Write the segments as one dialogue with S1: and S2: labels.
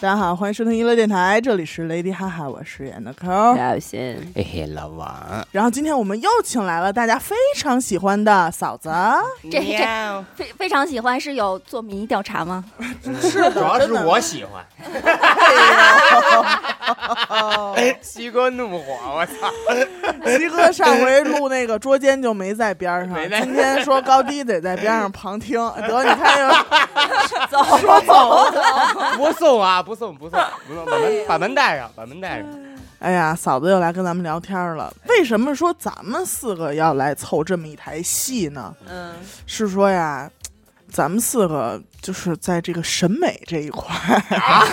S1: 大家好，欢迎收听娱乐电台，这里是雷迪哈哈，我是演的抠儿。
S2: 小心，
S3: 嘿嘿，哎老王，
S1: 然后今天我们又请来了大家非常喜欢的嫂子，
S2: 这
S4: 喵
S2: 非非常喜欢是有做民意调查 吗？
S1: 是
S3: 主要是我喜欢。
S1: 哎
S3: 西哥怒火，我操！
S1: 西哥上回录那个捉奸就没在边上，
S3: 没在
S1: 今天说高低得在边上旁听。得，你看又说走了。
S3: 不送啊，不送，不送，不送，把门把门带上，把门带 上。
S1: 哎呀，嫂子又来跟咱们聊天了。为什么说咱们四个要来凑这么一台戏呢？
S4: 嗯，
S1: 是说呀，咱们四个就是在这个审美这一块儿，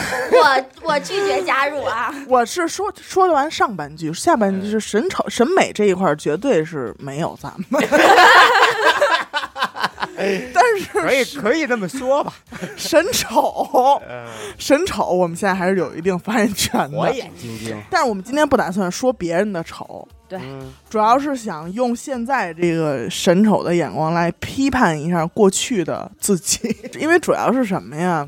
S2: 我我拒绝加入啊！
S1: 我是说说了完上半句，下半句是审丑审美这一块儿绝对是没有咱们。但是
S3: 可以，可以这么说吧。
S1: 审丑，
S3: 嗯，
S1: 审丑，我们现在还是有一定发言权
S3: 火
S1: 的。
S3: 眼金睛。
S1: 但是我们今天不打算说别人的丑，
S3: 嗯，
S1: 主要是想用现在这个审丑的眼光来批判一下过去的自己， 因为主要是什么呀？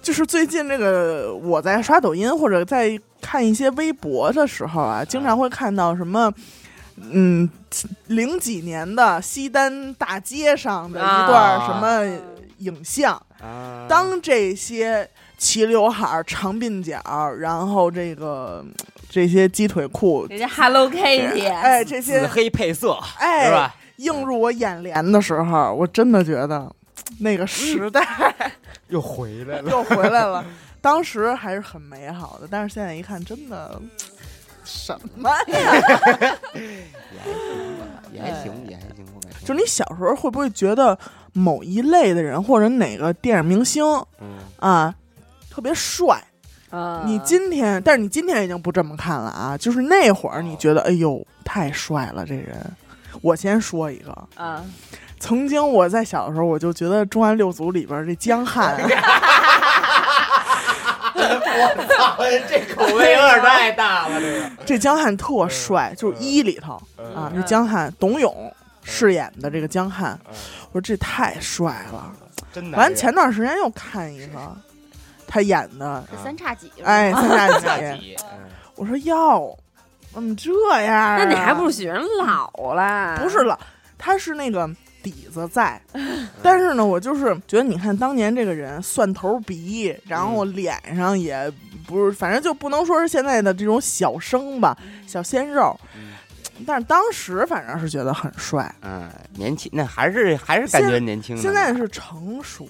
S1: 就是最近这个我在刷抖音或者在看一些微博的时候啊，经常会看到什么，嗯，零几年的西单大街上的一段
S3: 啊
S1: 什么影像，
S3: 啊
S1: 当这些齐刘海儿、长鬓角儿，然后这个嗯这些鸡腿裤，
S4: 人家 Hello Kitty，
S1: 哎，这
S3: 紫
S1: 些
S3: 黑配色是
S1: 哎
S3: 吧？
S1: 映入我眼帘的时候，我真的觉得那个时代
S3: 又回来了。
S1: 嗯又回来了。 当时还是很美好的，但是现在一看，真的什么呀？
S3: 也还行吧， 也还行，也还行。我感觉
S1: 就你小时候会不会觉得某一类的人或者哪个电影明星
S3: 嗯
S1: 啊特别帅？
S2: 呃
S4: 啊
S1: 你今天，但是你今天已经不这么看了啊！就是那会儿你觉得，哎呦，太帅了，这人。我先说一个，
S2: 呃
S4: 啊，
S1: 曾经我在小的时候，我就觉得《重案六组》里边这江 汉啊，
S3: 这口味有点太大了，这个。
S1: 这江汉特帅，就是一里头啊，这江汉，董永饰演的这个江汉，我说这太帅了。
S3: 真的。
S1: 完，前段时间又看一个，他演的，
S2: 这三叉戟，
S1: 哎，三大
S3: 下
S1: 姐，
S3: 集，
S1: 我说哟，怎么这样啊？
S4: 那你还不如许人老了，
S2: 啊
S1: 不是了，他是那个底子在，但是呢，我就是觉得，你看当年这个人蒜头鼻，然后脸上也不是，反正就不能说是现在的这种小生吧，小鲜肉，
S3: 嗯
S1: 但是当时反正是觉得很帅。
S3: 嗯，年轻，那还是还是感觉年轻呢。
S1: 现在是成熟，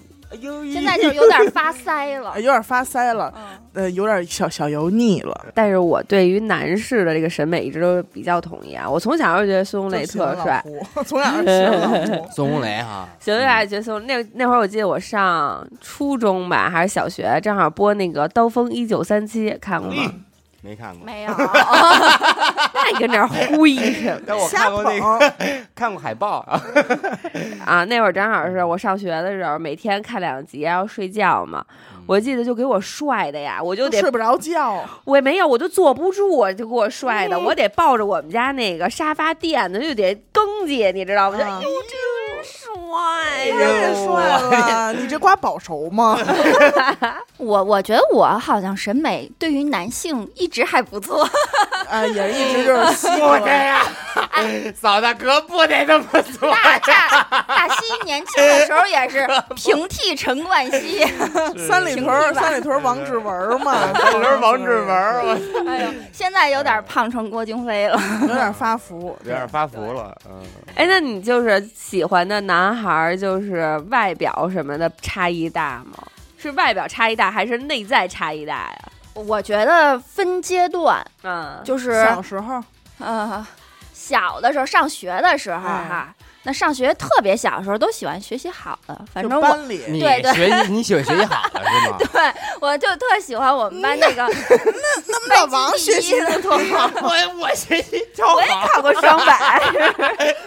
S2: 现在就是有点发腮了
S1: 呃。有点发腮了，
S2: 嗯，
S1: 呃，有点小小油腻了。
S4: 但是我对于男士的这个审美一直都比较统一啊。我从小就觉得孙红雷特帅，
S1: 就喜欢老胡， 从小就喜欢老胡
S3: 孙红雷哈，
S4: 小时候还觉得孙红那那会儿，我记得我上初中吧，还是小学，正好播那个《刀锋一九三七》，看过吗？
S3: 嗯没看过，
S2: 没有，
S1: 哎
S4: 那你跟那儿呼一什么
S3: 但 我
S1: 瞎
S3: 看过
S1: 捧
S3: 那个，看过海报啊。
S4: 啊？那会儿正好是我上学的时候，每天看两集，然后睡觉嘛。我记得就给我帅的呀，我就
S1: 都
S4: 得
S1: 睡嗯不着觉。
S4: 我也没有，我就坐不住，我就给我摔
S1: 嗯
S4: 的，我得抱着我们家那个沙发垫子，就得蹬去，你知道吗？就
S1: 啊哎
S4: 哎呦，
S3: 哎
S4: 真帅呀！
S1: 太帅 了，你这瓜保熟吗？
S2: 我我觉得我好像审美对于男性一直还不 错，
S1: 啊，也一直就是西瓜
S3: 不得呀， 嫂子可不得这么做。
S2: 大大大西年轻的时候也是平替陈冠 希，
S1: 三里屯儿，三里屯儿王志文嘛，
S3: 三轮王志文，我
S2: 哎呦，现在有点胖成郭京飞了。
S1: 嗯有点发福，
S3: 有点发福了。嗯，
S4: 哎，那你就是喜欢的男孩儿，就是外表什么的差异大吗？是外表差异大，还是内在差异大呀？
S2: 我觉得分阶段，
S4: 嗯，
S2: 就是
S1: 小啊时候
S2: 呃，小的时候上学的时候哈、
S1: 哎
S2: 那上学特别小的时候都喜欢学习好的，反
S1: 就
S2: 正我
S1: 班里
S3: 你
S2: 对对
S3: 学习，你喜欢学习好了是吗？
S2: 对我就特喜欢我们班那 个
S1: 那么老王学习的特好，
S3: 我我学习超
S2: 我也，考过双百，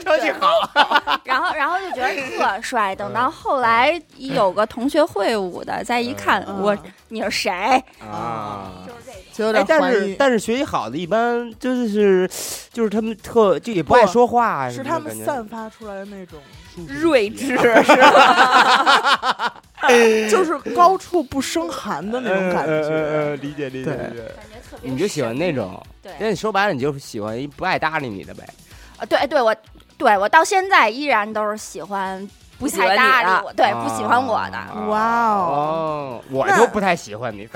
S3: 超级好。
S2: 然后然后就觉得特帅。
S1: 嗯
S2: 等到后来有个同学会舞的，再一看
S1: 嗯
S2: 我你是谁，
S3: 啊。
S2: 就是这种。
S1: 就有
S3: 哎
S1: 点，
S3: 但
S1: 怀
S3: 是
S1: 疑。
S3: 但是学习好的，一般就是就是他们特就也不爱说话啊，
S1: 是
S3: 什么的
S1: 他们
S3: 感觉
S1: 散发出来的那种，
S4: 睿智是吧？
S1: 就是高处不胜寒的那种感
S3: 呃呃呃
S1: 觉。
S3: 呃理解
S1: 对
S3: 理解理解。
S2: 感觉特别。
S3: 你就喜欢那种，那
S2: 对
S3: 你说白了，你就喜欢一不爱搭理你的呗。
S2: 啊，对对，我对我到现在依然都是喜欢
S4: 不喜
S2: 太
S4: 欢
S2: 搭
S4: 你的
S2: 理我，对不喜欢我
S3: 啊
S2: 的。
S1: 哇
S3: 哦
S1: 哦，
S3: 我
S1: 那
S3: 都不太喜欢你，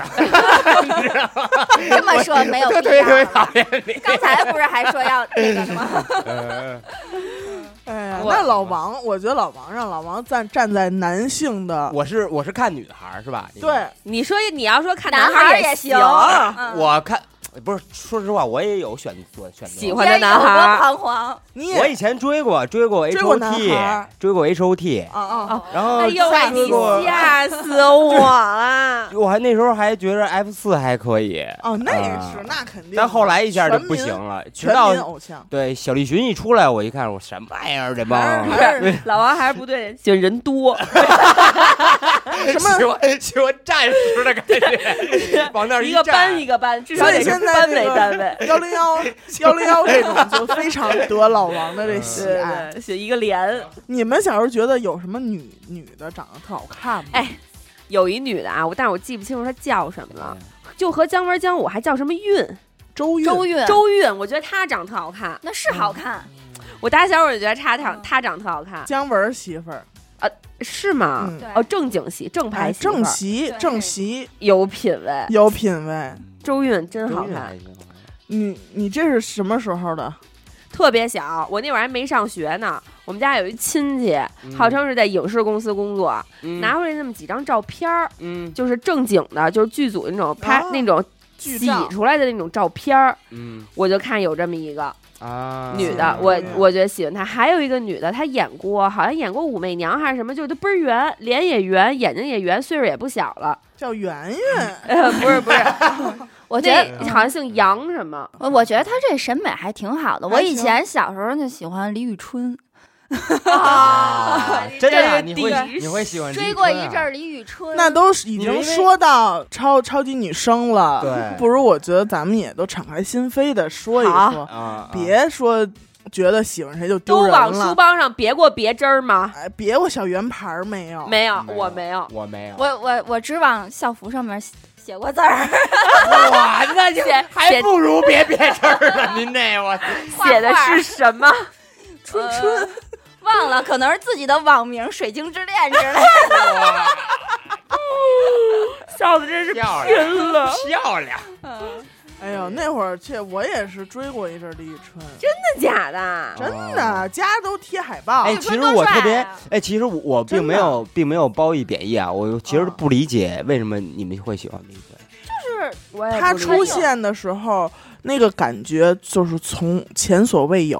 S2: 这么说没有
S3: 特
S2: 必
S3: 别
S2: 要
S3: 特别
S2: 了
S3: 讨。 厌你。
S2: 刚才不是还说要那个什 么？
S1: 嗯
S3: 呃
S1: 哎呀，
S4: 我
S1: 那老王，我觉得老王让老王站站在男性的
S3: 我是我是看女孩儿是吧？你
S1: 对，
S4: 你说你要说看
S2: 男
S4: 孩
S2: 孩
S4: 儿也
S2: 也
S4: 行
S2: 行，嗯
S3: 我看不是，说实话，我也有选择选择。
S4: 喜
S2: 我
S4: 欢的男孩儿，
S2: 彷徨。
S1: 你
S3: 我
S1: 也
S3: 以前追过，追过
S1: 追过男孩儿
S3: HOT，追过 HOT，
S1: 啊啊，
S3: 然后
S4: 哎呦
S3: 再，
S4: 你
S3: 追过，
S4: 吓死我了！
S3: 我还那时候还觉着 F 四还可以，
S1: 哦，那也是
S3: 啊，
S1: 那肯定的。
S3: 但后来一下就
S1: 全
S3: 不
S1: 民
S3: 行，了，直
S1: 全民
S3: 到
S1: 偶像。
S3: 对小栗旬一出来，我一看，我什么玩意儿这帮
S1: 还是
S4: 不是 老王还是不对，就人多，
S1: 什么
S3: 喜欢喜欢战士的感觉，往那儿
S4: 一个
S3: 站
S4: 班一个班，至少
S1: 所
S4: 得
S1: 以
S4: 是
S1: 现在
S4: 班
S1: 这
S4: 为
S1: 个
S4: 单位。
S1: 幺零幺幺零幺这种就非常得老王的这
S3: 嗯
S4: 对
S1: 喜爱。
S4: 对，对是一个连。
S1: 你们小时候觉得有什么女女的长得特好看吗？
S4: 哎有一女的啊，我但是我记不清楚她叫什么了，就和姜文、姜武还叫什么韵，
S1: 周韵，
S2: 周韵，
S4: 周韵，我觉得她长特好看。
S2: 那是好看，
S4: 我打小我就觉得她长她长特好看，
S1: 姜文媳妇儿，
S4: 是
S3: 啊
S4: 吗？
S1: 嗯，
S2: 对
S4: 哦，正经戏，正
S1: 哎，
S4: 牌媳妇儿
S1: 正席
S2: 对
S1: 正席
S4: 有品位。
S1: 有品位。
S4: 周韵真好
S3: 真
S4: 看，
S3: 还行
S1: 你你这是什么时候的？
S4: 特别小，我那会儿还没上学呢。我们家有一亲戚，
S3: 嗯
S4: 号称是在影视公司工作，拿回来那么几张照片儿，
S3: 嗯
S4: 就是正经的，就是剧组那种拍、
S1: 啊
S4: 那种
S1: 剧
S4: 洗
S1: 照
S4: 出来的那种照片儿，
S3: 嗯
S4: 我就看有这么一个
S3: 啊，
S4: 女的，
S1: 嗯
S4: 我
S1: 嗯
S4: 我觉得喜欢她。还有一个女的，她演过，好像演过《武媚娘》还是什么，就都倍儿圆，脸也圆，眼睛也圆，岁数也不小了。
S1: 叫圆圆，
S4: 呃， 不是不是，
S2: 我觉得。
S4: 那好嗯像姓杨什么，
S2: 我我觉得他这审美还挺好的。
S1: 还
S2: 我以
S1: 行
S2: 前小时候就喜欢李宇春，
S3: 啊，真的啊，
S4: 这
S3: 你
S4: 是
S3: 会
S4: 第
S3: 你会喜 欢
S2: 追
S3: 李
S2: 过
S3: 坤
S2: 一
S3: 啊
S2: 阵儿李宇春。
S1: 那都是已
S3: 你
S1: 经
S3: 们因为
S1: 说到超超级女生了
S3: 对，
S1: 不如我觉得咱们也都敞开心扉的说一说，
S3: 啊，
S1: 别说觉得喜欢谁就
S4: 都
S1: 丢人
S4: 往书
S1: 了。
S4: 包上别过别针儿吗？
S1: 哎，别过小圆盘儿没有？
S4: 哦没有，
S3: 啊
S4: 我没 有。
S3: 我没有，
S2: 我我我只往校服上面写写过字儿，
S3: 哇，那就
S4: 写
S3: 还
S4: 写
S3: 不如别别事儿了，您这我
S4: 写的是什么？
S2: 春春。呃忘了，可能是自己的网名“水晶之恋”之类的。
S4: 笑的真 是
S3: 漂亮
S4: 拼了！
S3: 漂亮，
S1: 哎呦，那会儿这我也是追过一阵儿李宇春，
S4: 真的假 的？
S1: 真的，家都贴海报。
S3: 哎，
S2: 李
S3: 其
S2: 坤
S3: 实
S2: 多
S3: 我
S2: 帅
S3: 特别
S2: 啊，
S3: 哎，其实我我并
S1: 真
S3: 没
S1: 的
S3: 有并没有褒义贬义啊，我其实
S2: 哦
S1: 啊
S3: 不理解为什么你们会喜欢李坤。
S2: 就是
S4: 我也
S1: 他
S4: 不理
S1: 出
S4: 解
S1: 现的时候，那个感觉就是从前所未有，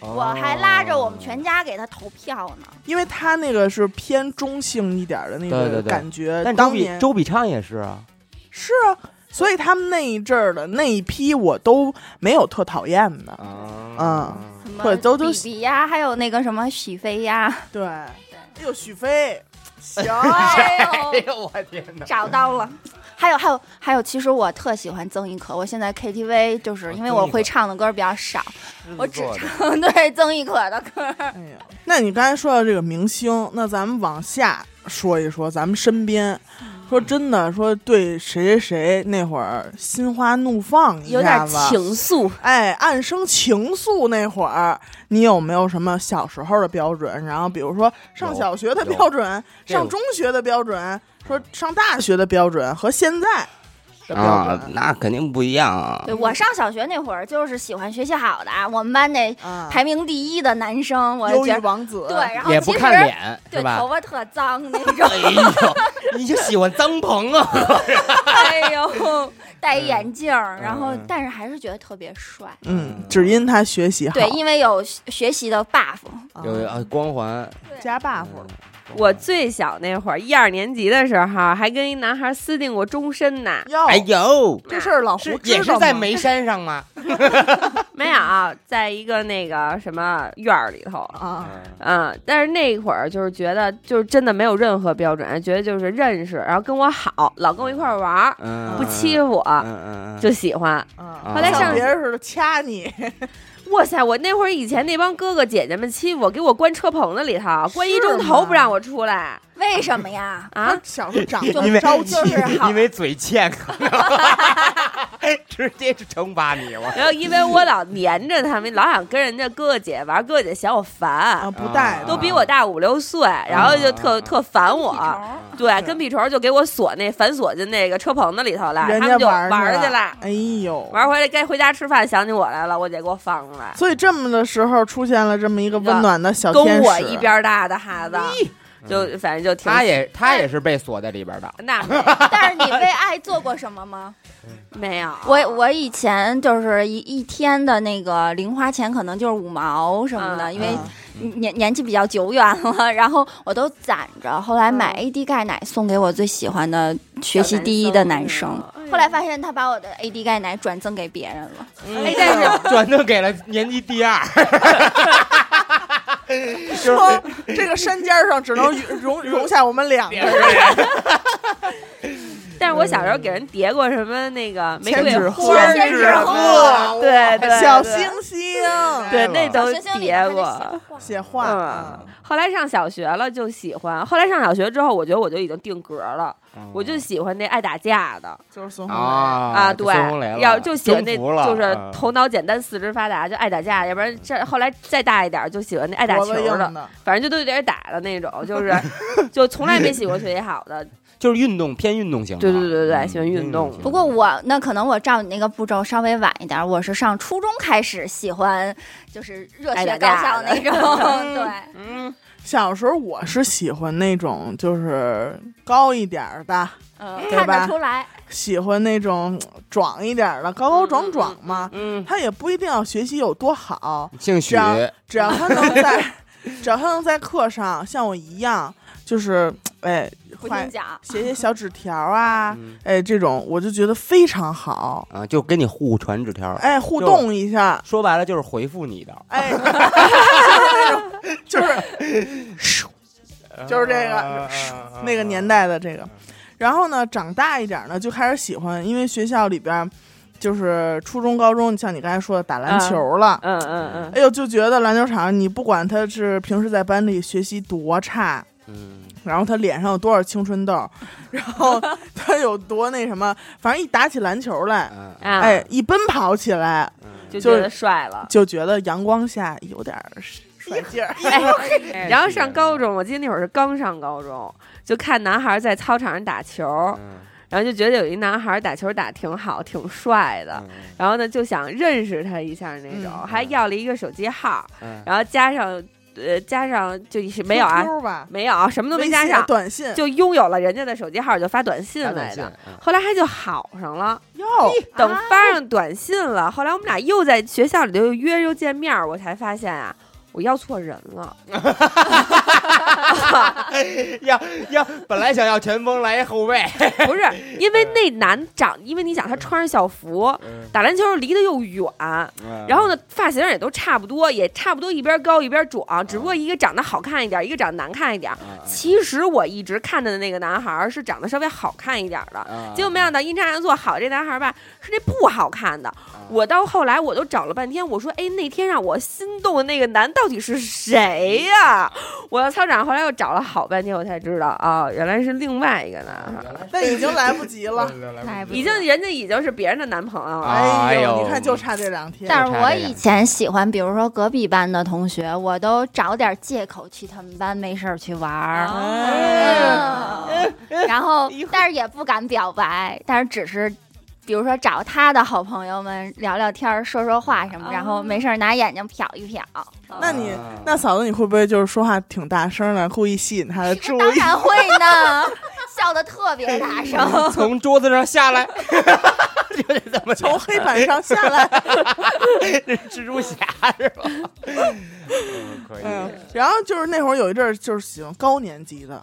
S2: 我还拉着
S4: 哦
S2: 我们全家给他投票呢。
S1: 因为他那个是偏中性一点儿的那
S3: 对对
S1: 个
S3: 对
S1: 感觉。
S3: 哦但周
S1: 当
S3: 笔
S1: 年
S3: 周笔畅也是啊，
S1: 是啊，所以他们那一阵儿的那一批，我都没有特讨厌的。
S3: 啊，
S2: 什
S1: 或
S2: 么
S1: 者都都
S2: 比比呀，还有那个什么许飞呀，
S1: 对，
S2: 对
S1: 哎呦，许飞，行，
S2: 哎呦，
S3: 呦我天哪！
S2: 找到了。还有还有还有，其实我特喜欢曾轶可，我现在 KTV 就是因为我会唱的歌比较少， 我只唱对曾轶可的歌。
S1: 哎呀，那你刚才说到这个明星，那咱们往下说一说，咱们身边，说真的，说对谁谁谁那会儿心花怒放一
S4: 有点
S1: 下子，
S4: 情愫，
S1: 哎，暗生情愫那会儿，你有没有什么小时候的标准？然后比如说上小学的
S3: 有
S1: 标准，
S3: 这个
S1: 上中学的标准，说上大学的标准和现在的标
S3: 啊，
S1: 准
S3: 那肯定不一样啊
S2: 对。我上小学那会儿就是喜欢学习好的，我们班那
S1: 啊，
S2: 排名第一的男生，我
S1: 忧
S2: 觉
S1: 郁
S2: 得
S1: 王子
S2: 对，然后
S3: 也
S2: 其
S3: 不
S2: 实
S3: 看脸是
S2: 对
S3: 吧
S2: 头？发特脏那
S3: 哎
S2: 种，
S3: 呦，你就喜欢张鹏啊？
S2: 哎呦，戴一眼镜儿，然后
S3: 嗯
S2: 但是还是觉得特别帅。
S1: 嗯，只因他学习好，
S2: 对，因为有学学习的 buff，
S1: 啊
S3: 有啊，光环。嗯
S1: 加 buff 了。
S4: 我最小那会儿，一二年级的时候，还跟一男孩私定过终身呢。
S1: 哟，
S3: 哎呦，
S1: 这事儿老胡
S3: 是
S1: 知道
S3: 也是在
S1: 吗
S3: 眉山上吗？
S4: 没有，在一个那个什么院儿里头。
S1: 啊，
S4: 嗯，但是那会儿就是觉得，就是真的没有任何标准，觉得就是认识，然后跟我好，老跟我一块儿玩儿，
S3: 嗯
S4: 不欺负
S3: 嗯
S4: 我，
S3: 嗯嗯，
S4: 就喜欢。
S1: 啊
S3: 后
S4: 来
S1: 像
S4: 上
S1: 别人似的掐你，
S4: 哇塞！我那会儿以前那帮哥哥姐姐们欺负我，给我关车棚子里头，关一钟头不让我出来。
S2: 为什么呀？
S4: 啊，
S1: 小时候长
S2: 就
S1: 得
S3: 因为
S1: 着急，
S2: 就是好
S3: 因为嘴 欠，可能直接就惩罚你了。
S4: 然后因为我老黏着他们，老想跟人家哥哥姐玩，哥哥姐嫌我
S1: 啊，
S4: 烦，
S1: 不带
S4: 都比我大五六岁，然后就特
S3: 嗯
S4: 特烦
S2: 屁虫
S4: 我。
S2: 儿
S4: 对，
S1: 是
S4: 跟屁虫就给我锁那反锁进那个车棚子里头了，
S1: 人
S4: 他
S1: 家
S4: 们就
S1: 玩
S4: 玩
S1: 去
S4: 去了，
S1: 哎呦，
S4: 玩回来该回家吃饭，想起我来了，我得给我放出来。
S1: 所以这么的时候出现了这么一个温暖的小天使，嗯
S4: 跟我一边大的孩子，就反正就挺
S3: 他也他也是被锁在里边的，
S4: 那没
S2: 但是你为爱做过什么吗？
S4: 没有，
S2: 我我以前就是一一天的那个零花钱，可能就是五毛什么的，
S4: 嗯
S2: 因为年年纪比较久远了， 然后我都攒着，后来买
S4: 嗯
S2: AD 钙奶送给我最喜欢的学习第一的男生。后来发现他把我的 AD 钙奶转赠给别人了，
S4: 哎，但是
S3: 转赠给了年级第二，
S1: 说这个山尖上只能容容下我们两个人，
S4: 但是我小时候给人叠过什么那个玫
S1: 千
S4: 瑰
S1: 纸
S4: 花
S1: 鹤
S4: 儿，
S2: 千纸
S1: 鹤
S4: 对对，
S1: 小啊
S4: 对
S1: 星星
S4: 对那都
S2: 小星星里
S4: 叠
S2: 看着
S4: 过。
S2: 小
S1: 写画，
S4: 嗯
S1: 啊
S4: 后来上小学了就喜欢，后来上小学之后，我觉得我就已经定格了，
S1: 哦
S4: 我就喜欢那爱打架的
S1: 就是孙红雷。
S3: 啊
S4: 啊，对
S3: 孙红雷，了
S4: 要就喜欢那
S3: 征服了
S4: 就是
S3: 嗯
S4: 头脑简单、四肢发达，就爱打架，要不然这后来再大一点就喜欢那爱打
S1: 脖
S4: 球
S1: 子硬
S4: 的，
S1: 的，
S4: 反正就都有点打的那种， 就是就从来没喜欢学习好的，
S3: 就是运动偏运动型的，
S4: 对对对对对
S3: 嗯
S4: 喜欢运动
S3: 型
S2: 不过我那可能我照你那个步骤稍微晚一点，我是上初中开始喜欢，就是热
S4: 爱打
S2: 血高
S4: 架
S2: 校那
S4: 的
S2: 种，对。
S4: 嗯，
S1: 小时候我是喜欢那种就是高一点儿的，
S2: 嗯，
S1: 对
S2: 看
S1: 吧
S2: 得出来，
S1: 喜欢那种呃壮一点儿的，高高壮壮嘛。
S3: 嗯，
S1: 他也不一定要学习有多好，
S3: 姓许
S1: 这，样
S4: 啊
S1: 只要他能在，只要他能在课上像我一样，就是哎，
S2: 不
S1: 快
S2: 听讲，
S1: 写写小纸条啊，
S3: 嗯
S1: 哎，这种我就觉得非常好，
S3: 啊，就跟你互传纸条，
S1: 哎，互动一下，
S3: 说白了就是回复你的，
S1: 哎，就是那种，就是就是这个那个年代的这个。然后呢，长大一点呢，就开始喜欢，因为学校里边儿就是初中、高中，像你刚才说的打篮球了。
S4: 嗯嗯
S1: 哎呦，就觉得篮球场，你不管他是平时在班里学习多差，
S3: 嗯，
S1: 然后他脸上有多少青春痘，然 后他有多那什么，反正一打起篮球来，
S3: 嗯
S4: 嗯，啊，
S1: 哎，一奔跑起来，
S4: 就
S1: 就
S4: 觉
S1: 是
S4: 得帅了。
S1: 就觉得阳光下有点儿甩劲 儿。
S4: 哎，然后上高中，我记得那会儿是刚上高中，就看男孩在操场上打球，
S3: 嗯
S4: 然后就觉得有一男孩打球打挺好，挺帅的。
S3: 嗯
S4: 然后呢，就想认识他一下那种，
S1: 嗯
S4: 还要了一个手机号，
S3: 嗯
S4: 然后加上呃加上就是没有啊，
S1: QQ 吧，
S4: 没有啊什么都没加
S1: 微信
S4: 上，
S1: 短信
S4: 就拥有了人家的手机号，就发短信
S3: 打短
S4: 来
S3: 信嗯
S4: 的。后来还就好上了，
S1: 哟，
S4: 等发上短信了，后来我们俩又在学校里头又约又见面儿，我才发现啊，我要错人了。
S3: 嗯要要本来想要前锋来一后卫，
S4: 不是因为那男长，因为你想他穿上校服，打篮球离得又远，
S3: 嗯
S4: 然后呢发型也都差不多，也差不多一边高一边壮，只
S3: 嗯
S4: 不过一个长得好看一点，一个长得难看一
S3: 啊
S4: 点。其实我一直看的那个男孩儿是长得稍微好看一点的，
S3: 啊，
S4: 结果没想到阴差阳错，好这男孩儿吧是那不好看的。我到后来我都找了半天，我说，哎，那天让我心动的那个男到底是谁呀、我到操场后来又找了好半天，我才知道啊、原来是另外一个男孩儿。
S1: 那已经来不及了。
S2: 来不
S4: 已
S2: 及
S4: 经人家已经是别人的男朋友了。
S3: 哎
S1: 哎
S3: 呦
S1: 你看就差这两天。
S2: 但是我以前喜欢，比如说隔壁班的同学，我都找点借口去他们班，没事儿去玩儿。嗯然后，但是也不敢表白，但是只是，比如说找他的好朋友们聊聊天儿、说说话什么，然后没事儿拿眼睛瞟一瞟。
S1: 那你
S3: 啊
S1: 那嫂子，你会不会就是说话挺大声的，故意吸引他的注
S2: 哎当
S1: 意？
S2: 然会呢，笑得特别大声。
S3: 从桌子上下 来，就得这么
S1: 哦从黑板上下 来，
S3: 蜘蛛侠是吧？嗯，可
S1: 嗯，然后就是那会儿有一阵儿就是喜欢高年级的，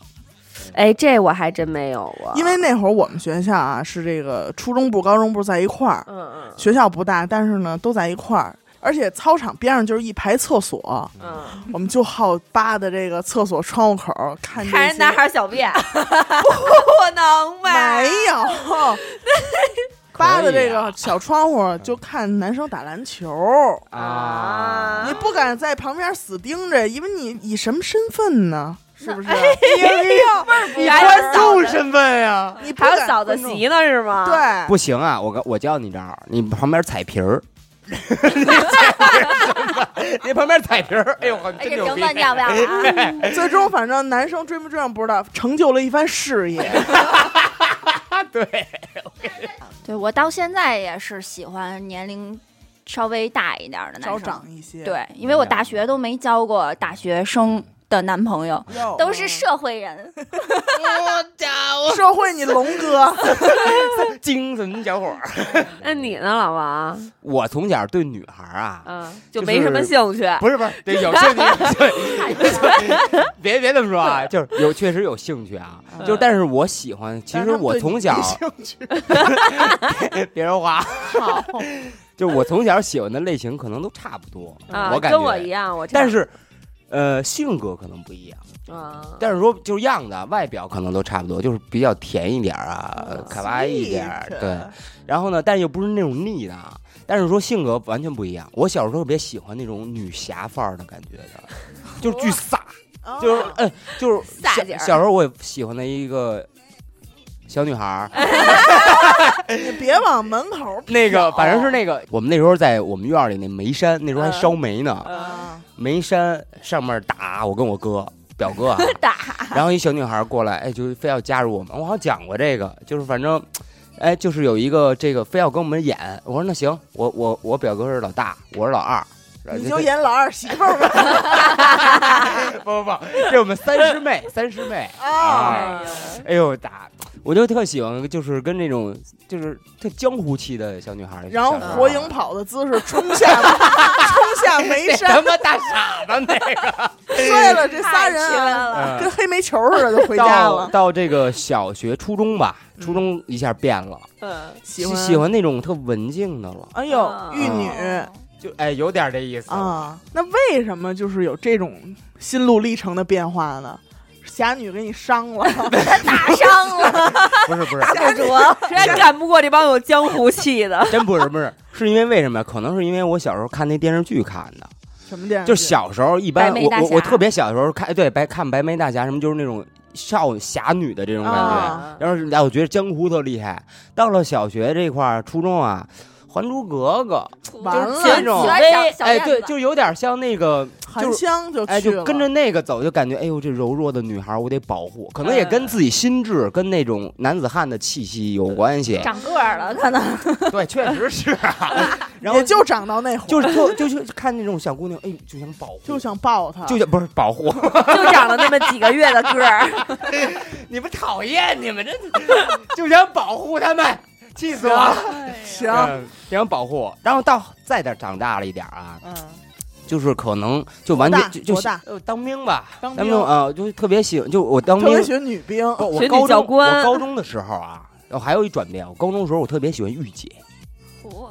S4: 哎，这我还真没有啊过，
S1: 因为那会儿我们学校啊是这个初中部、高中部在一块儿，
S4: 嗯嗯
S1: 学校不大，但是呢都在一块儿，而且操场边上就是一排厕所，
S4: 嗯，
S1: 我们就好扒的这个厕所窗户口儿看这
S4: 看人
S1: 些
S4: 男孩儿小 便，不能吧？
S1: 没有， 扒
S3: 可
S1: 的
S3: 以
S1: 这
S3: 啊嗯
S1: 个小窗户就看男生打篮球，
S3: 啊
S1: 啊你，不 敢在旁边死盯着，因为你以什么身份呢？是不是？
S4: 哎呦，不是早自习呢是吗？
S1: 对，
S3: 不行啊，我告我教你招儿，你旁边踩皮儿。你旁边踩皮儿，哎呦，
S2: 哎，
S3: 真
S2: 这
S3: 牛
S2: 评
S3: 逼！
S2: 分要不要啊？
S1: 最终反正男生追不追上不知道，成就了一番事 业。
S3: 对，
S2: 对我到现在也是喜欢年龄稍微大一点的男
S1: 稍
S2: 生。
S1: 长一些，
S2: 对，因为我大学都没交过大学生的男朋友，
S1: 哟，
S2: 都是社会人。
S1: 哦社会你龙哥，
S3: 精神小伙儿。
S4: 那你呢，老王？
S3: 我从小对女孩儿啊，
S4: 嗯，就
S3: 就是
S4: 没什么兴趣。啊
S3: 不是不是，对有兴趣，对别别这么说啊，就是有确实有兴趣啊，就是但是我喜欢，其实我从小
S1: 但是 他们对你没兴趣
S3: 别说话，
S2: 好，
S3: 就是我从小喜欢的类型可能都差不多，
S4: 啊，
S3: 我感
S4: 跟我
S3: 觉
S4: 一，样，我
S3: 但是呃性格可能不一样，
S4: 啊，
S3: 但是说就是样子啊外表可能都差不多，就是比较甜一点儿啊，可爱一点儿，
S1: Sweet
S3: 对，然后呢，但又不是那种腻的啊。但是说性格完全不一样，我小时候特别喜欢那种女侠范儿的感觉的，就是巨飒，
S1: 哦
S3: 就是嗯，就是
S4: 飒
S3: 小
S4: 劲儿
S3: 小时候我也喜欢的一个小女孩儿，
S1: 你别往门口
S3: 那个反正是那个我们那时候在我们院儿里那煤山，那时候还烧煤呢，
S4: 嗯
S1: 啊，
S3: 煤山上面打我跟我哥表哥啊，
S4: 打
S3: 然后一小女孩过来，哎，就非要加入我们，我好像讲过这个，就是反正。哎，就是有一个这个非要跟我们演，我说那行，我我我表哥是老大，我是老二，然后
S1: 你就演老二媳妇儿吧。
S3: 不不不，这是我们三师妹， 三师妹
S1: 啊，
S3: 哎哎呦打，我就特喜欢，就是跟那种就是特江湖气的小女孩儿。
S1: 然后
S3: 小时候
S1: 火影跑的姿势冲下冲下 眉
S3: 那他
S1: 山，
S3: 妈大傻子那个。
S1: 摔了这仨人
S4: 太缺
S1: 啊
S4: 了。
S1: 跟黑煤球似的就回家
S3: 到
S1: 了。
S3: 到这个小学、初中吧，初中一下变了，
S4: 嗯，
S1: 喜
S3: 喜
S1: 欢，
S3: 欢那种特文静的了，
S1: 哎呦
S4: 啊，
S1: 玉女
S3: 就哎有点这意思
S1: 啊，那为什么就是有这种心路历程的变化呢？侠女给你伤了，
S2: 打伤了，
S3: 不是不是，
S1: 打骨
S4: 实在干不过这帮有江湖气的。
S3: 真不是 不是，是因为为什么？可能是因为我小时候看那电视剧看的，
S1: 什么电视剧？
S3: 就小时候一
S2: 嗯
S3: 般，
S2: 白
S3: 我
S2: 眉大侠
S3: 我我特别小的时候看，哎对白看白眉大侠什么，就是那种少侠女的这种感觉。
S4: 嗯
S1: 啊
S3: 然后哎，我觉得江湖特厉害。到了小学这块儿，初中啊，《还珠格格
S1: 完了，
S3: 这种
S2: 喜欢小小》
S3: 哎，
S2: 燕
S3: 对，
S2: 子
S3: 就有点像那个，
S1: 韩香就
S3: 哎，
S1: 去
S3: 就
S1: 了，
S3: 跟着那个走，就感觉哎呦，这柔弱的女孩儿我得保护，可能
S2: 嗯
S3: 也跟自己心智、跟那种男子汉的气息有关系。
S2: 长个儿了，可能
S3: 对，确实是、 啊。然后
S1: 也就长到那会儿，
S3: 就是特就就看那种小姑娘，哎，就想保护，
S1: 就想抱她，
S3: 就想不是保护，
S4: 就长了那么几个月的个儿，
S3: 你们讨厌你们这就想保护他们，气死我了！
S1: 行，
S3: 嗯就想保护，然后到再点长大了一点啊，
S1: 嗯，
S3: 就是可能就完全
S1: 多大
S3: 就就
S1: 多大
S3: 呃当兵吧，
S1: 当
S3: 当
S1: 兵
S3: 啊，就特别喜欢，就我当
S1: 特别
S3: 兵，哦
S1: 喜欢女兵，
S3: 不我
S4: 学女
S3: 高
S4: 教
S3: 中我
S4: 官
S3: 高中的时候啊，我还有一转变，我高中的时候我特别喜欢御姐，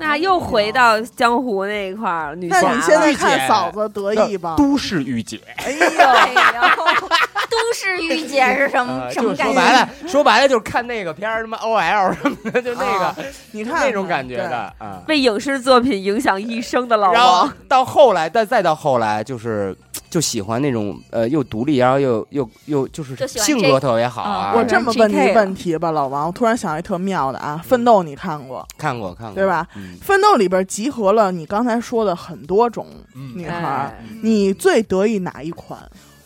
S4: 那又回到江湖那一块儿，女
S1: 那
S4: 侠
S1: 你
S4: 了。
S1: 现在
S3: 御姐
S1: 看嫂子得意吧？
S3: 都市御姐，
S1: 哎呦，
S2: 哎呦，都市御姐是什
S1: 嗯
S2: 么
S3: 呃
S2: 什
S3: 就
S2: 么
S3: 是
S2: 概
S3: 说白
S2: 念？
S3: 了，说白了就是看那个片儿，什么 OL 什么的， 就那个
S1: 啊你看
S3: 那种感觉的
S1: 对
S3: 啊。
S4: 被影视作品影响一生的老
S3: 然后
S4: 王，
S3: 到后来，但再到后来，就是就喜欢那种呃又独立，然后又又又就是
S2: 就喜欢
S3: 性
S2: 这嗯
S3: 格特别好啊。
S1: 我
S4: 这
S1: 这么问你
S4: GK 了
S1: 问题吧，老王，我突然想一特妙的啊，《奋斗》你看过？
S3: 看过看过，
S1: 对吧？
S3: 嗯
S1: 《奋斗》里边集合了你刚才说的很多种女
S3: 嗯，
S1: 孩儿，
S4: 哎
S1: 你最得意哪一款？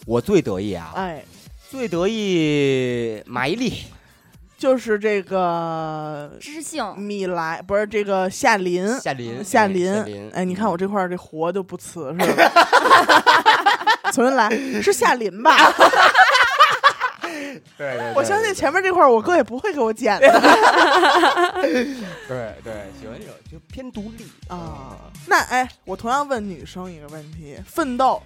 S3: 我最得意啊，
S1: 哎，
S3: 最得意马伊琍，
S1: 就是这个
S2: 知性，
S1: 米莱，不是这个夏琳，
S3: 夏琳，
S1: 嗯夏
S3: 琳，夏嗯
S1: 琳，哎，你看我这块儿这活就不瓷实了。 重新来，是夏琳吧？
S3: 对，对对
S1: 我相信前面这块儿我哥也不会给我剪的。
S3: 对对喜欢这种就偏独立
S1: 啊。那哎，我同样问女生一个问题：奋斗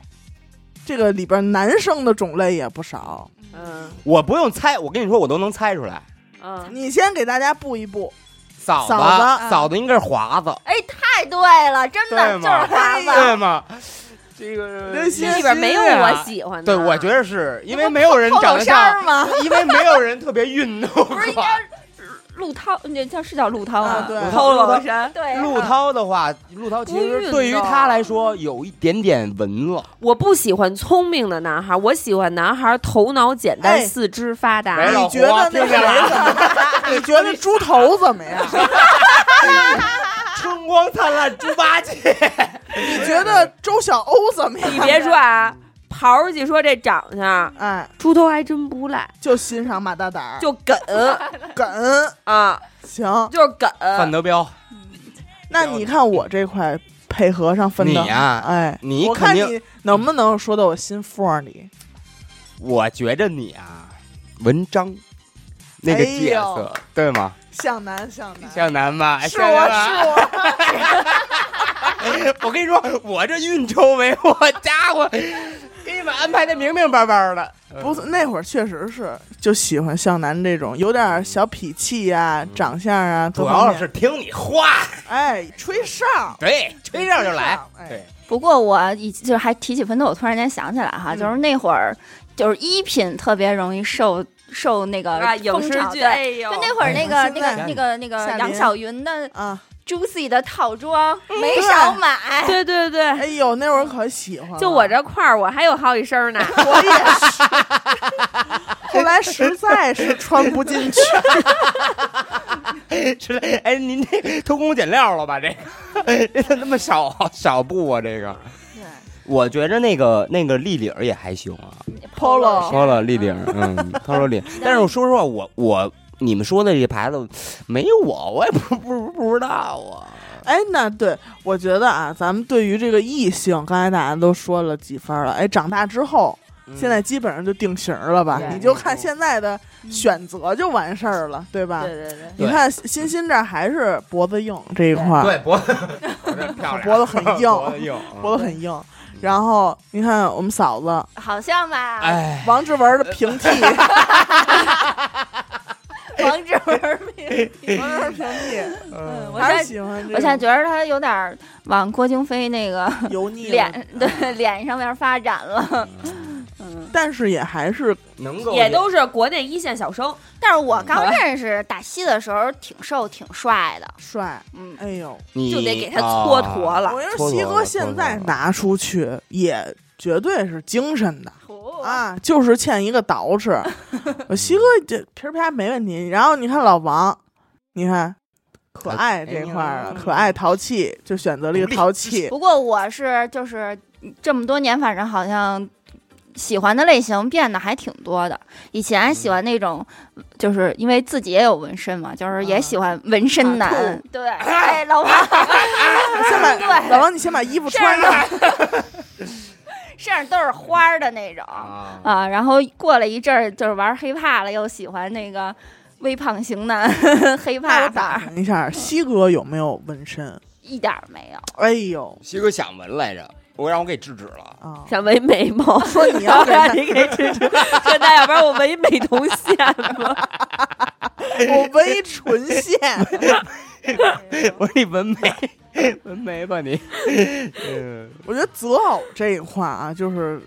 S1: 这个里边男生的种类也不少，
S4: 嗯
S3: 我不用猜，我跟你说，我都能猜出来。
S4: 嗯，
S1: 你先给大家布一布。
S3: 嫂
S1: 嫂子
S3: 子，嫂子应该是华子，
S2: 哎，太对了，真的
S3: 对
S2: 就是
S3: 吗
S2: 华
S1: 哎呀
S2: 子，
S3: 对吗？这个
S1: 刘
S4: 这
S1: 星
S4: 里边没有
S1: 啊
S4: 我喜欢的。
S3: 啊对，我觉得是因为没有 人
S2: 后
S3: 长
S2: 脑
S3: 得
S2: 衫
S3: 像，
S2: 儿吗？
S3: 因为没有人特别运动
S2: 不是应
S3: 化。
S2: 该
S4: 陆涛，那叫是叫陆涛
S1: 啊
S4: 吗？
S1: 对
S4: 涛老山。
S2: 对
S3: 陆涛的话，陆涛其
S4: 不
S3: 实
S4: 运
S3: 对于
S4: 动
S3: 他来说有一点点文了，
S4: 我不喜欢聪明的男孩，我喜欢男孩头脑简单、
S1: 哎
S4: 四肢发达。
S3: 没老
S1: 你觉得那谁
S3: 胡听见了
S1: 怎么 样？你觉得猪头怎么样？
S3: 春光灿烂猪八戒，
S1: 你觉得周小欧怎 么
S4: 你
S1: 样？
S4: 别说啊，刨出去说这长相，
S1: 哎，
S4: 猪头还真不赖，
S1: 就欣赏马大胆儿，
S4: 就梗
S1: 梗
S4: 啊，
S1: 行。
S4: 就是梗。
S3: 范德彪，
S1: 那你看我这块配合上分
S3: 你
S1: 的，
S3: 呀
S1: 哎，
S3: 你
S1: 我
S3: 肯
S1: 看
S3: 定
S1: 你能不能说到我心腹里？
S3: 我觉着你啊，文章那个角色、对吗？
S1: 向南，向南，
S3: 向南吧，
S1: 哎是
S3: 向南
S1: 我，
S3: 吧
S1: 是我。
S3: 我跟你说，我这运筹帷幄，家伙，给你们安排的明明白白的。
S1: 不是那会儿确实是就喜欢向南这种有点小痞气呀、长相啊，各
S3: 嗯主
S1: 方
S3: 要
S1: 面
S3: 是听你话，
S1: 哎吹哨，
S3: 对，吹哨就来，
S1: 哎
S3: 对，
S2: 不过我以就是还提起奋斗，我突然间想起来哈，
S1: 嗯
S2: 就是那会儿就是一品特别容易受受那个
S4: 啊，影
S2: 风
S4: 视
S2: 潮
S4: 剧，哎
S2: 对。
S4: 呦，
S2: 就那会儿，那个、
S1: 哎现
S2: 那个、
S1: 在
S2: 那个、那个
S1: 夏琳
S2: 杨晓云的
S1: 啊，
S2: Juicy 的套装没少买，
S4: 对对对，
S1: 哎呦那会儿可喜欢了，
S4: 就我这块儿，我还有好几身儿呢。
S1: 我也是。 后来实在是穿不进去，
S3: 是的哎，您这偷工减料了吧？这个这他妈少少布啊！这个，我觉着那个那个立领儿也还行啊，
S1: Polo
S3: 说了立领儿， 嗯，他说领，但是我说实话，我我你们说的这牌子没有我，我也不不不知道啊。
S1: 哎，那对我觉得啊，咱们对于这个异性，刚才大家都说了几分了，哎，长大之后，
S3: 嗯
S1: 现在基本上就定型了吧？
S2: 对嗯
S1: 你就看现在的选择就完事儿了，对吧？
S4: 对对对，
S1: 你看欣欣这儿还是脖子硬这一块儿，
S3: 对脖 子，我这漂亮
S1: 脖子很硬
S3: 啊 脖子硬，
S1: 脖子很硬。然后你看我们嫂子
S2: 好像吧？
S3: 哎，
S1: 王志文的平替，
S2: 王志文儿没有，
S1: 王志文平替，
S4: 嗯，我
S1: 还是
S4: 现在
S1: 喜欢这
S2: 我现在
S1: 个
S2: 觉得他有点儿往郭京飞那个
S1: 油腻的
S2: 脸对脸上面发展了。
S1: 但是也还是
S3: 能够
S4: 也都是国内一线小生，
S2: 但是我刚认识打戏的时候挺瘦挺帅的，
S1: 帅。
S2: 嗯，
S1: 哎呦，
S3: 你啊
S4: 就得给他蹉跎了。
S1: 啊我跟你说，
S3: 脱口
S1: 西
S3: 而
S1: 哥
S3: 出
S1: 现
S3: 了
S1: 在拿出去也绝对是精神的
S2: 啊，
S1: 啊，就是欠一个捯 饬。我西哥这皮儿啪没问题。然后你看老王，你看可
S3: 哎
S1: 爱这块儿
S2: 嗯
S1: 啊，
S3: 哎呀
S1: 可爱淘气就选择了一个
S3: 独立
S1: 淘气，
S2: 不过我是就是这么多年，反正好像喜欢的类型变得还挺多的。以前喜欢那种，就是因为自己也有纹身嘛，就是也喜欢纹身男。
S1: 啊
S2: 对，哎，老王，
S1: 先把
S2: 对
S1: 老王，你先把衣服
S2: 身
S1: 穿上。
S2: 上都身上都是花儿的那种
S3: 啊
S2: 啊。然后过了一阵儿，就是玩黑怕了，又喜欢那个微胖型男黑
S1: 那
S2: 怕
S1: 我
S2: 范
S1: 打
S2: 儿，
S1: 听一下，西哥有没有纹身？
S2: 一点儿没有。
S1: 哎呦
S3: 西哥想纹来着，我让我给制止了。
S1: 啊！
S4: 想纹眉毛，
S1: 说你 要给
S4: 让
S1: 他
S4: 你给支持，说那要不然我纹一美瞳线吧。
S3: 哎
S1: 我纹一 唇线，
S3: 我说你纹眉，纹眉 吧你。嗯，
S1: 我觉得择偶这一块啊，就是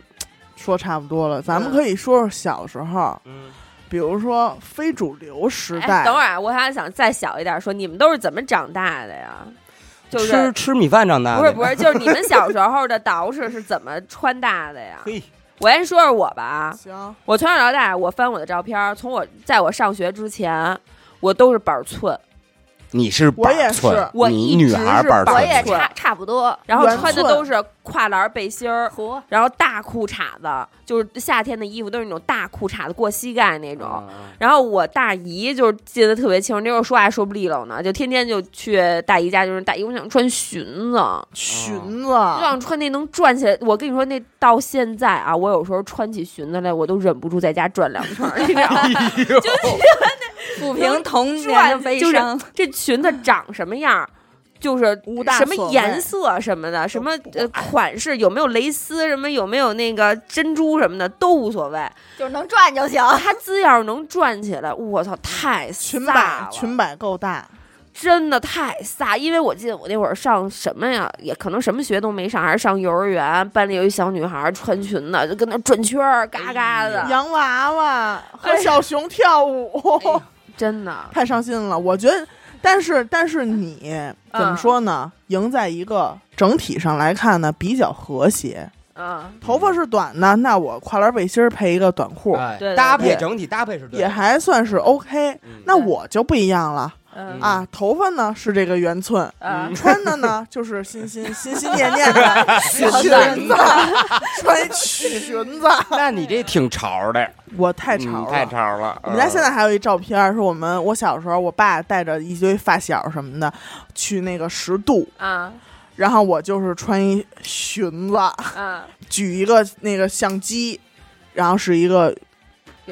S1: 说差不多了。咱们可以说说小时候，比如说非主流时代，
S4: 哎，等会儿啊，我还想再小一点说，你们都是怎么长大的呀？ 就是
S3: 吃吃米饭长大的。
S4: 不是不是，就是你们小时候的捯饬是怎么穿搭的呀？
S3: 嘿，
S4: 我先说说我吧啊，
S1: 行，
S4: 我从小到大，我翻我的照片儿，从我在我上学之前，我都是板寸，
S3: 你是板
S1: 我也是
S3: 寸
S4: 我
S3: 你
S4: 一
S3: 女
S4: 直
S3: 孩
S4: 是
S3: 板
S4: 板
S2: 我
S3: 寸
S2: 也
S4: 寸
S2: 差差不多，
S4: 然后
S1: 圆
S4: 穿的
S1: 寸
S4: 都是跨栏背心儿，
S2: 胡
S4: 然后大裤衩子，就是夏天的衣服都是那种大裤衩子过膝盖那种。
S3: 嗯
S4: 然后我大姨就是记得特别清，那会儿说话说不利落呢，就天天就去大姨家，就是大姨我想穿裙子，
S1: 啊裙子，
S4: 就想穿那能转起来。我跟你说，那到现在啊，我有时候穿起裙子来，我都忍不住在家转两 圈儿，你知道吗？
S2: 抚平童年的
S4: 转
S2: 悲
S4: 就是
S2: 伤，
S4: 这裙子长什么样儿，就是
S1: 无大
S4: 什么
S1: 所谓
S4: 颜色什么的，什么呃款式，有没有蕾丝，什么有没有那个珍珠什么的都无所谓。
S2: 就是能转就行。
S4: 它只要是能转起来，我操，太飒
S1: 裙
S4: 了
S1: 摆，裙摆够大，
S4: 真的太飒。因为我记得我那会儿上什么呀，也可能什么学都没上，还是上幼儿园，班里有一小女孩儿
S1: 嗯
S4: 穿裙子，啊
S1: 哎
S4: 就跟那转圈儿，嘎嘎的。哎
S1: 洋娃娃和小熊跳舞，
S4: 真的，
S1: 太伤心了。我觉得，但是但是你
S4: 嗯
S1: 怎么说呢？赢在一个整体上来看呢，比较和谐。
S4: 嗯，
S1: 头发是短的，那我跨栏背心儿配一个短裤，
S3: 哎
S4: 对对
S3: 搭配
S1: 对
S3: 整体搭配是对
S1: 也
S3: 的。
S1: 还算是 OK。
S3: 嗯
S1: 那我就不一样了
S4: 嗯
S1: 啊，头发呢是这个圆寸，
S4: 啊
S1: 穿的 呢就是心心心心念念 的裙
S2: 小
S1: 子
S2: 短，
S1: 穿裙子，
S3: 那你这挺潮的，
S1: 我太
S3: 嗯
S1: 潮了，
S3: 太潮了。
S1: 我们家
S3: 嗯
S1: 现在还有一照片儿，是我们我小时候，我爸带着一堆发小什么的去那个十渡，
S4: 啊
S1: 然后我就是穿一裙子，
S4: 啊，
S1: 举一个那个相机，然后是一个
S4: 嗯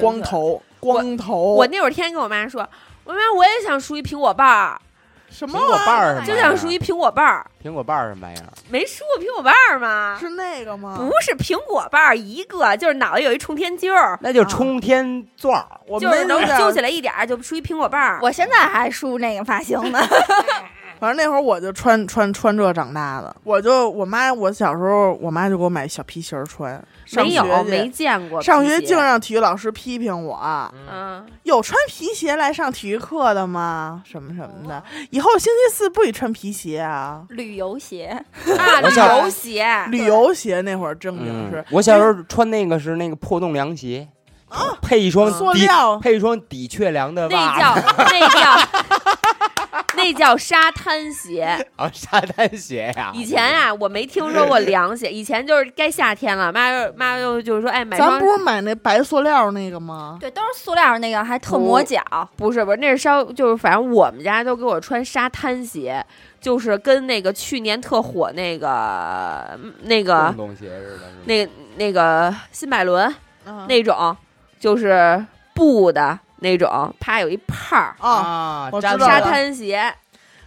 S1: 光头，光头，
S4: 我那会儿天天跟我妈说，我妈我也想梳一苹果瓣儿，
S1: 什么
S3: 嗯苹果瓣儿
S1: 玩意
S3: 什么
S4: 就
S3: 玩意
S4: 想
S3: 儿
S4: 梳一苹果瓣儿，
S3: 苹果瓣儿什么玩意儿？
S4: 没梳过苹果瓣儿吗？
S1: 是那个吗
S4: 不？是苹果瓣儿一个，就是脑袋有一冲天揪儿，
S3: 那就冲天钻儿。
S1: 我们
S4: 就是能
S1: 那
S4: 揪
S1: 会
S4: 起
S1: 儿，
S4: 来一点儿，就梳一苹果瓣儿。
S2: 我现在还梳那个发型呢，
S1: 反正那会儿我就穿穿穿这长大的，我就我妈，我小时候我妈就给我买小皮鞋儿穿，上
S4: 没有
S1: 学
S4: 没
S1: 去。
S4: 见过
S1: 上
S4: 皮
S1: 学
S4: 鞋
S1: 净让体育老师批评我，
S4: 嗯
S1: 有穿皮鞋来上体育课的吗？什么什么的，
S4: 哦
S1: 以后星期四不许穿皮鞋啊。
S2: 旅游鞋，
S4: 啊，
S3: 我
S4: 旅
S3: 小
S4: 游鞋
S1: 旅游鞋那会儿正经是
S3: 嗯，我小时候穿那个是那个破洞凉鞋，配一双
S1: 塑
S3: 的
S1: 料
S3: 配一双的确良的
S4: 啊那
S3: 袜
S4: 叫
S3: 子
S4: 那叫 那叫沙滩鞋。
S3: 啊，沙滩鞋呀。
S4: 以前啊，我没听说过凉鞋，以前就是该夏天了，妈又妈又就是说，哎，买
S1: 咱
S4: 双
S1: 不是买那白塑料那个吗？
S2: 对，都是塑料那个，还特磨脚。
S4: 不是不是，那是稍就是反正我们家都给我穿沙滩鞋，就是跟那个去年特火那个那个
S3: 洞洞鞋似的，是吗
S4: 那个那个新百伦
S1: 那
S4: 嗯那种，就是布的那种，啪有一泡儿，
S1: 哦，
S3: 啊
S1: 我知
S3: 粘
S1: 道
S4: 沙
S1: 了
S4: 滩鞋，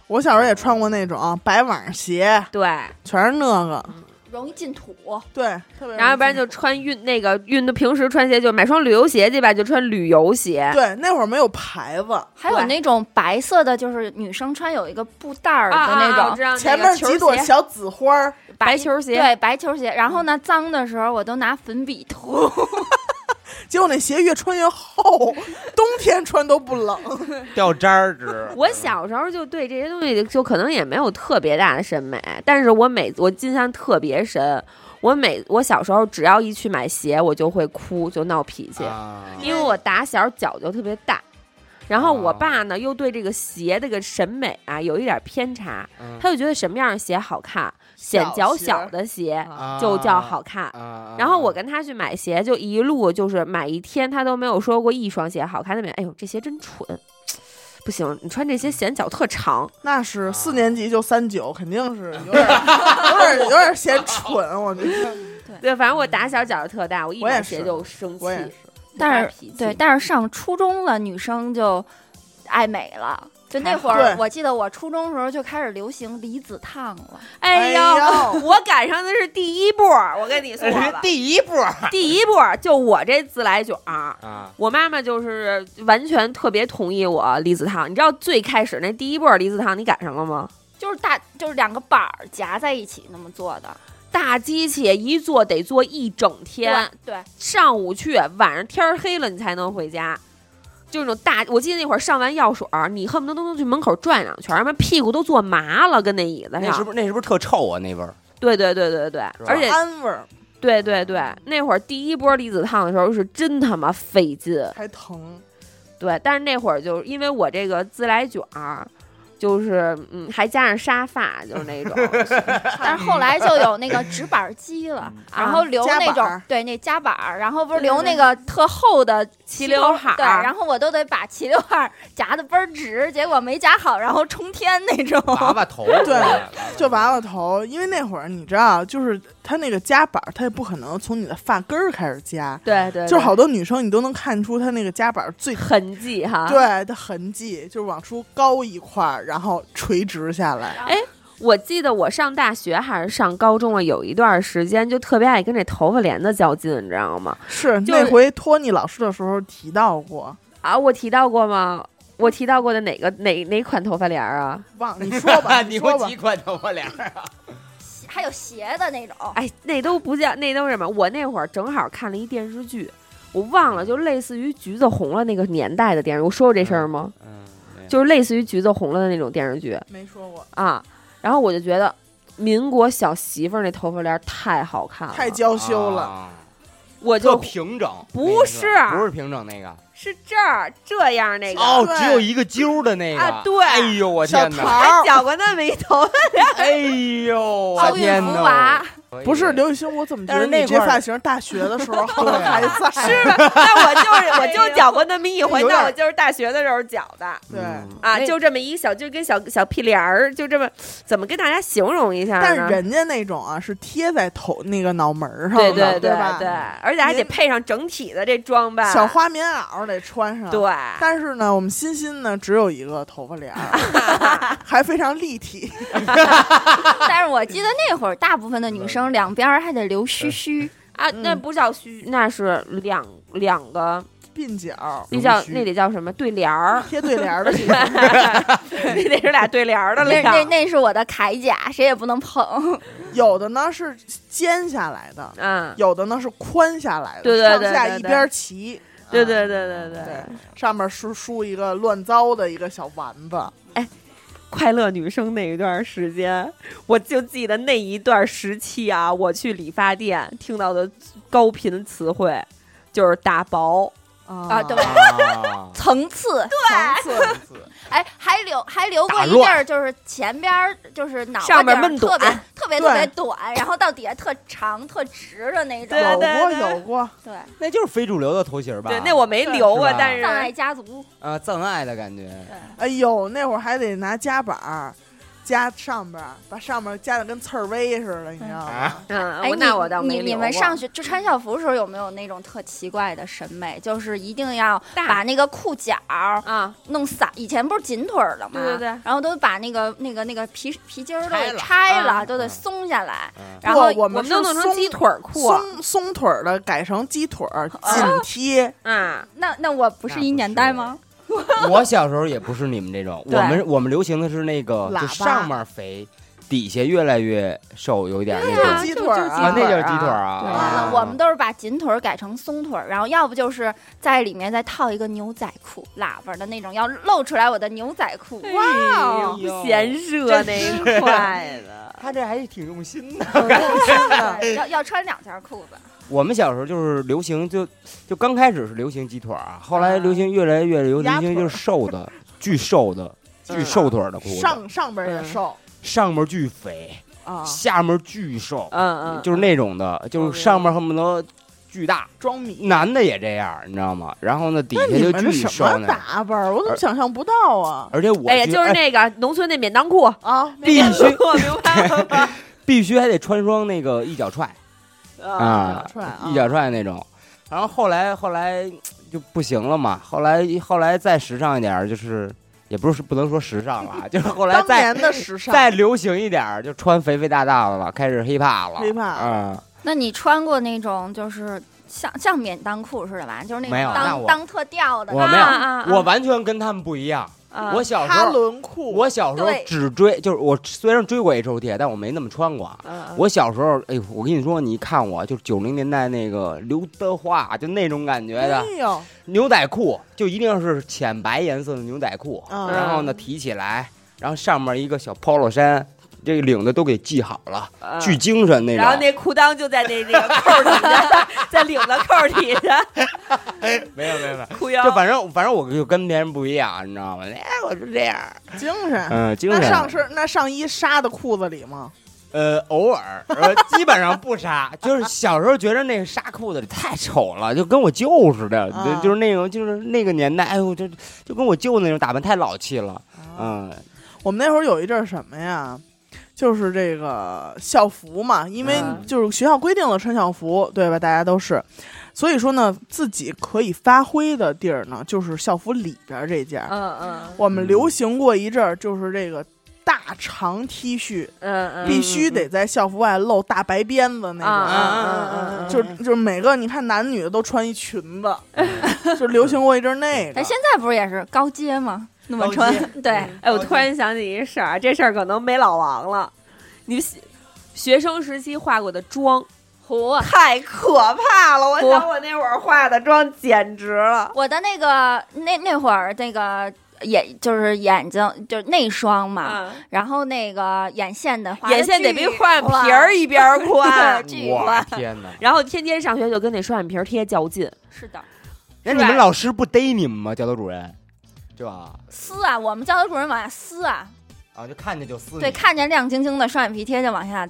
S1: 我小时候也穿过那种白网鞋，
S4: 对，
S1: 全是那个，
S2: 容易进土，
S1: 对，特别容易进口。
S4: 嗯然后要不然就穿运那个运动，平时穿鞋就买双旅游鞋去吧，就穿旅游鞋。
S1: 对，那会儿没有牌子，
S2: 还有
S4: 对
S2: 那种白色的，就是女生穿有一个布带儿的
S4: 啊
S2: 那
S4: 啊啊我
S2: 种
S4: 知道那个
S1: 前面
S4: 球
S1: 几朵
S4: 鞋
S1: 小紫花儿，
S4: 白球鞋，。
S2: 对，白球鞋。嗯然后呢，脏的时候我都拿粉笔 涂。
S1: 结果那鞋越穿越厚，冬天穿都不冷。
S3: 掉渣儿直
S4: 我小时候就对这些东西就可能也没有特别大的审美，但是我每我印象特别深，我每我小时候只要一去买鞋，我就会哭，就闹脾气，
S3: 啊
S4: 因为我打小脚就特别大。然后我爸呢，又对这个鞋这个审美啊有一点偏差，
S3: 嗯
S4: 他就觉得什么样的鞋好看， 显脚小的鞋
S3: 啊
S4: 就叫好看。
S3: 啊
S4: 然后我跟他去买鞋，就一路就是买一天，他都没有说过一双鞋好看。他每哎呦，这鞋真蠢，不行，你穿这
S1: 嗯
S4: 鞋显脚特长。
S1: 那是四年级就三
S4: 啊
S1: 九，肯定是有点儿 有点儿有点儿显蠢，我觉得。
S4: 对，反正我打小脚特大，我一
S1: 嗯我也
S4: 买鞋
S1: 是
S4: 就生气
S1: 我也是，，
S4: 发
S2: 但是
S4: 脾气哎
S2: 对，但是上初中了，女生就爱美了。就那会
S1: 对
S2: 儿，我记得我初中时候就开始流行离子烫了，
S4: 哎呦，
S1: 哎
S4: 我赶上的是第一波儿，我跟你说吧，
S3: 哎第一步
S4: 第一波儿就我这自来卷儿。
S3: 啊，
S4: 我妈妈就是完全特别同意我离子烫，你知道最开始那第一波儿离子烫你赶上了吗？
S2: 就是大就是两个板儿夹在一起那么做的。
S4: 大机器一坐得坐一整天，
S2: 对对，
S4: 上午去，晚上天儿黑了你才能回家。就那种大，我记得那会儿上完药水儿，你恨不得都能去门口转两圈儿，他妈屁股都坐麻了，跟那椅子
S3: 那是
S4: 上。
S3: 不是那是不是特臭啊？那味儿
S4: 对对对对 对，
S3: 是吧啊
S4: 而且
S1: 安味儿
S4: 对对对，那会儿第一波离子烫的时候是真他妈费劲。
S1: 还疼，
S4: 对，但是那会儿就是因为我这个自来卷儿，就是嗯，还加上沙发，就是 那种
S2: 但是后来就有那个直板机了，
S4: 嗯
S2: 然后
S4: 啊
S2: 留
S1: 夹
S2: 那
S1: 板
S2: 种
S1: 儿
S2: 对那夹板儿，然后不是
S4: 对对
S2: 留
S4: 对
S2: 那个特厚的
S4: 齐刘海儿。
S2: 对，然后我都得把齐刘海儿夹的倍儿直，结果没夹好，然后冲天那种。
S4: 哦
S3: 娃娃头，
S1: 对就娃娃头。因为那会儿你知道，就是它那个夹板儿，它也不可能从你的发根儿开始夹，
S4: 对对，
S1: 就是好多女生你都能看出它那个夹板儿最。
S4: 痕迹哈。
S1: 对的痕迹就是往出高一块儿，然后垂直下来。
S4: 我记得我上大学还是上高中了，有一段时间就特别爱跟这头发帘子较劲，你知道吗？
S1: 是
S4: 就是
S1: 那回托尼老师的时候提到过，
S4: 啊，我提到过吗？我提到过的哪个哪哪款头发帘儿啊？
S1: 忘你说吧，
S3: 你
S1: 说
S3: 说
S1: 吧
S3: 几，款头发帘儿啊？
S2: 还有斜的那种，
S4: 哎，那都不叫，那都是什么？我那会儿正好看了一电视剧，我忘了，就类似于《橘子红了》那个年代的电视，我说过这事儿吗？
S3: 嗯，没有
S4: 就是类似于《橘子红了》的那种电视剧
S1: 没说过，
S4: 啊。然后我就觉得民国小媳妇儿那头发帘儿太好看了，
S1: 太娇羞了。
S3: 啊
S4: 我
S3: 特
S4: 就
S3: 平整，
S4: 不
S3: 那
S4: 是啊
S3: 个不是平整那个
S4: 是这儿这样那个，
S3: 哦，
S1: 对
S3: 只有一个揪儿的那个
S4: 啊对
S3: 哎呦我
S1: 小
S3: 天哪，
S1: 桃儿
S4: 还绞过那么一头发，
S3: 哎呦我
S2: 奥运
S3: 天
S2: 福
S3: 哪
S2: 娃，
S1: 不是刘雨欣，我怎么觉
S3: 但
S1: 得
S3: 是那
S1: 你这
S3: 块儿
S1: 发型大学的时候好
S4: 啊
S1: 像还在？
S4: 是吧？但我就是我就绞过那么一回
S1: 哎有，点
S4: 但我就是大学的时候绞的
S1: 对。
S3: 嗯
S4: 啊，
S2: 那
S4: 就这么一小，就跟小小屁帘儿，就这么，怎么跟大家形容一下呢？
S1: 但是人家那种啊，是贴在头那个脑门儿上
S4: 对
S1: 的，
S4: 对
S1: 吧？
S4: 对，而且还得
S1: 您
S4: 配上整体的这装扮，
S1: 小花棉袄得穿上。
S4: 对，，
S1: 但是呢，我们欣欣呢只有一个头发帘儿， 还非常立体。
S2: 但是我记得那会儿大部分的女生两边儿还得留须须，
S4: 啊，
S1: 嗯
S4: 那不叫须，那是两两个，
S1: 鬓角
S4: 那叫
S3: 须
S4: 那得叫什么对联
S1: ，
S4: 儿
S1: 贴对联儿的
S4: 那得是俩嗯对联儿的
S2: 那那
S4: 了，
S2: 那是我的铠甲，谁也不能碰。
S1: 有的呢是尖下来的，
S4: 嗯，
S1: 有的呢是宽下来的，
S4: 对对对
S1: 上下
S4: 对
S1: 一
S4: 对
S1: 边齐，
S4: 对对对对对
S1: 对，上面梳梳一个乱糟的一个小丸子，啊
S4: 快乐女生那一段时间，我就记得那一段时期啊，我去理发店听到的高频词汇就是打薄，
S1: 啊
S2: 对
S3: 啊
S2: 层次，
S1: 层次
S2: 哎，还留还留过
S3: 打
S2: 一
S3: 乱
S2: 地儿，就是前边儿就是脑
S4: 上面
S2: 面
S4: 闷
S2: 特别
S4: 短
S2: 特别
S1: 对
S2: 特别短，然后到底下特长特直的那种。
S4: 对
S1: 有
S4: 对
S1: 过
S4: 对
S1: 有过，
S2: 对，
S3: 那就是非主流的头型吧？
S4: 对，那我没留过，
S3: 是吧
S4: 但
S2: 葬爱
S4: 是
S2: 家族，
S3: 呃葬爱的感觉，
S1: 哎呦，那会儿还得拿夹板儿夹上边儿，把上面夹的跟刺儿威似的，你知道吗
S3: 啊？
S4: 嗯，
S2: 哎你
S4: 我，那我倒没
S2: 你你
S4: 留
S2: 们
S4: 过
S2: 上学就穿校服的时候有没有那种特奇怪的审美？就是一定要把那个裤脚儿
S4: 啊，
S2: 弄散，以前不是紧腿儿的吗？
S4: 对对对
S2: 然后都把那个那个那个皮皮筋儿都
S3: 拆
S2: 给
S3: 了
S2: 拆了，
S4: 嗯
S2: 都得
S3: 嗯
S2: 松下
S4: 啊
S2: 来。
S3: 嗯
S2: 然后
S1: 不我
S4: 我
S1: 们
S4: 们
S1: 是
S4: 都弄成
S1: 松
S4: 鸡腿儿裤
S1: 松松腿儿的改成鸡腿儿，紧贴。
S4: 啊，
S2: 那那我不
S3: 那
S2: 是一
S3: 不
S2: 年
S3: 是
S2: 代吗？
S3: 我小时候也不是你们这种，
S4: 对
S3: 我们我们流行的是那个
S1: 喇叭
S3: 就上面肥，底下越来越瘦，有一点那
S1: 对
S3: 种
S1: 啊。鸡腿儿啊
S3: 啊，那就是鸡腿儿啊！
S4: 对
S3: 啊
S2: 嗯我们都是把紧腿儿改成松腿儿，然后要不就是在里面再套一个牛仔裤，喇叭的那种，要露出来我的牛仔裤。
S4: 哇
S1: 哦
S4: 不嫌热那一块的，
S3: 他这还是挺用心的。
S2: 对要要穿两条裤子，
S3: 我们小时候就是流行，就就刚开始是流行鸡腿儿啊，后来流行越来越流
S1: 鸭
S3: 行
S1: 腿儿
S3: 就是瘦的，巨瘦的，巨瘦腿儿的裤子，
S1: 上上边儿
S4: 嗯
S1: 也瘦
S3: 上面巨肥，
S1: 啊，
S3: 下面巨瘦，
S4: 哦嗯嗯，
S3: 就是那种的，就是上面恨不得巨大，
S1: 装米。
S3: 男的也这样，你知道吗？然后呢，底
S1: 那
S3: 下
S1: 你
S3: 就
S1: 们这
S3: 巨
S1: 什
S3: 瘦
S1: 么
S3: 那种，
S1: 打扮儿？我怎么想象不到啊？
S3: 而且我
S4: 哎呀，
S3: 觉
S4: 就是
S3: 哎
S4: 那个农村那免裆裤，
S1: 啊，
S3: 必须
S4: 我明白了吧？
S3: 必须还得穿双那个一脚踹
S4: 嗯
S3: 啊
S1: 一脚踹啊，
S3: 一脚踹那种。然后后来后来就不行了嘛，后来后来再时尚一点儿，就是也不是不能说时尚了啊，就是后来
S1: 当
S3: 再
S1: 年的时尚。
S3: 再流行一点儿，就穿肥肥大大的了，开始 hiphop 了
S1: hiphop
S3: 啊，
S2: 那你穿过那种就是像像免裆裤似的吧？就是那
S3: 没有
S2: 种
S3: 那
S2: 当
S3: 我
S2: 当特调的
S3: 我没有
S4: 啊啊啊
S3: 我完全跟他们不一样。
S4: 啊
S3: 我小时
S1: 哈
S3: 候
S1: 伦裤，
S3: 我小时候
S2: 对
S3: 只追，就是我虽然追过 H O T，但我没那么穿过啊。
S4: 啊
S3: 我小时候，哎呦，我跟你说，你一看我就是九零年代那个刘德华，就那种感觉的
S1: 哎呦，
S3: 牛仔裤，就一定是浅白颜色的牛仔裤，
S1: 嗯
S3: 然后呢提起来，然后上面一个小 polo 衫，这个领子都给系好了，
S4: 啊
S3: 巨精神那种。
S4: 然后那裤裆就在那那个扣儿底下， 在领子扣儿底下，
S3: 哎没有没有没有，
S4: 裤腰
S3: 就反正反正我就跟别人不一样，你知道吗？哎，我就这样，
S1: 精神。
S3: 嗯，精
S1: 那
S3: 神。
S1: 上身那上衣纱的裤子里吗？
S3: 呃，偶尔，呃， 基本上不纱，就是小时候觉得那个纱裤子里太丑了，就跟我舅似的，
S1: 啊
S3: 就就是那种就是那个年代，哎呦，就就跟我舅那种打扮太老气了，嗯，
S1: 我们那会儿有一阵儿什么呀？就是这个校服嘛，因为
S4: 嗯
S1: 就是学校规定了穿校服，对吧？大家都是，所以说呢，自己可以发挥的地儿呢，就是校服里边儿这件儿。
S4: 嗯嗯
S1: 我们流行过一阵儿，就是这个大长 T 恤，
S4: 嗯嗯，
S1: 必须得在校服外露大白边子那种。嗯
S4: 啊啊啊啊啊！
S1: 就就是每个你看男女的都穿一裙子，
S4: 嗯
S1: 就流行过一阵儿那个
S2: 哎但。现在不是也是高阶吗？那么
S3: 高阶
S2: 穿，对，
S1: 嗯
S4: 哎，我突然想起一事儿啊，这事儿可能没老王了，你们学学生时期化过的妆，
S2: 糊。
S4: 太可怕了！我
S2: 我
S4: 想我那会儿化的妆简直了。
S2: 我的那个那那会儿那个眼就是眼睛就是内双嘛，
S4: 啊，
S2: 然后那个眼线得画
S4: 眼线得比
S2: 巨
S4: 换皮儿一边儿宽
S2: 对。巨
S3: 我
S2: 宽，
S3: 天哪！
S4: 然后天天上学就跟那双眼皮儿贴较劲，
S2: 是的。
S3: 那
S4: 是
S3: 你们
S4: 吧
S3: 老师不逮你们吗？教导主任，对吧？
S2: 撕啊！我们教导主任往下撕啊，
S3: 啊，就看见就
S4: 嗯
S3: 撕你。
S2: 对，看见亮晶晶的双眼皮贴就往下。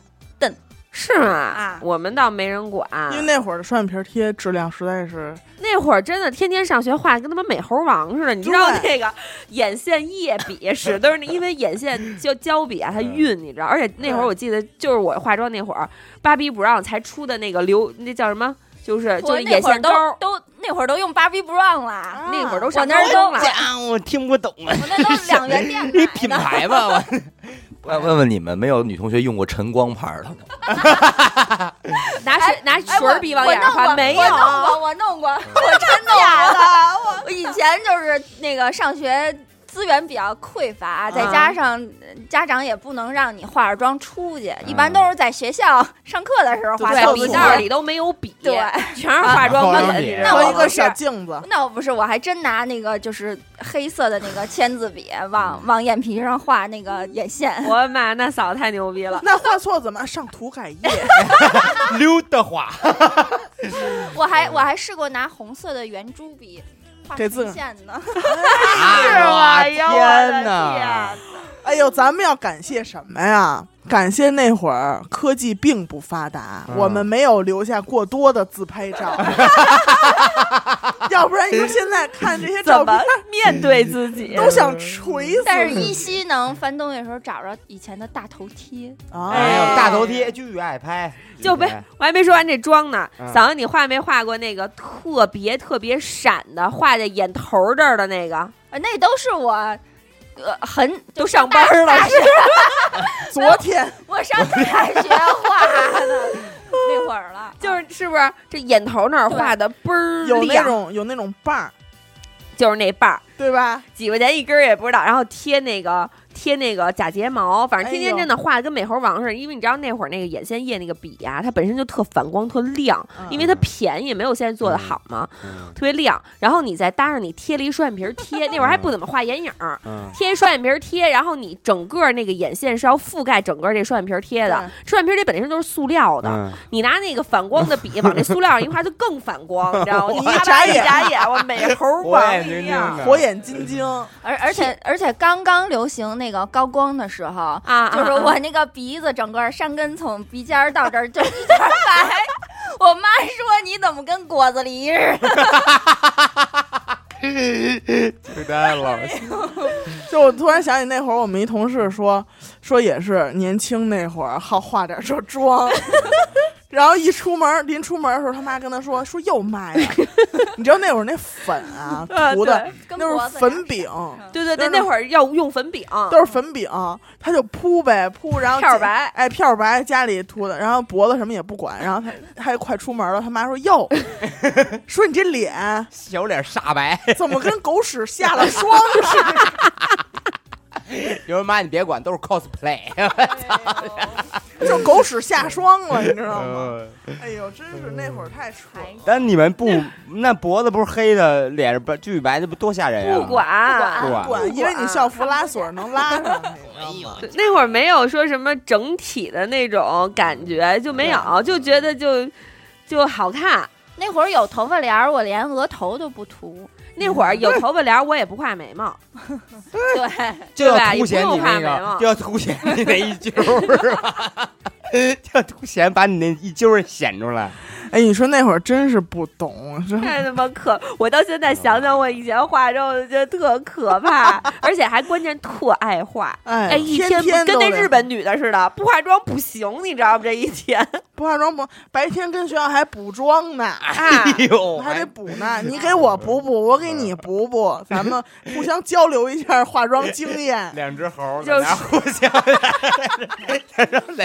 S4: 是吗？
S2: 啊
S4: 我们倒没人管。
S1: 因为那会儿的双眼皮儿贴质量实在是，
S4: 那会儿真的天天上学画，跟他妈美猴王似的。你知道
S1: 对
S4: 那个眼线液笔 使都是因为眼线胶胶笔啊，它
S3: 嗯
S4: 晕，你知道。而且那会儿
S2: 嗯
S4: 我记得就是我化妆那会儿，芭比不让才出的那个流，那叫什么？就是就
S2: 我
S4: 是
S2: 那
S4: 眼
S2: 会儿
S4: 线
S2: 都
S4: 膏，
S2: 都那会儿都用 Barbie Brown 了，
S1: 啊
S4: 那会儿都
S2: 我
S4: 上
S2: 那儿
S4: 高
S2: 都
S4: 中了。
S3: 讲我听不懂啊，
S2: 我那都是 两元店买的
S3: 你品牌吧，我
S5: 我问问你们，没有女同学用过晨光牌的吗？
S4: 拿水拿
S2: 哎，
S4: 水
S2: 我
S4: 儿笔往脸上
S2: 我弄
S4: 画，
S2: 过
S4: 没有
S2: 我弄过，我弄过，我真弄过。我以前就是那个上学资源比较匮乏，再加上呃家长也不能让你化着妆出去，一般都是在学校上课的时候化
S1: 对厕
S4: 对，
S2: 妆
S1: 所
S4: 笔袋里都没有笔，
S2: 对
S4: 全是 化妆
S3: 化
S4: 品
S3: 妆品
S4: 你知
S2: 那
S4: 道
S1: 还
S4: 吗。
S1: 有
S2: 我
S1: 一个
S2: 不是
S1: 小镜子，
S2: 那我不是，我还真拿那个就是黑色的那个签字笔
S4: 嗯
S2: 往往眼皮上画那个眼线。
S4: 我的妈，那嫂子太牛逼了！
S1: 那画错怎么上涂改液？
S3: 溜达话。
S2: 我还我还试过拿红色的圆珠笔画
S1: 给自个
S2: 横
S1: 儿
S2: 线 呢。
S3: 是
S4: 吗哎呀我的
S3: 天
S2: 啊
S3: 哪！
S1: 哎呦，咱们要感谢什么呀？感谢那会儿科技并不发达，
S3: 嗯
S1: 我们没有留下过多的自拍 照，要不然你说现在看这些照
S4: 怎么
S1: 片
S4: 面对自己？
S2: 嗯
S1: 都想锤死你。
S2: 但是依稀
S4: 嗯
S2: 能翻东西的时候找着以前的大头贴。
S1: 啊，
S3: 哎呦，
S4: 哎
S3: 大头贴巨爱拍，
S4: 就被
S3: 哎
S4: 我还没说完这妆呢
S3: 嗯，
S4: 嫂子，你画没画过那个特别特别闪的，画在眼头这儿的那个？
S2: 呃，那都是我，呃，很
S4: 都上班儿了
S2: 大大学
S1: 昨天
S2: 我上 大学画的那会儿了，啊
S4: 就是是不是这眼头那儿画的倍儿
S1: 有那
S4: 亮，
S1: 种有那种棒儿，
S4: 就是那瓣儿，
S1: 对吧？
S4: 几块钱一根儿也不知道，然后贴那个贴那个假睫毛，反正天
S1: 哎
S4: 天
S1: 呦
S4: 真的画的跟美猴王似的，因为你知道那会儿那个眼线液那个笔呀、它本身就特反光特亮，
S1: 嗯
S4: 因为它便宜，没有现在做的好嘛，
S3: 嗯
S4: 特别亮。然后你再搭上你贴了一双眼皮儿贴，那会儿还不怎么画眼影儿，
S3: 嗯，
S4: 贴双眼皮儿贴，然后你整个那个眼线是要覆盖整个这双眼皮儿贴的。双眼皮儿贴本身都是塑料的，
S3: 嗯
S4: 你拿那个反光的笔往这塑料上一画，就更反光，你知道吗？
S1: 你
S4: 我啪
S1: 眨
S4: 啪一
S1: 眼
S4: 眨眼，我 美哎猴
S3: 我也
S4: 王啊
S3: 是
S4: 一样
S3: 那
S1: 火眼金睛，
S2: 而而且而且刚刚流行那个高光的时候，
S4: 啊！
S2: 就是
S4: 啊
S2: 我那个鼻子整个山根从鼻尖儿到这儿就一点儿白。我妈说你怎么跟果子狸似的？
S3: 惊 呆了，
S1: 就我突然想起那会儿我们一同事说说也是年轻那会儿好化点这妆， 然后一出门临出门的时候，他妈跟他说说又妈呀， 你知道那会儿那粉啊
S4: 啊
S1: 涂的
S4: 对
S2: 跟
S1: 那
S2: 脖
S1: 是
S2: 子俩
S1: 粉饼，
S4: 对对对，
S1: 就是
S4: 那会儿要用粉饼，
S1: 都是粉饼，他就铺呗铺，然后
S4: 漂白
S1: 哎漂白家里涂的，然后脖子什么也不管，然后他他就快出门了，他妈说哟， 说你这脸
S3: 小脸煞白。
S1: 怎么跟狗屎下了霜似的？
S3: 有人妈你别管，都是 cosplay。
S1: 就狗屎下霜了，你知道吗？
S3: 嗯
S1: 哎呦，真是那会儿太蠢了。
S3: 但你们不，那脖子不是黑的，脸是白巨白，那不多吓人啊！
S4: 不管。
S3: 不管
S1: 不管，因为你校服拉锁能拉上去。你知道吗
S4: 对那会儿没有说什么整体的那种感觉，就没有，就觉得就就好看。
S2: 那会儿有头发帘儿，我连额头都不涂。
S4: 那会儿有头发帘儿，我也不画眉毛，
S2: 对，
S3: 就要凸显你那
S4: 对吧也不用画眉
S3: 个，
S4: 毛
S3: 就要凸显你那一揪儿，是吧？ 就要凸显把你那一揪儿显 出来。
S4: 啊
S1: 哎，你说那会儿真是不懂，是
S4: 太他妈 可！我到现在想想，我以前化妆，我就觉得特可 怕，而且还关键特爱化。
S1: 哎
S4: 哎，一
S1: 天
S4: 不跟
S1: 都
S4: 那
S1: 得
S4: 日本女的似的，不化妆不行，你知道吗？这一天
S1: 不化妆不白天跟学校还补妆呢，
S4: 啊，
S3: 哎呦，
S1: 还得补呢。你给我补补，我给你补补，咱们互相交流一下化妆经 验。
S3: 两只猴
S4: 就是
S3: 俩互相，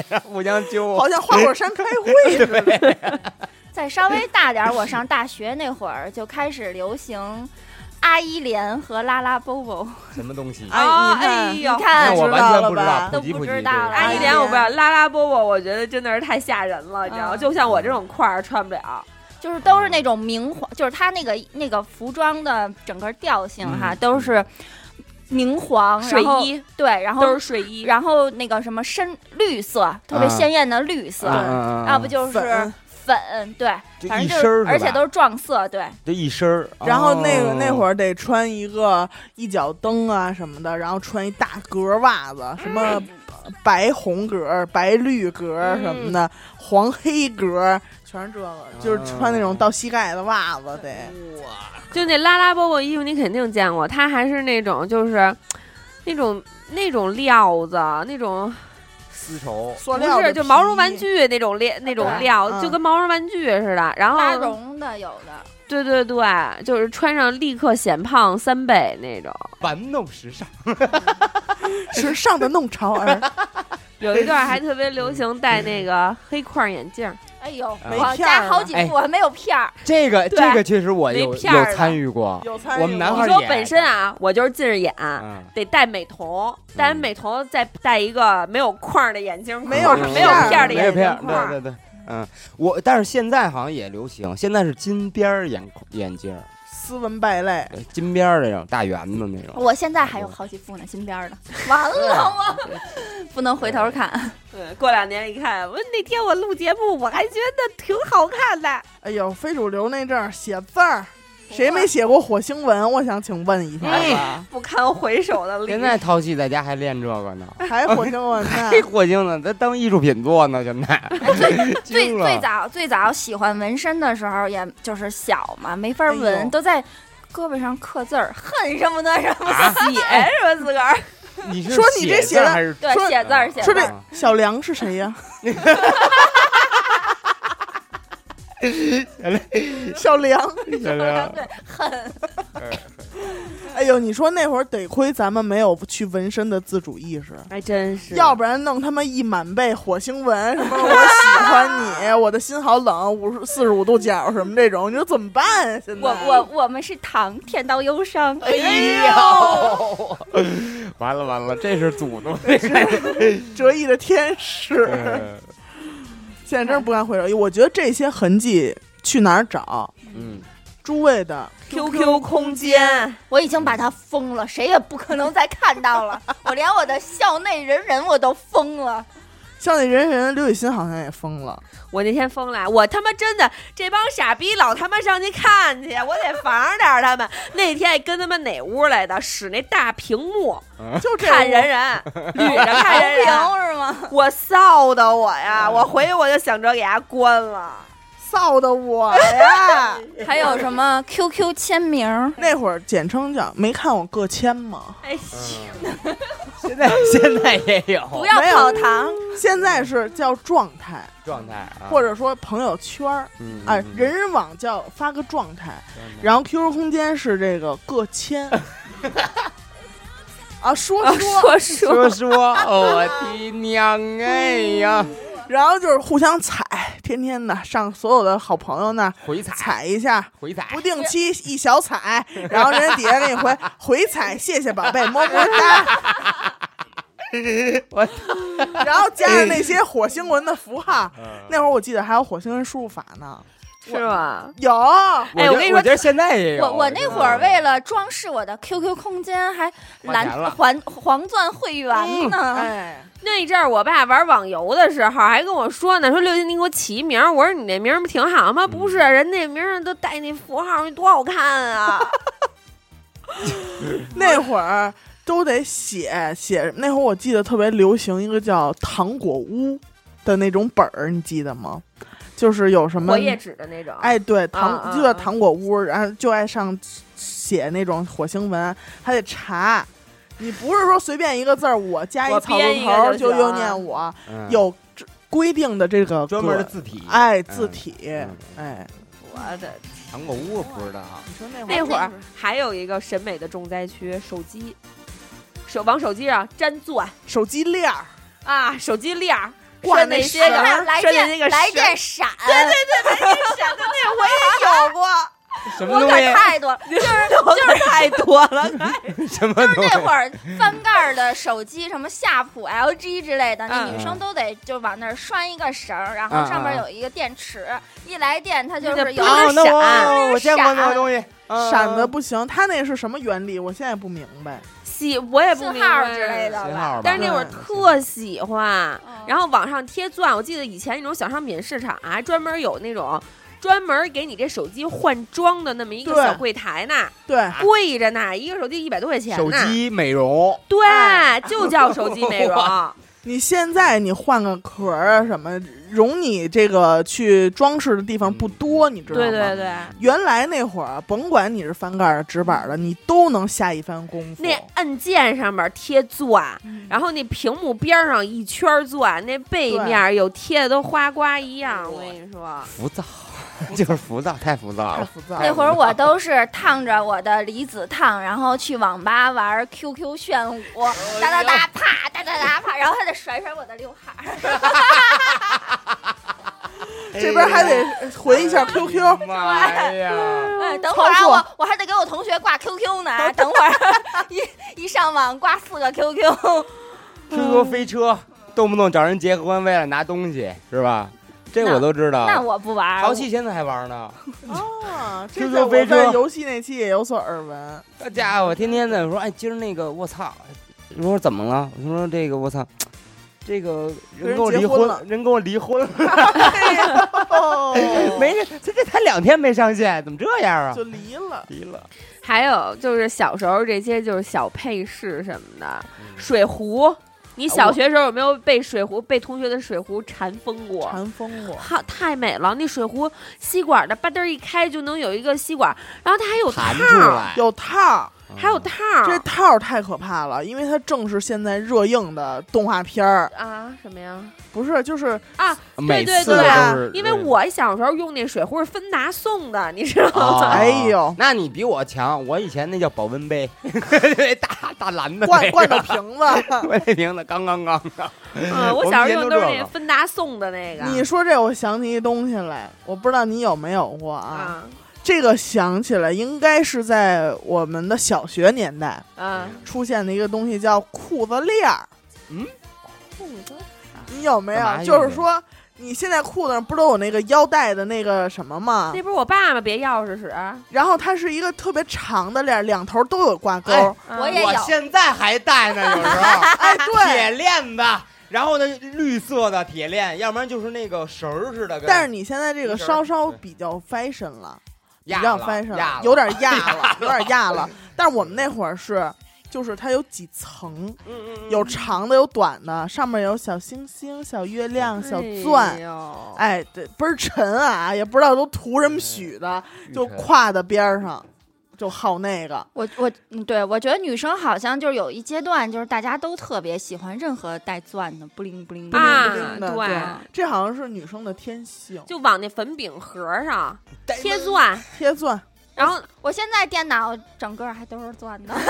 S3: 俩互相 揪。啊
S1: 好像花果山开会似的，
S2: 再稍微大点儿，我上大学那会儿就开始流行阿依莲和拉拉波波
S3: 什 么东西？
S1: 哎
S4: 啊
S1: 你看
S4: 哎呦
S2: 你，看
S3: 那我完全不
S1: 知
S3: 知
S1: 道
S3: 道，
S1: 了吧
S3: 普及
S2: 都
S3: 普
S2: 不
S3: 及
S2: 知
S3: 这个。
S2: 道了
S4: 阿
S2: 哎
S4: 依
S2: 呀
S4: 莲我不知道，拉拉波波我觉得真的是太吓人了，你知道吗？
S2: 嗯
S4: 就像我这种块儿穿不了。
S2: 就是都是那种明黄，就是它那个那个服装的整个调性哈，
S3: 嗯
S2: 都是明黄
S4: 睡
S2: 然后
S4: 衣
S2: 对，然后
S4: 都是睡衣，
S2: 然后那个什么深绿色，特别
S3: 啊
S2: 鲜艳的绿色，
S3: 啊
S2: 要不就是
S1: 粉
S2: 粉，对，
S3: 就
S2: 反
S3: 一
S2: 正就
S3: 身儿
S2: 是
S3: 是
S2: 而且
S3: 吧
S2: 都是撞色，对，
S3: 就一身儿。哦
S1: 然后那个、那会
S4: 哦
S3: 儿
S1: 儿得穿一个一脚蹬啊什么的，然后穿一大格袜子，什么
S4: 嗯
S1: 白红格、白绿格什么的，
S4: 嗯
S1: 黄黑格，全是这个，就是穿那种到膝盖的袜子得。
S4: 嗯就那拉拉波波衣服你肯定见过，它还是那种就是那种那种料子，那种
S3: 丝绸，
S1: 塑料
S4: 不
S1: 的
S4: 是就毛
S1: 皮
S4: 绒玩，具那种料那种
S2: 对
S4: 料，
S1: 嗯
S4: 就跟毛绒玩具似的。然
S2: 拉
S4: 后
S2: 绒的有的，
S4: 对对对，就是穿上立刻显胖三倍那种。
S3: 玩弄时尚。
S1: 时尚的弄潮啊儿。
S4: 有一段还特别流行戴那个黑框眼镜，
S3: 嗯
S2: 哎呦，
S3: 没
S2: 我
S1: 片儿
S2: 家
S1: 呢
S2: 好几
S3: 哎
S2: 副我没有片儿，
S3: 这个
S4: 对
S3: 这个确实我有
S4: 没片儿
S3: 有
S4: 的
S3: 参与过。
S1: 有参与
S3: 我们男
S1: 过
S3: 孩
S4: 你
S3: 儿
S4: 说
S3: 也
S4: 本身啊，我就是近视眼，
S3: 嗯
S4: 得戴美瞳，戴完美瞳再戴一个没有框儿的眼镜框，
S1: 没有
S4: 没有片儿的
S3: 嗯没有片
S4: 眼镜
S3: 儿
S4: 框儿，
S3: 对对对，嗯，我但是现在好像也流行，现在是金边儿眼框眼镜儿，
S1: 斯文败类，
S3: 对金边儿的那种大圆的那种。
S2: 我现在还有好几副呢，金边儿的，完了 我不能回头看，
S4: 对，过两年一看，我那天我录节目，我还觉得挺好看的。
S1: 哎呦，非主流那阵儿写字儿，谁没写过火星文？我想请问一下吧，
S4: 不堪回首的历史
S3: 哎现在淘气在家还练这个呢，
S1: 还火星文 呢？
S3: 这火星呢，咱当艺术品做呢，现在。
S2: 最
S3: 惊了
S2: 最早最早喜欢纹身的时候，也就是小嘛，没法纹，
S1: 哎呦
S2: 都在胳膊上刻字儿，恨什么的什么
S3: 啊
S2: 写什么自个儿，
S3: 你是
S1: 说你这
S3: 写
S1: 写
S3: 字
S1: 的
S3: 还是
S2: 对，
S1: 说
S2: 写字儿写
S1: 说
S2: 字
S1: 这
S2: 儿，
S3: 啊
S1: 小梁是谁呀？小梁，
S3: 写的？
S2: 对，恨，
S1: 哎呦，你说那会儿得亏咱们没有去纹身的自主意识，
S4: 还真是啊
S1: 要不然弄他妈一满背火星文，什么我喜欢你，我的心好冷，五十四十五度角什么这种，你说怎么办呀、现在
S2: 我我我们是糖，甜到忧伤，哎
S3: 呦，哦完了完了，这是祖宗这
S1: 折翼的天使，
S3: 个，
S1: 现在真是不敢回首。我觉得这些痕迹去哪儿找？
S3: 嗯，
S1: 诸位的
S4: QQ 空间，
S2: 我已经把它封了，谁也不可能再看到了。我连我的校内人人我都封了。
S1: 像那人人刘雨欣好像也疯了，
S4: 我那天疯了，我他妈真的这帮傻逼老他妈上去看 去，我得防着点儿他们。那天还跟他们哪屋来的，使那大屏幕
S1: 嗯就这
S4: 看人人， 捋着看人人，
S2: 是吗？
S4: 我臊的我呀！
S1: 嗯
S4: 我回去我就想着给他关了。
S1: 臊的我呀！
S2: 还有什么 QQ 签名？
S1: 那会儿简称叫没看我各签吗？
S4: 哎呦，
S3: 现在现在也有
S2: 不要
S1: 没有
S2: 跑堂，
S1: 现在是叫状态，
S3: 状态啊，
S1: 或者说朋友圈儿，
S3: 嗯
S1: 哎、人人网叫发个状态，然后 QQ 空间是这个各 签。啊，说说，
S4: 哦说
S3: 说
S4: 说
S3: 说，我的娘哎呀，
S1: 然后就是互相踩，天天的上所有的好朋友那儿
S3: 回踩
S1: 踩一下，
S3: 回踩
S1: 不定期一小踩，然后人家底下给你回回踩，谢谢宝贝，么么哒。
S3: 我
S1: 然后加上那些火星文的符号，那会儿我记得还有火星文输入法呢，
S4: 是吗？
S1: 有
S4: 哎我跟你说
S3: 哎我觉得现在也有。
S2: 我我那会儿为了装饰我的 QQ 空间，还
S3: 花钱
S2: 蓝
S3: 了
S2: 黄黄钻会员呢。
S1: 哎，
S4: 那一阵儿，我爸玩网游的时候还跟我说呢，说刘鑫，你给我起名儿。我说你那名儿不挺好吗？不
S1: 嗯
S4: 是，人那名儿都带那符号，多好看啊！
S1: 那会儿都得写写，那会儿我记得特别流行一个叫“糖果屋”的那种本儿，你记得吗？就是有什么
S4: 活页纸的那种。，
S1: 哎，对，糖、
S4: 啊啊
S1: 就叫糖果屋，然后就爱上写那种火星文，还得查。你不是说随便一个字儿，我加
S4: 我
S1: 一草
S4: 编
S1: 字
S4: 一
S1: 头
S4: 个
S1: 儿
S4: 就
S1: 就
S4: 行啊
S1: 又念我，
S3: 嗯
S1: 有这规定的这个
S3: 专门的
S1: 格
S3: 字体，
S1: 哎
S3: 嗯
S1: 字体，
S3: 嗯
S1: 哎，
S4: 我的
S3: 糖果嗯屋不知道，
S1: 你说那
S4: 那会 儿还有一个审美的重灾区，手机，手往手机上粘钻
S1: 手机链儿，
S4: 啊，手机链儿。
S1: 挂
S4: 拴
S1: 那
S4: 些个
S1: 绳儿
S2: 哎来
S4: 嗯拴的那
S2: 电
S4: 个
S2: 来
S4: 绳儿哎
S2: 电闪，对对对，来电闪，那我也有过。
S3: 什么
S2: 我
S3: 东
S2: 可
S3: 西？
S2: 太多了，就是
S6: 就是太多了，
S3: 什么
S2: 就是
S3: 东西
S2: 那？会儿翻盖儿的手机，什么夏普、LG 之类的，那
S4: 嗯
S2: 女生都得就往那儿拴一个绳儿，然后
S3: 嗯
S2: 上面
S3: 嗯
S2: 有一个电池，一来电它就
S4: 那
S2: 是有
S4: 不
S2: 一
S4: 能
S2: 个
S3: 啊，那
S2: 闪
S3: 我我见过那
S2: 闪
S3: 个东西，啊
S1: 闪的不行，它那是什么原理？我现在不明白。
S4: 喜我也不
S2: 信
S4: 明
S2: 号
S4: 白
S2: 之类的
S3: 信
S2: 吧。
S3: 号吧。
S4: 但是那会儿
S1: 对
S4: 特喜欢
S2: 嗯，
S4: 然后网上贴钻，我记得以前那种小商品市场啊，专门有那种专门给你这手机换装的那么一个
S1: 对啊
S4: 小柜台呢，
S1: 对，
S4: 贵着呢，一个手机一百多块钱
S3: 手
S4: 呢。
S3: 机美容，
S4: 对，就叫手机美容，
S1: 你现在你换个壳儿啊什么，容你这个去装饰的地方
S3: 嗯
S1: 不多，你知道吗？
S4: 对对对。
S1: 原来那会儿，甭管你是翻盖儿的、直板儿的，你都能下一番功夫。
S4: 那按键上面贴钻，然后那屏幕边上一圈钻，那背面有贴的都花瓜一样。我跟你说，
S3: 浮躁， 就是浮躁，太浮躁
S1: 太
S3: 了。
S1: 浮躁
S2: 那
S1: 了。
S2: 会儿我都是烫着我的离子烫，然后去网吧玩 QQ 炫舞，哒哒哒啪，哒哒哒啪，然后还得甩甩我的刘海儿，
S1: 这边还得回一下
S3: 哎
S1: QQ，
S3: 妈呀！
S2: 哎等会儿啊，我我还得给我同学挂 QQ 呢，等会儿 一一上网挂四个 QQ，
S3: QQ 飞车，动不动找人结婚，为了拿东西，是吧？这我都知道。
S2: 那我不玩儿，
S3: 淘气现在还玩呢，
S1: 啊，这
S3: QQ
S1: 在我
S3: 飞车
S1: 在游戏那期也有所耳闻。
S3: 那家伙天天的说，哎，今儿那个我操，我说怎么了？我说这个我操，这个人跟我离
S1: 跟人结婚了
S3: 婚，人跟我离婚了，
S1: 哦，
S3: 没这这这才两天没上线，怎么这样啊
S1: 就？离了。
S3: 离了，
S4: 还有就是小时候这些就是小配饰什么的，
S3: 嗯
S4: 水壶。你小学时候有没有被水壶被同学的水壶缠疯过？
S1: 馋疯过，
S4: 好，太美了！那水壶吸管的吧嗒儿一开就能有一个吸管，然后它还有套
S3: 弹出
S4: 儿，
S3: 来，
S1: 有套儿，
S4: 还有套儿。
S1: 这套儿太可怕了，因为它正是现在热映的动画片儿，
S4: 啊什么呀？
S1: 不是就是
S4: 啊，
S3: 每
S4: 对
S3: 次
S4: 对
S3: 都
S4: 对啊
S3: 是，
S4: 因为我小时候用那水壶是芬达送的，你知道
S3: 哦
S4: 吗？
S1: 哎呦
S3: 那你比我强，我以前那叫保温杯， 那大大蓝的
S1: 罐
S3: 那
S1: 罐
S3: 个，
S1: 头瓶子。
S3: 我那名字刚刚刚的，
S4: 嗯，我
S3: 我们
S4: 小时
S3: 研
S4: 候用
S3: 究
S4: 都是
S3: 这
S4: 那
S3: 个
S4: 芬达送的那个。
S1: 你说这，我想起一东西来，我不知道你有没有过啊？
S4: 啊
S1: 这个想起来应该是在我们的小学年代
S4: 啊，
S1: 出现的一个东西，叫裤子链儿。你有没
S3: 干嘛
S1: 有？
S3: 呀
S1: 就
S3: 这
S1: 是
S3: 个
S1: 说，你现在裤子上不都有那个腰带的那个什么吗
S4: 那？不是我爸爸别钥匙使，啊
S1: 然后它是一个特别长的链儿，两头都有挂钩。
S3: 哎
S2: 我
S4: 嗯
S2: 也有
S3: 我现在还戴呢，有时候。
S1: 哎，
S3: 铁
S1: 对。
S3: 链子，然后呢，绿色的铁链，要不然就是那个绳儿似的。跟
S1: 但是你现在这个
S3: 一根儿
S1: 稍稍
S3: 对
S1: 比较 fashion 了，比
S3: 压
S1: 较
S3: 了
S1: fashion，
S3: 压了
S1: 有点压了，有点压 了。但是我们那会儿是，就是它有几层，
S3: 嗯
S1: 有长的，有短的，上面有小星星、小月亮、小钻。
S4: 哎
S1: 哎，这倍儿沉啊，也不知道都涂什么许的，就
S3: 嗯
S1: 挎在边儿上，就好那个。
S2: 我我嗯，对我觉得女生好像就是有一阶段，就是大家都特别喜欢任何带钻的，不灵不灵
S4: 呦
S2: 不灵
S4: 啊
S2: 不灵。，
S1: 的
S4: 对，
S1: 这好像是女生的天性，
S4: 就往那粉饼盒上
S3: 哎
S4: 贴钻，
S1: 贴钻。
S4: 然后
S2: 我现在电脑整个还都是钻的，
S4: 那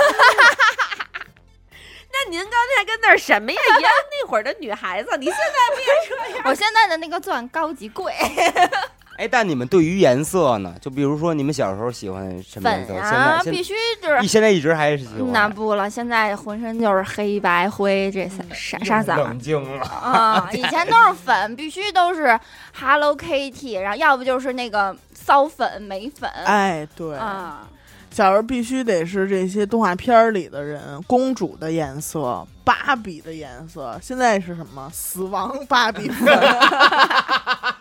S4: 您刚才跟那儿什么呀？也那会儿的女孩子，你现在不也这样？
S2: 我现在的那个钻高级贵，
S3: 哎，但你们对于颜色呢？就比如说你们小时候喜欢什么颜色？
S2: 粉啊，
S3: 现在
S2: 必
S3: 现
S2: 须就是嗯
S3: 一啊现在一直还是喜欢。
S2: 那不了，现在浑身就是黑白灰这三
S4: 嗯
S2: 啥啥色儿
S3: 冷静了，
S2: 啊，以前都是粉，必须都是 Hello Kitty，然后要不就是那个骚粉美粉
S1: 哎，对，
S2: 啊，
S1: 小时候必须得是这些动画片儿里的人，公主的颜色，芭比的颜色。现在是什么？死亡芭比粉。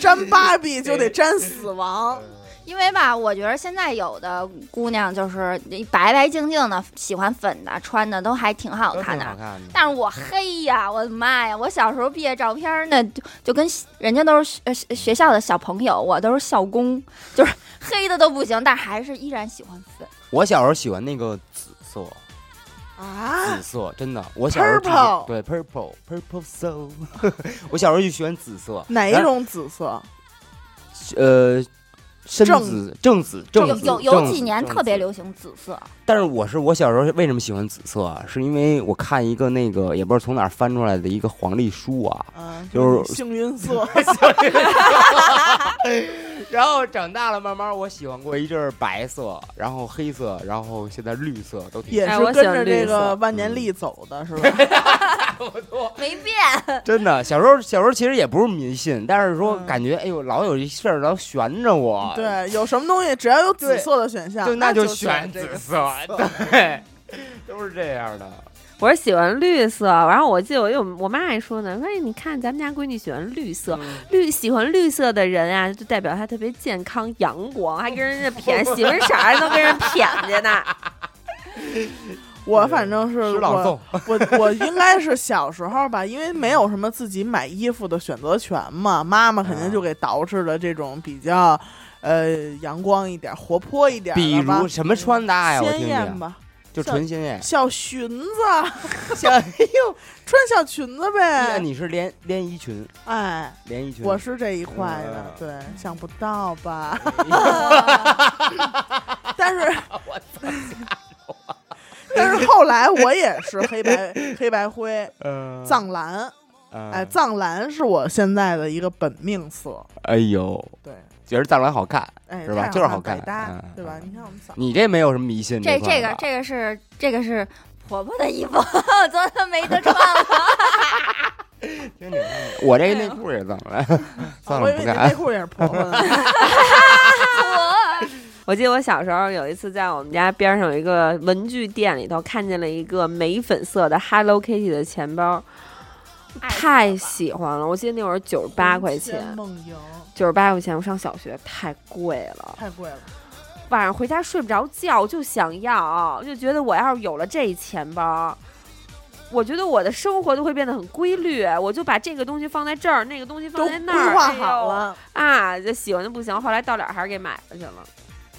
S1: 沾芭比就得沾死亡，
S2: 因为吧，我觉得现在有的姑娘就是白白净净的，喜欢粉的，穿的都还挺好
S3: 都挺
S2: 看啊的
S3: 好。看啊的。
S2: 但是我黑呀，我的妈呀！我小时候毕业照片儿那就就跟人家都是学呃学学校的小朋友，我都是校工，就是黑的都不行，但还是依然喜欢粉。
S3: 我小时候喜欢那个紫色，
S1: 啊
S3: 紫，色真的，我小时候只喜
S1: Purple
S3: 对 purple purple soul，我 小时候就喜欢紫色。
S1: 哪一
S3: 然后？
S1: 种紫色？
S3: 呃，深
S1: 正
S3: 紫、正紫、正
S2: 有
S3: 紫。
S2: 有
S3: 正
S2: 有
S3: 紫
S2: 几年
S3: 正
S2: 特别
S3: 紫
S2: 流行紫色，
S3: 但是我是我小时候为什么喜欢紫色啊？是因为我看一个那个也不知道从哪儿翻出来的一个黄历书啊，
S1: 嗯，
S3: 就是
S1: 幸运色。
S3: 然后长大了，慢慢我喜欢过一阵儿白色，然后黑色，然后现在绿色都挺
S1: 也
S4: 哎
S1: 是
S4: 我
S1: 跟
S4: 喜欢
S1: 着
S4: 绿
S1: 这个
S4: 色嗯
S1: 万年历走的是 吧？
S3: 差不多。
S2: 没变，
S3: 真的，小时候小时候其实也不是迷信，但是说
S1: 嗯
S3: 感觉哎呦老有一事儿老悬着我，，
S1: 对，有什么东西只要有紫
S3: 对
S1: 色的选项，
S3: 就
S1: 啊那
S3: 就
S1: 喜欢
S3: 选
S1: 这
S3: 紫
S1: 个。
S3: 色，对， 都是这 样的。
S4: 我是喜欢绿色，然后我记得我有我妈还说呢，说哎你看咱们家闺女喜欢绿色，绿喜欢绿色的人啊，就代表她特别健康阳光，还跟人家谝，喜欢色儿还能跟人谝去 呢。
S1: 我反正是
S3: 吃老
S1: 我
S3: 粽，
S1: 我我应该是小时候吧，因为没有什么自己买衣服的选择权嘛，妈妈肯定
S3: 嗯
S1: 就给捯饬的这种比较呃阳光一点、活泼一点的吧，
S3: 比如什么穿搭呀？我听
S1: 鲜艳
S3: 听，
S1: 吧，
S3: 就
S1: 像
S3: 纯鲜艳。
S1: 小裙子，小哎呦，穿小裙子
S3: 那
S1: 呗，
S3: 哎你是连连衣裙，
S1: 哎。
S3: 连衣裙。
S1: 我是这一块的
S3: 嗯，
S1: 对，想不到吧？但是，但是后来我也是黑白黑白灰
S3: 呃，
S1: 藏蓝，
S3: 呃
S1: 哎，藏蓝是我现在的一个本命色，
S3: 哎呦，
S1: 对，
S3: 觉得藏蓝好看。
S1: 哎，
S3: 是吧
S1: 太
S3: 就是
S1: 好
S3: 好看
S1: 百搭
S3: 嗯
S1: 对吧？
S3: 嗯
S1: 你看我 们嫂，
S3: 你这没有什么迷信
S2: 这
S3: 块
S2: 这
S3: 儿
S2: 个
S3: 吧
S2: 这个是这个是婆婆的衣服， 我昨天没得穿了。
S3: 听你我这内裤也藏蓝，藏
S1: 我以
S3: 了
S1: 为
S3: 不啊
S1: 你
S3: 看
S1: 内。裤也是婆婆 的，
S4: 我记得我小时候有一次在我们家边上有一个文具店里头看见了一个玫粉色的 Hello Kitty 的钱包，太喜欢了。我记得那会儿九十八块
S1: 魂牵
S4: 钱，
S1: 梦萦
S4: 九十八块钱，我上小学太贵了。
S1: 太贵了，
S4: 晚上回家睡不着觉，就想要，就觉得我要是有了这钱包，我觉得我的生活就会变得很规律，我就把这个东西放在这儿，那个东西
S1: 都
S4: 放在
S1: 规
S4: 那儿，
S1: 划
S4: 哎呦
S1: 好了，
S4: 啊，就喜欢的不行。后来到点儿还是给买了去了，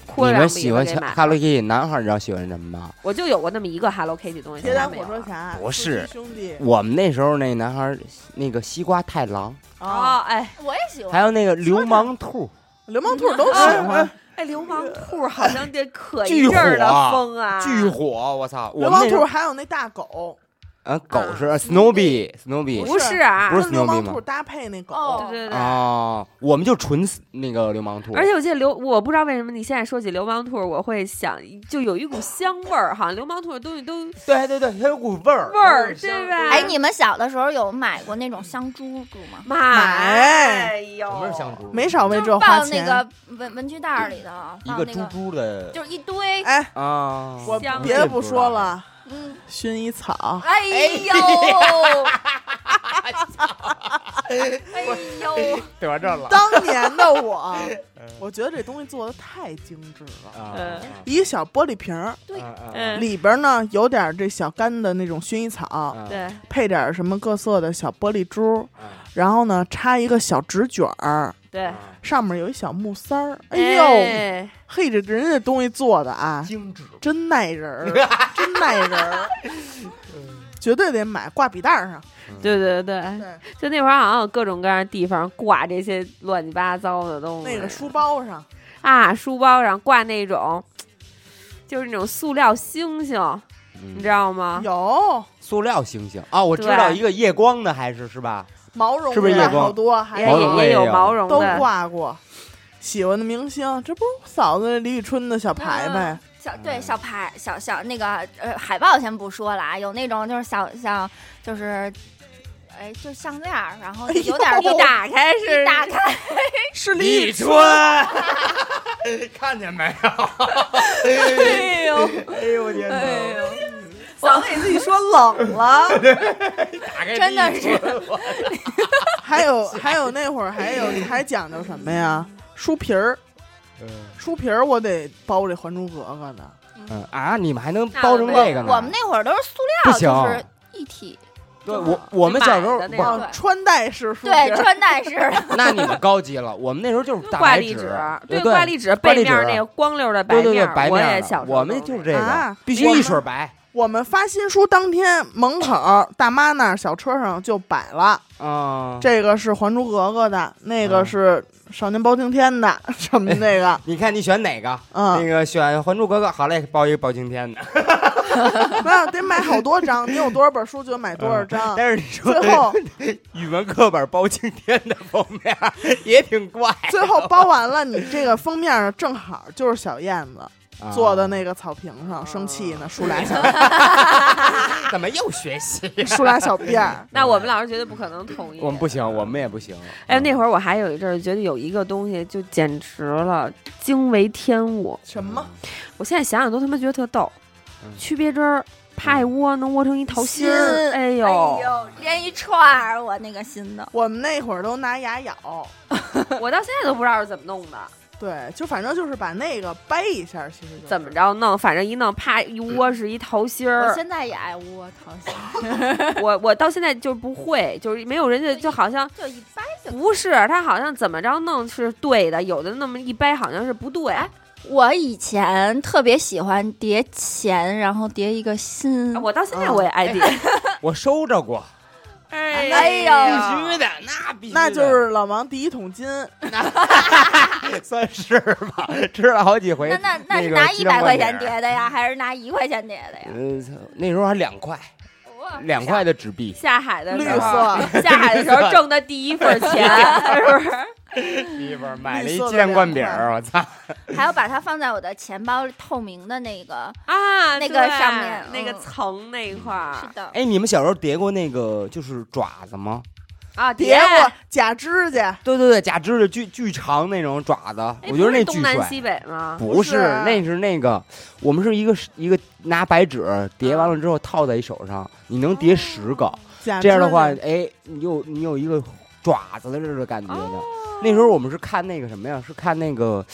S4: 哭了
S3: 你
S4: 两
S3: 们
S4: 鼻
S3: 喜
S4: 子
S3: 欢
S4: 给买
S3: Hello Kitty 男孩，你知道喜欢什么吗？
S4: 我就有过那么一个 Hello Kitty 东西，
S1: 铁
S4: 现在
S1: 胆
S4: 没
S1: 火
S4: 有
S1: 车
S4: 了。
S1: 侠
S3: 不
S1: 四
S3: 是嗯
S1: 驱兄弟
S3: 我们那时候那男孩儿那个西瓜太郎，
S1: 啊，
S4: 哦，哎
S2: 我也喜
S3: 还
S2: 欢，
S3: 有那个流氓兔，
S1: 流氓兔都喜欢，
S4: 哎，流氓兔好像得可
S3: 巨
S4: 一阵儿的
S3: 火
S4: 风啊，
S3: 巨火！我操，我
S1: 流
S3: 们那
S1: 氓
S3: 时
S1: 兔
S3: 候
S1: 还有那大狗，
S3: 啊，狗是 Snoopy，Snoopy
S4: 不是啊
S3: 不是
S1: 跟流
S3: Snoopy
S1: 氓
S3: 吗
S1: 兔搭配那狗，
S2: 哦
S4: 对对对。
S3: 哦，我们就纯那个流氓兔，
S4: 而且我记得流，我不知道为什么你现在说起流氓兔，我会想，就有一股香味儿，好像流氓兔的东西都味
S3: 对对对，它有股味儿
S4: 儿，对吧？
S2: 哎，你们小的时候有买过那种香珠珠吗？
S4: 买，
S1: 买
S4: 哎呦，
S3: 什么是香猪？
S1: 没少为
S2: 就
S1: 这
S2: 是
S1: 花
S2: 放那
S1: 钱。
S2: 个文文具袋儿里的，啊
S5: 一
S2: 放
S5: 个
S2: 那
S5: 猪
S2: 个
S5: 猪的，
S2: 就是一堆，
S1: 哎，
S3: 啊，
S1: 我
S4: 香
S1: 别的不说了，
S2: 嗯，
S1: 薰衣草，
S2: 哎呦，哎呦，
S3: 对完这了
S1: 当年的我，我觉得这东西做的太精致了。
S3: 啊
S4: 嗯，
S1: 一个小玻璃瓶儿，
S2: 对
S3: 嗯
S4: 嗯，
S1: 里边呢有点这小干的那种薰衣草，
S3: 嗯，
S4: 对，
S1: 配点什么各色的小玻璃珠，然后呢插一个小纸卷儿，
S4: 对，
S1: 上面有一小木塞儿。哎呦，
S4: 哎
S1: 嘿，这人家东西做的啊，
S3: 精致，
S1: 真耐人儿，真耐人儿，绝对得买，挂笔袋儿上。
S4: 对对对，
S1: 对，
S4: 就那会儿好像有各种各样的地方挂这些乱七八糟的东西，
S1: 那个书包上，
S4: 啊，书包上挂那种，就是那种塑料星星，你知道
S1: 啊
S4: 吗？
S1: 有
S3: 嗯塑料星星啊，我知
S4: 对
S3: 道一个夜光的还是是吧？
S1: 毛绒
S3: 是不是
S1: 的
S3: 夜光
S1: 好多，还
S4: 也
S3: 毛绒
S1: 有
S3: 的
S4: 也也
S3: 也
S4: 有
S3: 有
S4: 毛绒
S1: 都
S4: 的，
S1: 挂过。喜欢的明星，这不是我嫂子李宇春的小牌牌，
S2: 嗯小对小牌小小那个呃海报先不说了啊，有那种就是小小就是，哎，就项链儿，然后就有点儿
S1: 哎呦
S2: 一
S4: 一
S2: 打
S4: 打开是
S2: 一打开，
S1: 是李宇春。
S3: 看见没有？
S4: 哎呦，
S3: 哎呦我
S1: 嗯
S3: 天
S4: 哎
S3: 哪！
S4: 呦，
S6: 嗓子给自己说冷了，
S3: 打开
S2: 真的
S3: 第一
S2: 是
S3: 春我
S1: 还有还有那会儿还有还讲究什么呀？书皮儿，书皮儿我得包这《还珠格格》的，
S3: 嗯啊，你们还能包成这个呢？
S2: 我们那会儿都是塑
S3: 不
S2: 料，
S3: 行
S2: 就是一体，
S3: 对我我们小时候
S4: 买的那
S3: 不
S4: 种
S2: 对
S1: 哦穿戴式书皮
S2: 对，
S1: 儿，
S2: 穿戴式的，
S3: 那你们高级了，我们那时候就是大
S4: 挂
S3: 白
S4: 历 纸，
S3: 对
S4: 挂历纸
S3: 挂
S4: 背
S3: 历
S4: 面
S3: 纸啊
S4: 那个光溜的白
S3: 对
S4: 面，
S3: 对对，白
S4: 我
S3: 面的
S4: 也小时候
S3: 我们就是这
S1: 啊
S3: 个，必须
S1: 我们
S3: 一水白
S1: 我们发新书当天，门口大妈那儿小车上就摆了，
S3: 啊。
S1: 这个是《还珠格格》的，那个
S3: 嗯
S1: 是《少年包青天》的，什么那个，
S3: 你看你选哪个？
S1: 嗯
S3: 那，个选《还珠格格》，好嘞，包一个包青天的。
S1: 没有得买好多张，你有多少本书就买多少张。
S3: 嗯 但是你说
S1: 最后
S3: 语文课本包青天的封面儿也 挺怪
S1: 最后包完了，你这个封面儿正好就是小燕子坐的那个草坪
S4: 啊
S1: 上生气呢，梳俩小
S3: 啊怎么又学习？
S1: 梳俩小辫儿。
S4: 那我们老师绝对不可能同意。
S3: 我们不行，我们也不行。
S1: 嗯
S4: 哎，那会儿我还有一阵儿觉得有一个东西就简直了，惊为天物。
S1: 什么？
S4: 我现在想想都他妈觉得特逗
S3: 嗯，
S4: 曲别针儿。啪一窝能窝成一桃心
S2: 心
S4: 儿，哎
S2: 哎
S4: 呦！
S2: 呦，连一串儿，我那个心的。
S1: 我们那会儿都拿牙咬，
S4: 我到现在都不知道是怎么弄的，
S1: 对，就反正就是把那个掰一下，其实就是
S4: 怎么着弄，反正一弄，啪一窝是一桃心
S2: 我
S4: 儿。
S2: 现在也爱窝桃心，
S4: 我我到现在就不会，就是没有人家就好像
S2: 就一掰就。
S4: 不是，他好像怎么着弄是对的，有的那么一掰好像是不对。
S2: 哎我以前特别喜欢叠钱，然后叠一个心。
S4: 啊哎我到现
S3: 嗯
S4: 在我也爱
S3: 哎
S4: 叠，
S3: 我收着过，
S4: 哎
S2: 哎呀
S3: 必须的，那必须的，
S1: 啊那就是老王第一桶金，
S3: 算是吧，吃了好几回
S2: 那。那那是
S3: 个
S2: 拿
S3: 鸡
S2: 一
S3: 蛋
S2: 百块
S3: 灌
S2: 钱
S3: 饼
S2: 叠的呀，还是拿一块钱叠的呀？
S3: 呃，那时候还两块，两块的纸币，
S4: 下海的
S1: 绿
S4: 时候，
S1: 色
S4: 下海的时候挣的第一份钱，是不是？
S3: 一份买了一
S1: 绿色的
S3: 鸡蛋灌饼
S1: 两
S3: 儿，我操！
S2: 还要把它放在我的钱包里透明的那个。
S4: 啊，
S2: 那
S4: 对
S2: 个上面
S4: 那个
S2: 嗯
S4: 层那一块
S2: 是
S4: 儿
S2: 的，
S3: 哎，你们小时候叠过那个就是爪子吗？
S4: 啊，
S1: 别我假指甲，
S3: 对对对，假肢的巨巨长那种爪子，
S4: 哎
S3: 我觉得
S4: 不是
S3: 那
S4: 东
S3: 巨
S4: 南
S3: 帅。
S4: 西北吗？
S3: 不
S1: 不
S3: 是
S1: 是，啊
S3: 那是那个，我们是一个一个拿白纸叠完了之后套在手上，你能叠
S2: 哦
S3: 十个。
S1: 假指甲
S3: 这样的话，哎，你有你有一个爪子的这个感觉的。那时候我们是看那个什么呀？是看那个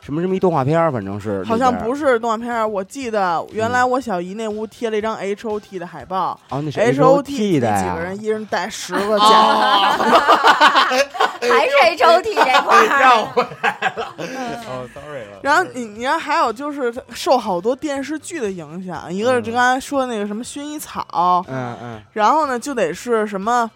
S3: 什么什么一动画片儿，嗯反正是
S1: 好像不
S3: 是
S1: 是动画片儿，我记得原来我小姨那屋贴了一张 H O T 的海报
S3: 啊，那是
S1: ，H O T
S3: 的
S1: 几
S3: 呀
S1: 个人一人带十 个假，
S4: 哎
S2: 还是 H O T 这块儿。
S5: 哦，sorry 了
S1: 然后你你看还有就是受好多电视剧的影响，一个是
S3: 嗯
S1: 就刚才说那个什么薰衣草，
S3: 嗯嗯，
S1: 然后呢就得是什么。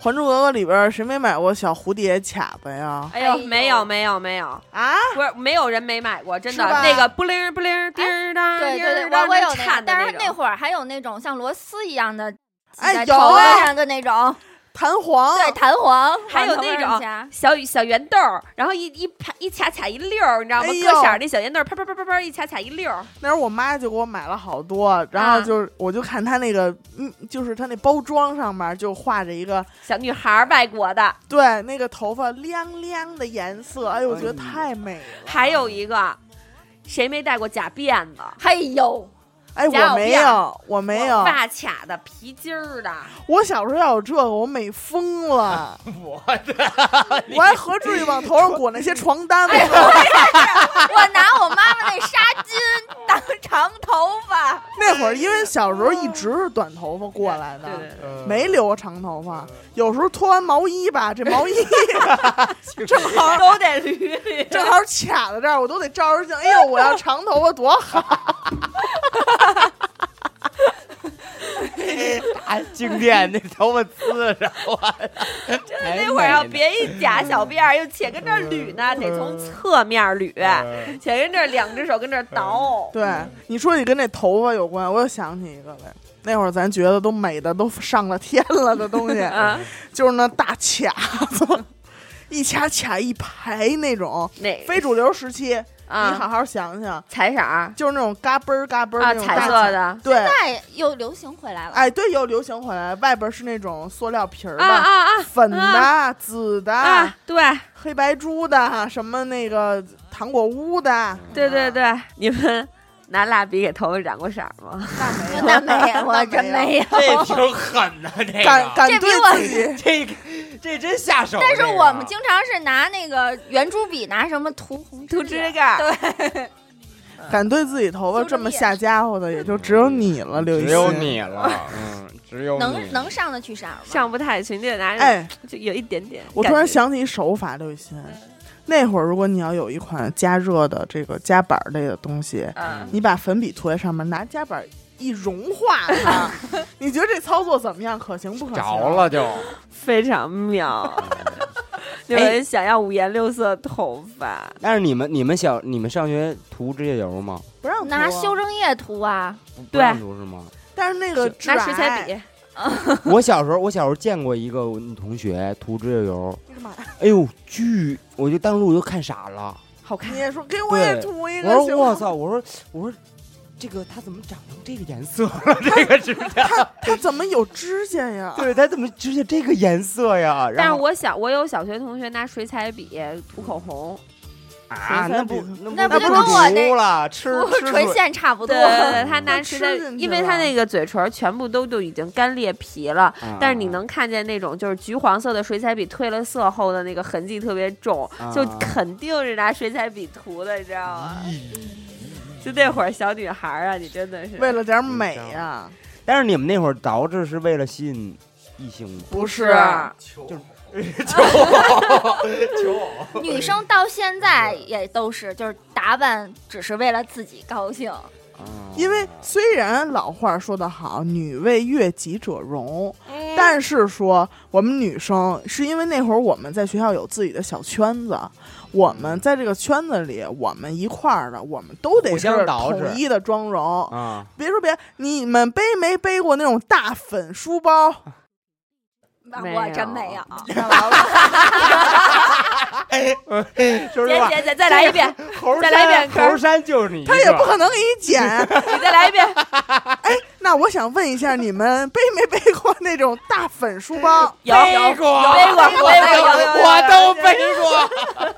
S1: 《还珠格格》里边儿谁没买过小蝴蝶卡巴呀？
S4: 哎
S2: 哎
S4: 呦，
S2: 呦
S4: 没有没有没有，
S1: 啊，
S4: 不是没有人没买过，真的
S1: 是吧
S4: 那个不灵儿不灵儿叮儿 当
S2: 对
S4: 叮儿
S2: 哎对对，
S4: 当
S2: 我我有那
S4: 颤
S2: 个，
S4: 的
S2: 但是
S4: 那
S2: 那
S4: 种
S2: 会儿还有那种像螺丝一样的。
S1: 哎
S2: 在
S1: 有
S2: 头发
S1: 啊
S2: 上的那种，
S1: 弹簧，
S2: 对，弹簧，
S4: 还有
S2: 往头
S4: 那
S2: 上
S4: 种
S2: 夹
S4: 小雨小圆豆儿，然后一一啪一卡卡一溜儿，你知道吗？
S1: 哎呦
S4: 各色儿那小圆豆儿啪啪啪啪啪一卡卡一溜儿，
S1: 那时候我妈就给我买了好多，然后就是、我就看她那个，嗯，就是她那包装上面就画着一个，
S4: 小女孩儿外国的，
S1: 对，那个头发亮亮的颜色，哎呦，我觉得太美了。
S4: 还有一个谁没戴过假辫子？
S2: 哎呦，
S1: 哎，
S4: 夹
S1: 我没
S4: 脚
S1: 有，我没有，
S4: 发卡的皮筋 儿的，
S1: 我小时候要有这个，我美疯 了。我的，我还何至于往头上裹那些床单子？
S2: 我拿我妈妈那纱巾当长头发，
S1: 那会儿因为小时候一直是短头发过来的，
S4: 对对对，
S1: 没留过长头发。有时候脱完毛衣吧，这 毛衣正好
S4: 都得 捋捋。
S1: 正好卡在这儿，我都得照着镜。哎呦，我要长头发多好！
S3: 大静电那头发呲着我，真
S1: 哎
S4: 那会儿要别一假小辫儿，又且跟这儿捋呢，得
S1: 嗯
S4: 从侧面捋，且跟这儿两只手跟这儿倒。
S1: 对，你说起跟这头发有关，我又想起一个来。那会儿咱觉得都美的都上了天了的东西，
S4: 啊，
S1: 就是那大卡子， 一卡卡一排那种。
S4: 那
S1: 非主流时期，你好
S4: 啊，
S1: 好想想，
S4: 彩色儿
S1: 就是那种嘎嘣儿嘎嘣儿
S4: 啊，
S1: 那种
S4: 彩
S1: 大
S4: 色，的
S1: 对，
S2: 那又流行回来了。
S1: 哎，对，又流行回来，外边是那种塑料皮儿的。
S4: 啊啊啊，
S1: 粉
S4: 啊
S1: 的、紫的、
S4: 啊，对
S1: 黑白猪的，什么那个糖果屋的，
S3: 哎
S4: 对对对，啊你们拿蜡笔给头发染过色儿 吗？
S1: 那没有，
S2: 那没有，我真
S1: 没
S2: 没有。
S3: 这哎挺狠的，这
S1: 敢敢
S2: 这比
S1: 对
S2: 我
S1: 自己
S3: 这个这真下手。
S2: 但是
S3: 这个
S2: 我们经常是拿那个圆珠笔，拿什么涂红
S4: 涂
S2: 指
S4: 指
S2: 甲，
S4: 甲，
S2: 对，
S1: 敢对自己头发这么下家伙的，也就只有你了，刘雨欣。
S3: 嗯只有。你了，嗯，只有
S2: 能
S3: 你
S2: 能上得去色儿吗？
S4: 上不太去，你得拿着，
S1: 哎，
S4: 就有一点点。
S1: 我突然，想起一手法，刘雨欣。那会儿，如果你要有一款加热的这个夹板儿类的东西，
S4: 嗯，
S1: 你把粉笔涂在上面，拿夹板儿一融化 它，你觉得这操作怎么样？可行不可行？
S3: 着了就。
S4: 非常妙。就是想要五颜六色头发。
S3: 但是你们你们小你们上学涂指甲油吗？
S1: 不让涂啊
S2: 拿修正液涂啊，
S3: 不不
S4: 对
S3: 让涂是吗？
S1: 但是那个哎致
S4: 拿十
S1: 癌
S4: 彩，笔，
S3: 我小时候我小时候见过一个女同学涂指甲油，
S1: 哎呀妈呀
S3: 哎呦巨，我就当时我就看傻了，
S4: 好看
S1: 你。也说给我也
S3: 对
S1: 涂一个，
S3: 我说
S1: 行
S3: 我
S1: 吗，
S3: 操，我说我说这个她怎么长成这个颜色了？ 这个指甲，
S1: 他怎么有指甲呀？
S3: 对她怎么指甲这个颜色呀？然
S4: 但是
S3: 后
S4: 我小我有小学同学拿水彩笔涂口红，
S3: 啊，
S1: 水彩
S3: 那
S1: 笔
S3: 不
S2: 那
S3: 不
S2: 不就跟我那
S3: 涂了，吃吃
S2: 垂
S3: 水
S2: 线差不多
S4: 对。对对，他拿
S1: 那吃
S4: 水彩
S1: 进，去
S4: 因为
S1: 了
S4: 他那个嘴唇全部都都已经干裂皮了，
S3: 啊
S4: 但是你能看见那种就是橘黄色的水彩笔褪了色后的那个痕迹特别重，就
S3: 啊
S4: 肯定是拿水彩笔涂的，你知道吗？就那会儿小女孩儿啊，你真的是
S1: 为了点美啊呀，
S3: 啊但是你们那会儿捯饬是为了吸引异性吗？
S1: 不啊
S4: 是啊
S2: 女生到现在也都是，就是打扮只是为了自己高兴。
S3: 啊
S1: 因为虽然老话说得好，“女为悦己者容”，
S3: 嗯
S2: 哎
S1: 但是说我们女生是因为那会儿我们在学校有自己的小圈子，我们在这个圈子里，我们一块儿的，我们都得
S3: 互
S1: 是
S3: 相捯饬
S1: 统一的妆容。
S3: 啊，
S1: 别说别，你们背没背过那种大粉书包？
S3: 啊
S4: 没
S2: 我真
S4: 有
S2: 没有，那完了
S3: 说实
S4: 姐
S3: 话，
S4: 姐姐再来一遍，
S3: 猴山
S4: 再来一遍哥
S3: 猴山就是你一个，
S1: 他也不可能给你剪。
S4: 你再来一遍，
S1: 那我想问一下，你们背没背过那种大粉书 包？
S4: 有有
S3: 背过
S4: 背过背过有有有
S3: 我都背过。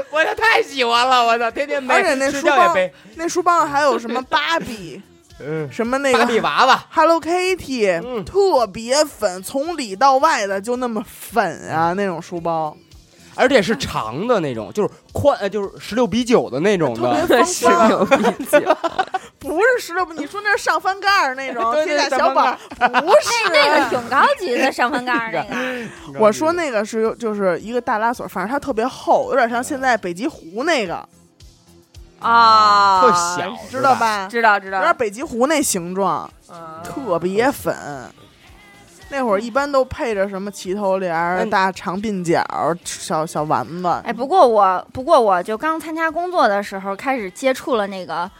S3: 我操，太喜欢了！我操，天天背
S1: 而且，那
S3: 睡
S1: 书
S3: 觉也
S1: 包
S3: 背。，
S1: 那书包还有什么芭 比，
S3: 嗯，
S1: 什么那
S3: 芭
S1: 个
S3: 比娃娃，
S1: Hello Kitty，、
S3: 嗯
S1: 特别粉，从里到外的就那么粉啊，那种书包
S3: 而且是长的那种，就是宽，呃，就是十六比九的那种的。
S1: 特别
S4: 是
S1: 风骚，
S4: 牛逼姐，
S1: 不是石榴，你说那是上翻盖儿那 种
S3: 对
S1: 贴
S3: 对
S1: 俩
S3: 上
S1: 小
S3: 翻
S1: 宝，不是
S2: 那 那个挺高级的上翻盖儿那个，
S3: 嗯
S1: 我说那个是就是一个大拉锁，反正它特别厚，有点像现在北极狐那个，
S4: 啊，
S3: 特小，
S1: 知
S3: 是
S1: 道？吧？
S4: 知道知
S1: 有点
S4: 道，
S1: 北极狐那形状，
S4: 嗯
S1: 特别粉。那会儿一般都配着什么齐头帘
S3: 那
S1: 儿、
S3: 你
S1: 大长鬓角、小小丸子，
S2: 哎，不过我不过我就刚参加工作的时候开始接触了那个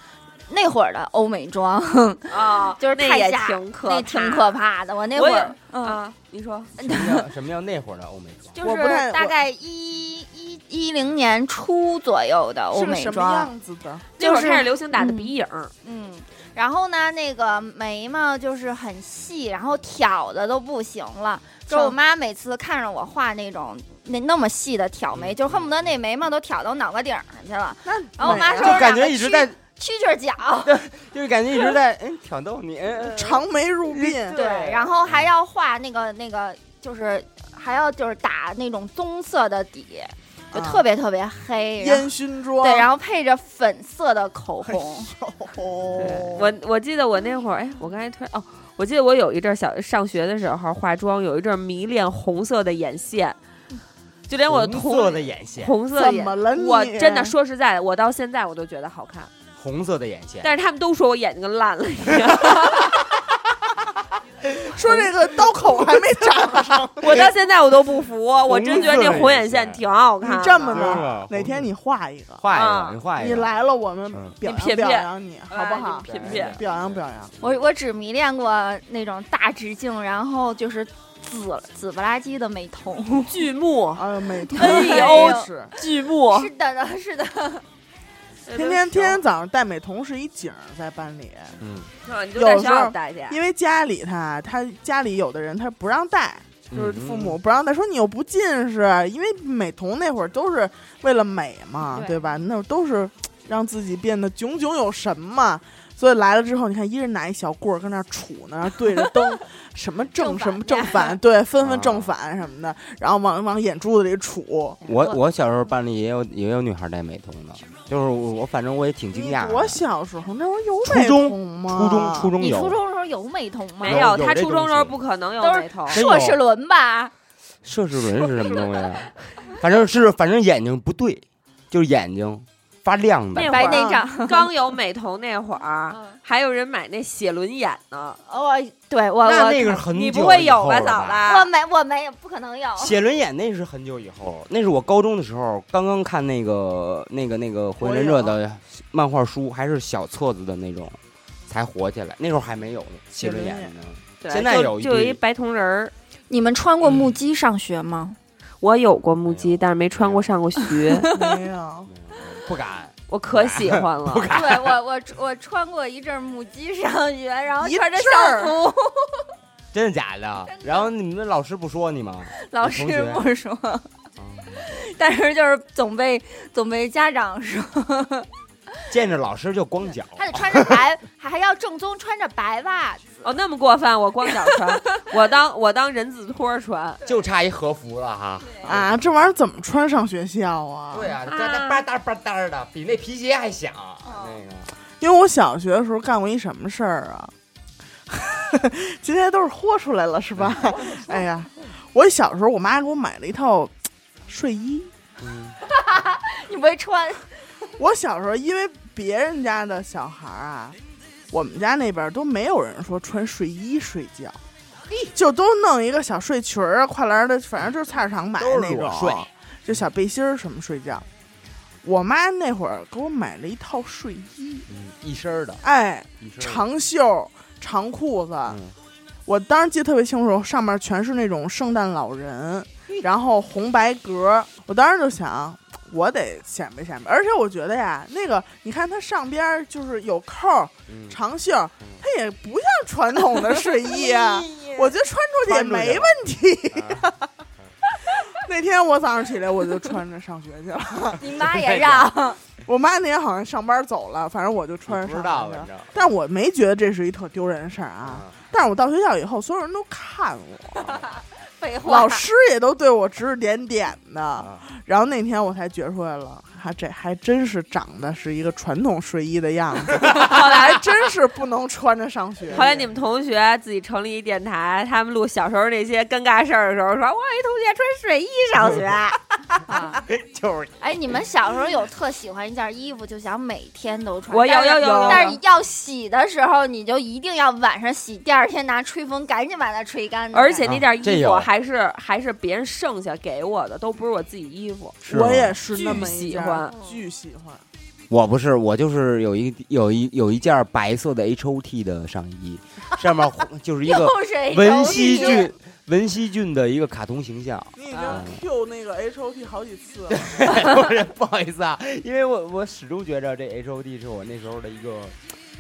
S2: 那会儿的欧美妆，
S4: 啊，
S2: 就是
S4: 那
S2: 太
S4: 也
S2: 吓
S4: 挺可怕，
S2: 那挺可怕的。我那
S4: 我
S2: 会
S4: 也
S2: 儿嗯，
S4: 啊，你说
S3: 什么叫什么叫那会儿的欧美 妆？
S2: 就
S1: 我不太
S2: 是大概一一一零年初左右的欧
S1: 是个
S2: 美
S1: 什么
S2: 妆，
S1: 样子的？
S4: 那
S2: 就
S4: 会儿开始
S2: 是
S4: 流行打的
S2: 嗯
S4: 鼻影儿，
S2: 嗯。然后呢，那个眉毛就是很细，然后挑的都不行了。就是我妈每次看着我画那种那那么细的挑眉，就恨不得那眉毛都挑到脑瓜顶上去了。
S1: 那
S2: 然后我妈
S1: 美啊
S2: 说
S3: 就感觉一直在，
S2: 蛐蛐角，
S3: 就是感觉一直在，嗯，挑逗你。嗯
S1: 长眉入鬓，
S2: 对，然后还要画那个那个，就是还要就是打那种棕色的底，就
S1: 啊
S2: 特别特别黑，然后
S1: 烟熏妆，
S2: 对，然后配着粉色的口红，
S1: 哦，
S4: 我我记得我那会儿，哎，我刚才突然哦，我记得我有一阵儿小上学的时候化妆，有一阵儿迷恋红色的眼线，就连我
S3: 红
S4: 同
S3: 色的眼线，
S4: 红色的
S1: 怎
S4: 眼
S1: 么，了你？
S4: 我真的说实在的，我到现在我都觉得好看，
S3: 红色的眼线。
S4: 但是他们都说我眼睛跟烂了一样，
S1: 说这个刀口还没长上，
S4: 我到现在我都不服，我真觉得这红眼线挺好看的。
S1: 你这么
S3: 真的
S1: 弄，哪天你画一个，
S3: 画一
S4: 啊
S3: 个，你画一
S1: 你
S3: 个。
S1: 来了，我们
S3: 嗯
S1: 表
S4: 你
S1: 扬
S4: 撇撇
S1: 表扬你，好不
S4: 哎
S1: 好
S4: 你？品品，
S1: 表扬表扬，
S2: 我我只迷恋过那种大直径，然后就是紫紫不拉几的美瞳。
S4: 剧目
S3: 啊
S1: 哎呦，美图
S4: 哎
S2: 呦
S1: 是，
S4: 剧目，
S2: 是的呢，是的，
S1: 天天天天早上戴美瞳是一景儿在班里，
S3: 嗯，
S4: 啊，你就在
S1: 有
S4: 学
S1: 时候
S4: 校待去，
S1: 因为家里他他家里有的人他不让戴，就是
S3: 嗯
S1: 父母不让戴，说你又不近视，因为美瞳那会儿都是为了美嘛，
S4: 对
S1: 对吧？那会儿都是让自己变得炯炯有神嘛。所以来了之后，你看一人拿一小棍儿跟那儿杵呢，然后对着 灯，什么正
S2: 正反
S1: 什么
S2: 面
S1: 正反，对，分分
S3: 啊
S1: 正反什么的，然后往往眼珠子里杵。
S3: 我我小时候班里也有也有女孩戴美瞳的，就是我我反正我也挺惊
S1: 你
S3: 讶的。
S1: 我小啊时候那会儿有
S3: 初
S1: 美
S3: 中
S1: 瞳吗？
S3: 初中初中
S2: 你
S3: 有，
S2: 初中的时候有美瞳吗？
S4: 没有，
S3: 有有
S4: 他
S3: 这
S4: 初中时候
S3: 东西
S4: 不可能有
S2: 都是
S4: 美瞳，
S2: 硕士轮吧？
S3: 摄氏轮是什么东西啊？反正是反正眼睛不对，就是眼睛。发亮的
S4: 那，
S2: 白
S4: 会
S2: 内
S4: 儿啊
S2: 障，
S4: 刚有美瞳那会儿，啊
S2: 嗯
S4: 还有人买那写轮眼呢，
S2: 哦我对我
S3: 那
S2: 我
S3: 那个是很久
S4: 你不会
S3: 以
S4: 有
S3: 后
S4: 吧，
S3: 了
S4: 嫂
S2: 我
S4: 子？
S2: 没我没有，不可能有。
S3: 写轮眼那是很久以后，那是我高中的时候，刚刚看那个那个那个火影忍者的漫画书，还是小册子的那种，才火起来。那时候还没有呢，写轮眼呢。
S4: 对
S3: 现在
S4: 就
S3: 有一
S4: 就有
S3: 堆
S4: 一白铜人儿，
S2: 你们穿过木屐上学吗？
S4: 我有过木屐，
S3: 没有
S4: 但是没穿过上过学，
S1: 没 有，
S3: 不敢，
S4: 我可喜欢 了。
S2: 对我我我穿过一阵木屐上学，然后
S1: 一
S2: 穿着
S1: 阵儿
S2: 校 服，
S3: 真的假的？然后你们的老师不说你吗？
S2: 老
S3: 同
S2: 师
S3: 学
S2: 不说，
S3: 啊
S2: 但是就是总被总被家长说，
S3: 见着老师就光脚，
S2: 还得穿着白，还要正宗穿着白袜子。
S4: 哦，那么过分！我光脚穿，我当我当人字拖 穿，
S3: 就差一和服了哈。
S1: 啊，这玩意儿怎么穿上学校啊？
S3: 对啊，哒哒吧嗒吧嗒的，比那皮鞋还响。那个
S1: 因为我小学的时候干过一什么事儿啊？今天都是豁出来了是吧？哎呀，我小时候我妈给我买了一套睡衣。
S2: 你不会穿？
S1: 我小时候因为别人家的小孩儿啊，我们家那边儿都没有人说穿睡衣睡觉，就都弄一个小睡裙儿啊、跨栏儿的，反正就是菜市场买的
S3: 都
S1: 那
S3: 是裸
S1: 种，
S3: 睡
S1: 就小背心儿什么睡觉。我妈那会儿给我买了一套睡衣，
S3: 嗯一身儿的，
S1: 哎，
S3: 一身儿的
S1: 长袖、长裤子，
S3: 嗯
S1: 我当时记得特别清楚，上面全是那种圣诞老人，然后红白格。我当时就想，我得显摆显摆。而且我觉得呀，那个你看它上边儿就是有扣儿、
S3: 嗯
S1: 长袖，它也不像传统的睡
S2: 哎
S1: 衣 啊。我觉得穿出去也没问题。 那天我早上起来我就穿着上学去了，
S2: 你妈 也
S3: 哎
S2: 让
S1: 我妈那天好像上班走了，反正我就穿
S3: 你
S1: 着上
S3: 不知道
S1: 学
S3: 啊
S1: 去
S3: 了，你
S1: 了
S3: 知。道吗？
S1: 但我没觉得这是一特丢人的事儿啊。
S3: 啊
S1: 但是我到学校以后，所有人都看我，
S2: 废话。
S1: 老师也都对我指指点点的。
S3: 啊
S1: 然后那天我才觉出来了，还这还真是长得是一个传统睡衣的样 子，后来还真是不能穿着上学。
S4: 后来你们同学自己成立一电台，他们录小时候那些尴尬事儿的时候，说我有一同学穿睡衣上学，
S2: 啊
S3: 就是
S2: 哎，你们小时候有特喜欢一件衣服，就想每天都穿？
S4: 我有
S2: 但是
S4: 有有有
S2: 但是要洗的时候，你就一定要晚上洗，第二天拿吹风赶紧把它吹干。
S4: 而且那
S3: 啊
S4: 件
S3: 这
S4: 衣服
S3: 有
S4: 还是、还是别人剩下给我的，都不是我自己衣服。
S5: 是
S1: 我
S5: 吗
S1: 也是那么
S4: 巨
S1: 一
S4: 喜
S1: 件
S4: 欢，
S1: 巨喜欢。
S3: 我不是，我就是有一有一有一件白色的 H O T 的上 衣，上面就是一个
S2: 又是一种
S3: 文熙
S2: 浴
S3: 俊文熙俊的一个卡通形象。
S1: 你已
S4: 啊
S1: 经 Q 那个 H O T 好几次了，
S3: 不是，不好意思啊，因为我我始终觉着这 H O T 是我那时候的一个。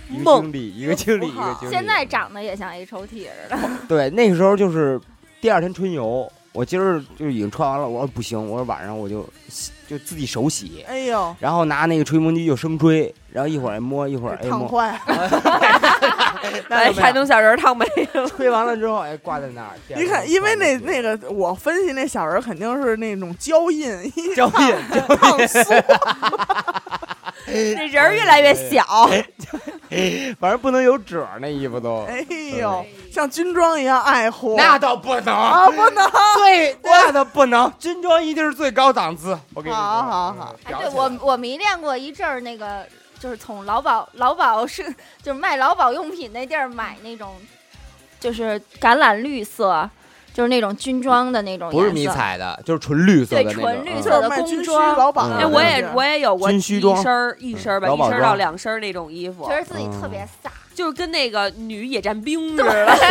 S3: 一个
S1: 梦
S3: 经历，一个经历，一
S1: 符号
S3: 个经历。
S2: 现在长得也像 H O T 似的。
S3: 对，那个时候就是第二天春游，我今儿就已经穿完了，我说不行，我说晚上我就洗就自己手洗，
S1: 哎 呦，
S3: 然后拿那个吹风机就生吹，然后一会儿摸一会儿哎
S1: 烫
S3: 摸，
S1: 坏了。
S3: 那就
S4: 把
S3: 没
S4: 山
S3: 有
S4: 哎东小人烫没了。
S3: 吹完了之后哎挂在那儿。第二
S1: 你看，
S3: 天
S1: 因为
S3: 穿
S1: 那
S3: 就
S1: 那个我分析那小人儿肯定是那种胶印，一
S3: 胶印，
S1: 烫酥。
S4: 那人儿越来越小，
S3: 哎反正不能有褶儿，那衣服都。
S1: 哎呦，像军装一样爱护。
S3: 那倒 不能，
S2: 哦
S1: 啊，不能。
S3: 最那倒不能，军装一定是最高档次。我跟你说，
S1: 好好好
S3: 嗯
S2: 哎，对我我迷恋过一阵儿那个，就是从劳保劳保是就是卖劳保用品那地儿买那种，就是橄榄绿色，就是那种军装的那种颜色，
S3: 不是迷彩的，就是纯绿色的那
S2: 对
S3: 种。
S2: 纯绿
S1: 就
S3: 嗯
S2: 色
S1: 是卖军需老板。
S3: 嗯
S4: 哎，我也我也有过
S3: 军
S4: 一
S3: 需装
S4: 身儿一身儿吧，
S3: 嗯劳
S4: 一
S3: 保
S4: 身儿到
S3: 装
S4: 两身儿那种衣服
S2: 觉，得自己
S3: 嗯
S2: 特 别飒。
S4: 就是跟那个女野战兵似的。
S2: 对，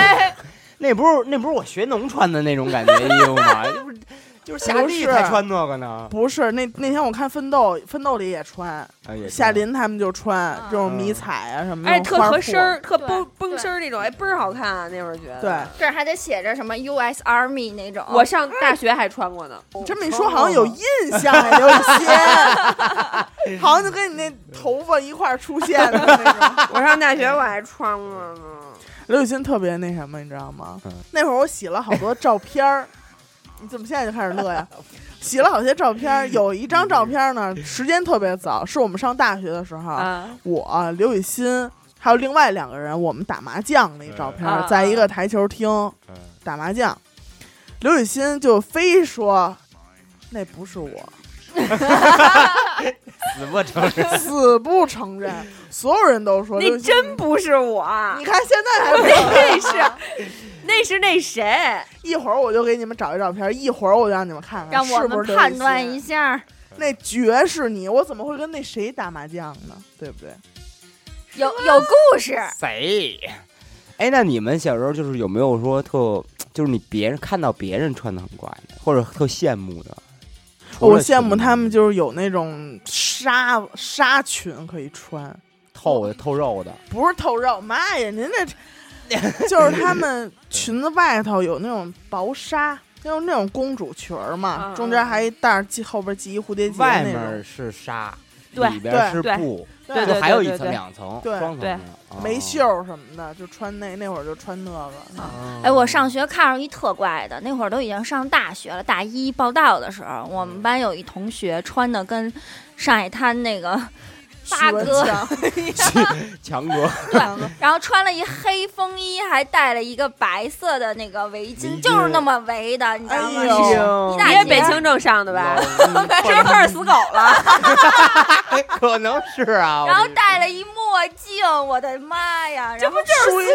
S3: 那不是那不是我学农穿的那种感觉衣服吗？ 那不是就是夏
S1: 不
S3: 令
S1: 是
S3: 才穿那个呢。
S1: 不是那那天我看奋斗，奋斗里也穿，
S3: 哎也
S1: 夏
S3: 穿嗯
S1: 林他们就穿这种迷彩啊什么的，
S4: 嗯而且特
S1: 花
S4: 合
S1: 裤
S4: 身儿，特
S2: 对
S4: 绷
S2: 对
S4: 绷身儿那种，哎，倍儿好看啊！那会儿觉得。哦
S1: 对，
S2: 这儿还得写着什么 U.S. Army 那种。
S4: 我上大学还穿过呢。
S3: 嗯
S1: 你这么一说，好像有印象呀，刘雨欣， 好像就跟你那头发一块儿出现的那 种。
S4: 我上大学我还穿过呢。
S1: 刘雨欣特别那什么，你知道吗
S3: 嗯？
S1: 那会儿我洗了好多照片儿，你怎么现在就开始乐呀？洗了好些照片儿，有一张照片儿呢，时间特别早，是我们上大学的时候，
S4: 啊，
S1: 我刘雨欣还有另外两个人，我们打麻将那照片
S2: 啊
S4: 嗯
S1: 儿，在一个台球厅
S3: 嗯
S1: 打麻将，刘雨欣就非说那不是我，
S3: 死不承认。
S1: 死不承认，所有人都说
S4: 那。
S1: 就
S4: 真不是我，
S1: 你看现在还不承认
S4: 那 是那是那谁，
S1: 一会儿我就给你们找一照片，一会儿我就让你们看看，
S2: 让我
S1: 是不
S2: 们
S1: 是
S2: 判断
S1: 一
S2: 一下儿，
S1: 那绝是你，我怎么会跟那谁打麻将呢？对不对？
S2: 有有故事。
S3: 谁？哎，那你们小时候就是有没有说特，就是你别人看到别人穿的很怪的，或者特羡慕的？除
S1: 哦我
S3: 了
S1: 羡慕他们，
S3: 裙子
S1: 就是有那种纱纱裙可以穿，
S3: 透的透肉的，
S1: 不是透肉。妈呀，您这 就是他们裙子外头有那种薄纱，就是那种公主裙儿嘛，
S4: 嗯
S1: 中间还一带儿系后边系一蝴蝶结
S3: 外
S1: 那
S3: 面
S1: 种
S3: 儿。是纱，
S4: 对
S3: 里边儿是
S4: 对
S3: 布，
S1: 对
S4: 对
S3: 就还有一
S4: 对
S3: 层
S4: 对
S3: 两层，
S1: 对
S3: 双层
S4: 对
S3: 的，哦
S1: 没袖。儿什么的，就穿那那会儿就穿那个，
S2: 哎，我上学看上一特怪的，那会儿都已经上大学了，大一报道的时候，我们班有一同学穿的跟上海滩那个八
S1: 许文
S2: 哥，
S1: 强
S3: 强哥，
S2: 对，然后穿了一黑风衣，还戴了一个白色的那个围巾，就是那么围的，你知道吗？
S1: 哎呦
S3: 哦
S2: 一大
S4: 你也
S2: 截
S4: 北京正上的吧？
S3: 是
S4: 是不是死狗 了？
S3: 哎可能是啊。
S2: 然后
S3: 我跟你
S2: 戴了一墨镜，我的妈呀！然后
S1: 梳一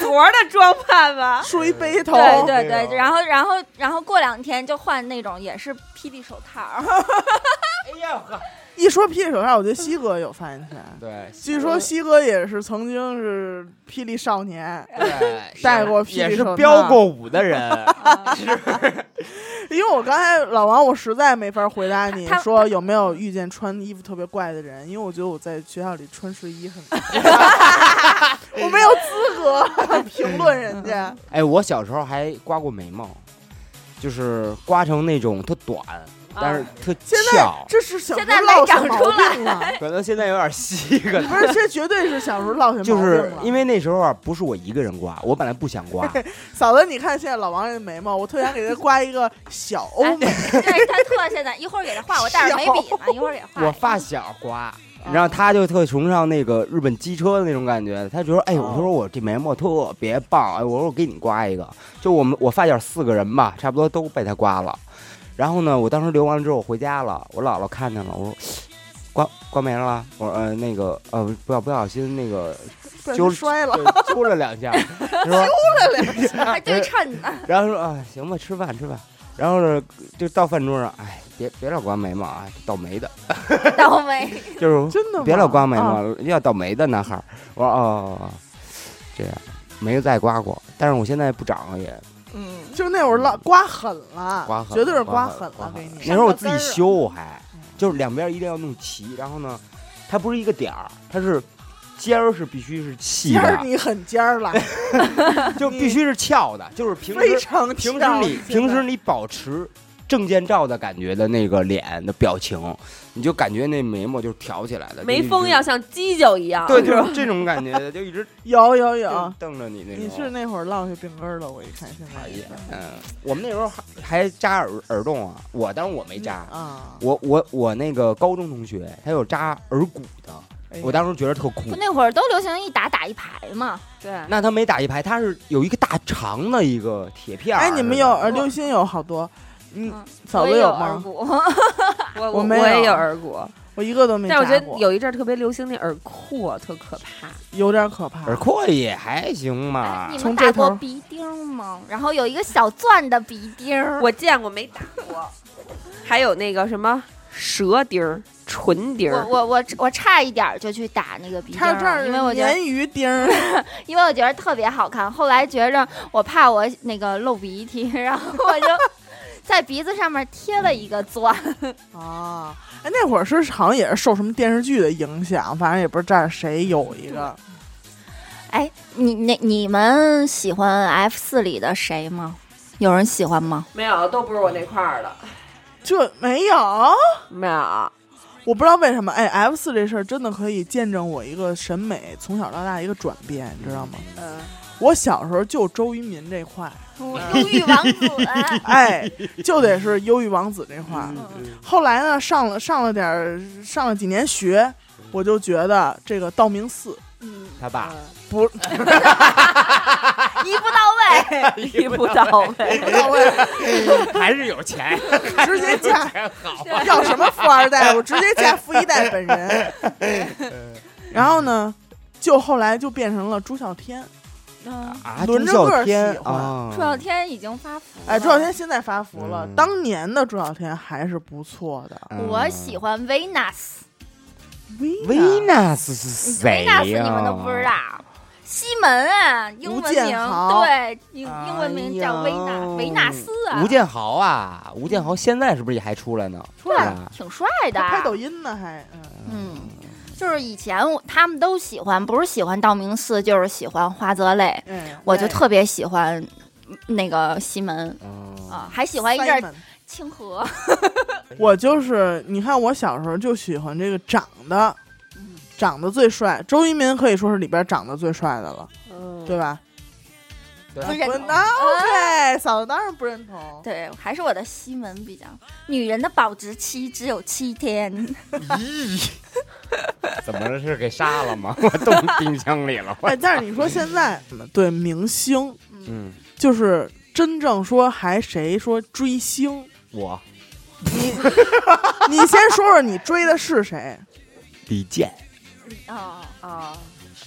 S4: 昨儿的装扮吧？
S1: 梳一背头，
S2: 对对
S3: 对
S2: 对，然后然后然后过两天就换那种也是霹雳手套儿，
S3: 哎呀，呵
S1: 一说霹雳手套，我觉得西哥有发言权。
S3: 对，
S1: 据说西哥也是曾经是霹雳少年，
S3: 对
S1: 戴过霹雳
S3: 也是
S1: 手套
S3: 飙过舞的人，
S1: 因为我刚才老王，我实在没法回答你
S2: 他他
S1: 说有没有遇见穿衣服特别怪的人，因为我觉得我在学校里穿睡衣很， 我没有资格评论人家。
S3: 哎，我小时候还刮过眉毛，就是刮成那种特短，但是特
S1: 啊现在
S3: 翘，
S1: 这是小时
S2: 现在
S1: 候
S2: 没
S1: 落下
S2: 长
S1: 毛
S2: 出
S1: 病 了，
S3: 可能现在有 点稀，可能
S1: 不是，这绝对是小时候落下毛病
S3: 就是因
S1: 为
S3: 为那时候啊，不是我一个人刮，我本来不想刮，
S1: 嫂子，你看现在老王这眉毛，我特想给他刮一个小欧美，
S2: 哎对他特现在一会儿给他画，我带着眉笔呢，一会儿给画。
S3: 我发小刮。然后他就特崇尚那个日本机车的那种感觉，他觉得哎，我说我这眉毛特别棒，哎，我说我给你刮一个，就我们我发小四个人吧，差不多都被他刮了。然后呢，我当时留完了之后我回家了，我姥姥看见了，我说刮刮没了啊，我说呃那个呃不要不小心那 个
S1: 不然
S3: 揪
S1: 摔了。
S3: 就揪了两 下，他说
S2: 还对称呢，
S3: 然后说啊，行吧，吃饭吃饭。然后呢，就到饭桌上，哎，别别老刮眉毛啊，倒霉的，
S2: 倒霉。
S3: 就是
S1: 真的 吗
S3: 别老刮眉毛，
S1: 啊
S3: 要倒霉的男孩儿。我说哦，这样没有再刮过，但是我现在不长了也。
S6: 嗯，
S1: 就那会儿落刮狠了，
S3: 刮狠
S1: 啊绝对是
S3: 了刮
S1: 狠
S3: 狠了刮
S1: 给
S3: 狠
S1: 你。
S3: 那时候我自己
S2: 啊
S1: 上
S3: 修还
S1: 嗯，
S3: 就是两边一定要弄齐，然后呢，它不是一个点儿，它是尖儿是必须是细
S1: 尖儿，
S3: 的，
S1: 你很尖儿了，
S3: 就必须是翘的，就是平
S1: 非
S3: 时
S1: 常
S3: 平
S1: 翘
S3: 时你平时你保持证件照的感觉的那个脸的表情，你就感觉那眉毛就是挑起来的，
S4: 眉
S3: 就一直
S4: 峰要像犄角一样，
S3: 对，就是这种感觉的，就一 直
S1: 有有有
S3: 就，瞪着你那种。
S1: 啊你是那会儿落下病根儿了，我一看现在
S3: 哎
S1: 也
S3: 呀
S1: 是，
S3: 嗯，我们那时候还还扎耳耳洞啊，我当然我没扎，
S1: 啊！
S3: 我我我那个高中同学他有扎耳骨的，
S1: 哎呀
S3: 我当时觉得特酷
S2: 不。 那会儿都流行一打打一排嘛，
S4: 对，
S3: 那他没打一排，他是有一个大长的一个铁片儿
S1: 哎，你们有呃，
S3: 似的
S1: 刘鑫有好多，嗯
S2: 嗯，
S1: 嫂
S2: 我
S1: 子
S2: 也有耳
S1: 吗？
S2: 骨，
S4: 我
S1: 我
S4: 我
S1: 没有
S4: 也有耳骨，
S1: 我一个都没扎
S4: 但我
S1: 过，
S4: 觉得有一阵儿特别流行那耳廓，特可怕。
S1: 有点可怕
S3: 耳。廓也还行
S2: 哎
S3: 吧
S2: 你。们
S1: 从这
S2: 打过
S1: 头
S2: 鼻钉吗？然后有一个小钻的鼻钉儿，
S4: 我见过没打过，还有那个什么舌钉儿、唇钉
S2: 我
S4: 儿，
S2: 我我我差一点儿就去打那个鼻钉
S1: 它
S2: 儿
S1: 这儿
S2: 了，因为我觉得
S1: 鲶鱼钉 儿，
S2: 因为我觉得特别好看。后来觉着我怕我那个漏鼻涕， 然后我就在鼻子上面贴了一个钻。
S1: 啊，哎，那会儿是好像也是受什么电视剧的影响，反正也不知道谁有一个。
S2: 哎，你那你们喜欢 F 四里的谁吗？有人喜欢 吗？
S4: 没有，都不是我那块儿的，
S1: 这没有，
S4: 没有。
S1: 我不知道为什么。哎，F 四这事儿真的可以见证我一个审美从小到大一个转变，你知道吗？
S4: 嗯，
S1: 我小时候就周渝民这块，
S2: 忧郁王 子，
S1: 哎，就得是忧郁王子这块儿。
S3: 嗯
S1: 后来呢，上了上了点儿，上了几年学，
S3: 嗯
S1: 我就觉得这个道明寺
S3: 他爸
S1: 不，
S2: 一步到位。
S4: 一步呃到
S3: 哎
S4: 位。
S1: 嗯
S3: 还是有钱，
S1: 直接嫁
S3: 还好。
S1: 要什么富二代，我直接嫁富一代本人。
S3: 哎
S1: 然后呢，就后来就变成了朱孝天。
S3: 啊，
S1: 轮着
S3: 朱
S1: 个
S3: 孝
S1: 儿
S3: 天
S1: 喜欢
S3: 啊
S2: 朱，小天已经发福了。
S1: 哎，朱孝天现在发福了，
S3: 嗯
S1: 当年的朱孝天还是不错的。
S3: 嗯
S2: 我喜欢 Venus，
S3: 维纳斯是谁呀？
S2: Venus 你们都不知道。西门啊，英文
S1: 吴
S2: 名
S1: 建豪
S2: 对，英英文名叫
S3: 哎
S2: 维
S3: 呦
S2: 纳维纳斯啊，
S3: 吴建豪啊，吴建豪现在是不是也还出来呢？出
S2: 对，挺帅的
S1: 他
S2: 啊。
S1: 拍抖音呢，还嗯
S2: 嗯，就是以前我他们都喜欢，不是喜欢道明寺，就是喜欢花泽类，
S1: 哎，
S2: 我就特别喜欢那个西门
S3: 啊，
S2: 啊，还喜欢一阵儿
S1: Simon
S2: 清河。
S1: 我就是你看，我小时候就喜欢这个长得长得最帅，周渝民可以说是里边长得最帅的了，
S4: 嗯
S1: 对吧？
S3: 对
S2: 不认
S1: 不
S2: 同
S1: 那 OK，嫂子当然不认同。
S2: 对，还是我的西门比较。女人的保质期只有 七天，
S3: 怎么了？是给杀了吗？我 冻冰箱里 了。
S2: 呃
S1: 哎，但是你说现在对明星，
S3: 嗯，
S1: 就是真正说还谁说追星，
S3: 我
S1: 你先说说你追的是谁？
S3: 李健，
S2: 哦，
S4: 啊，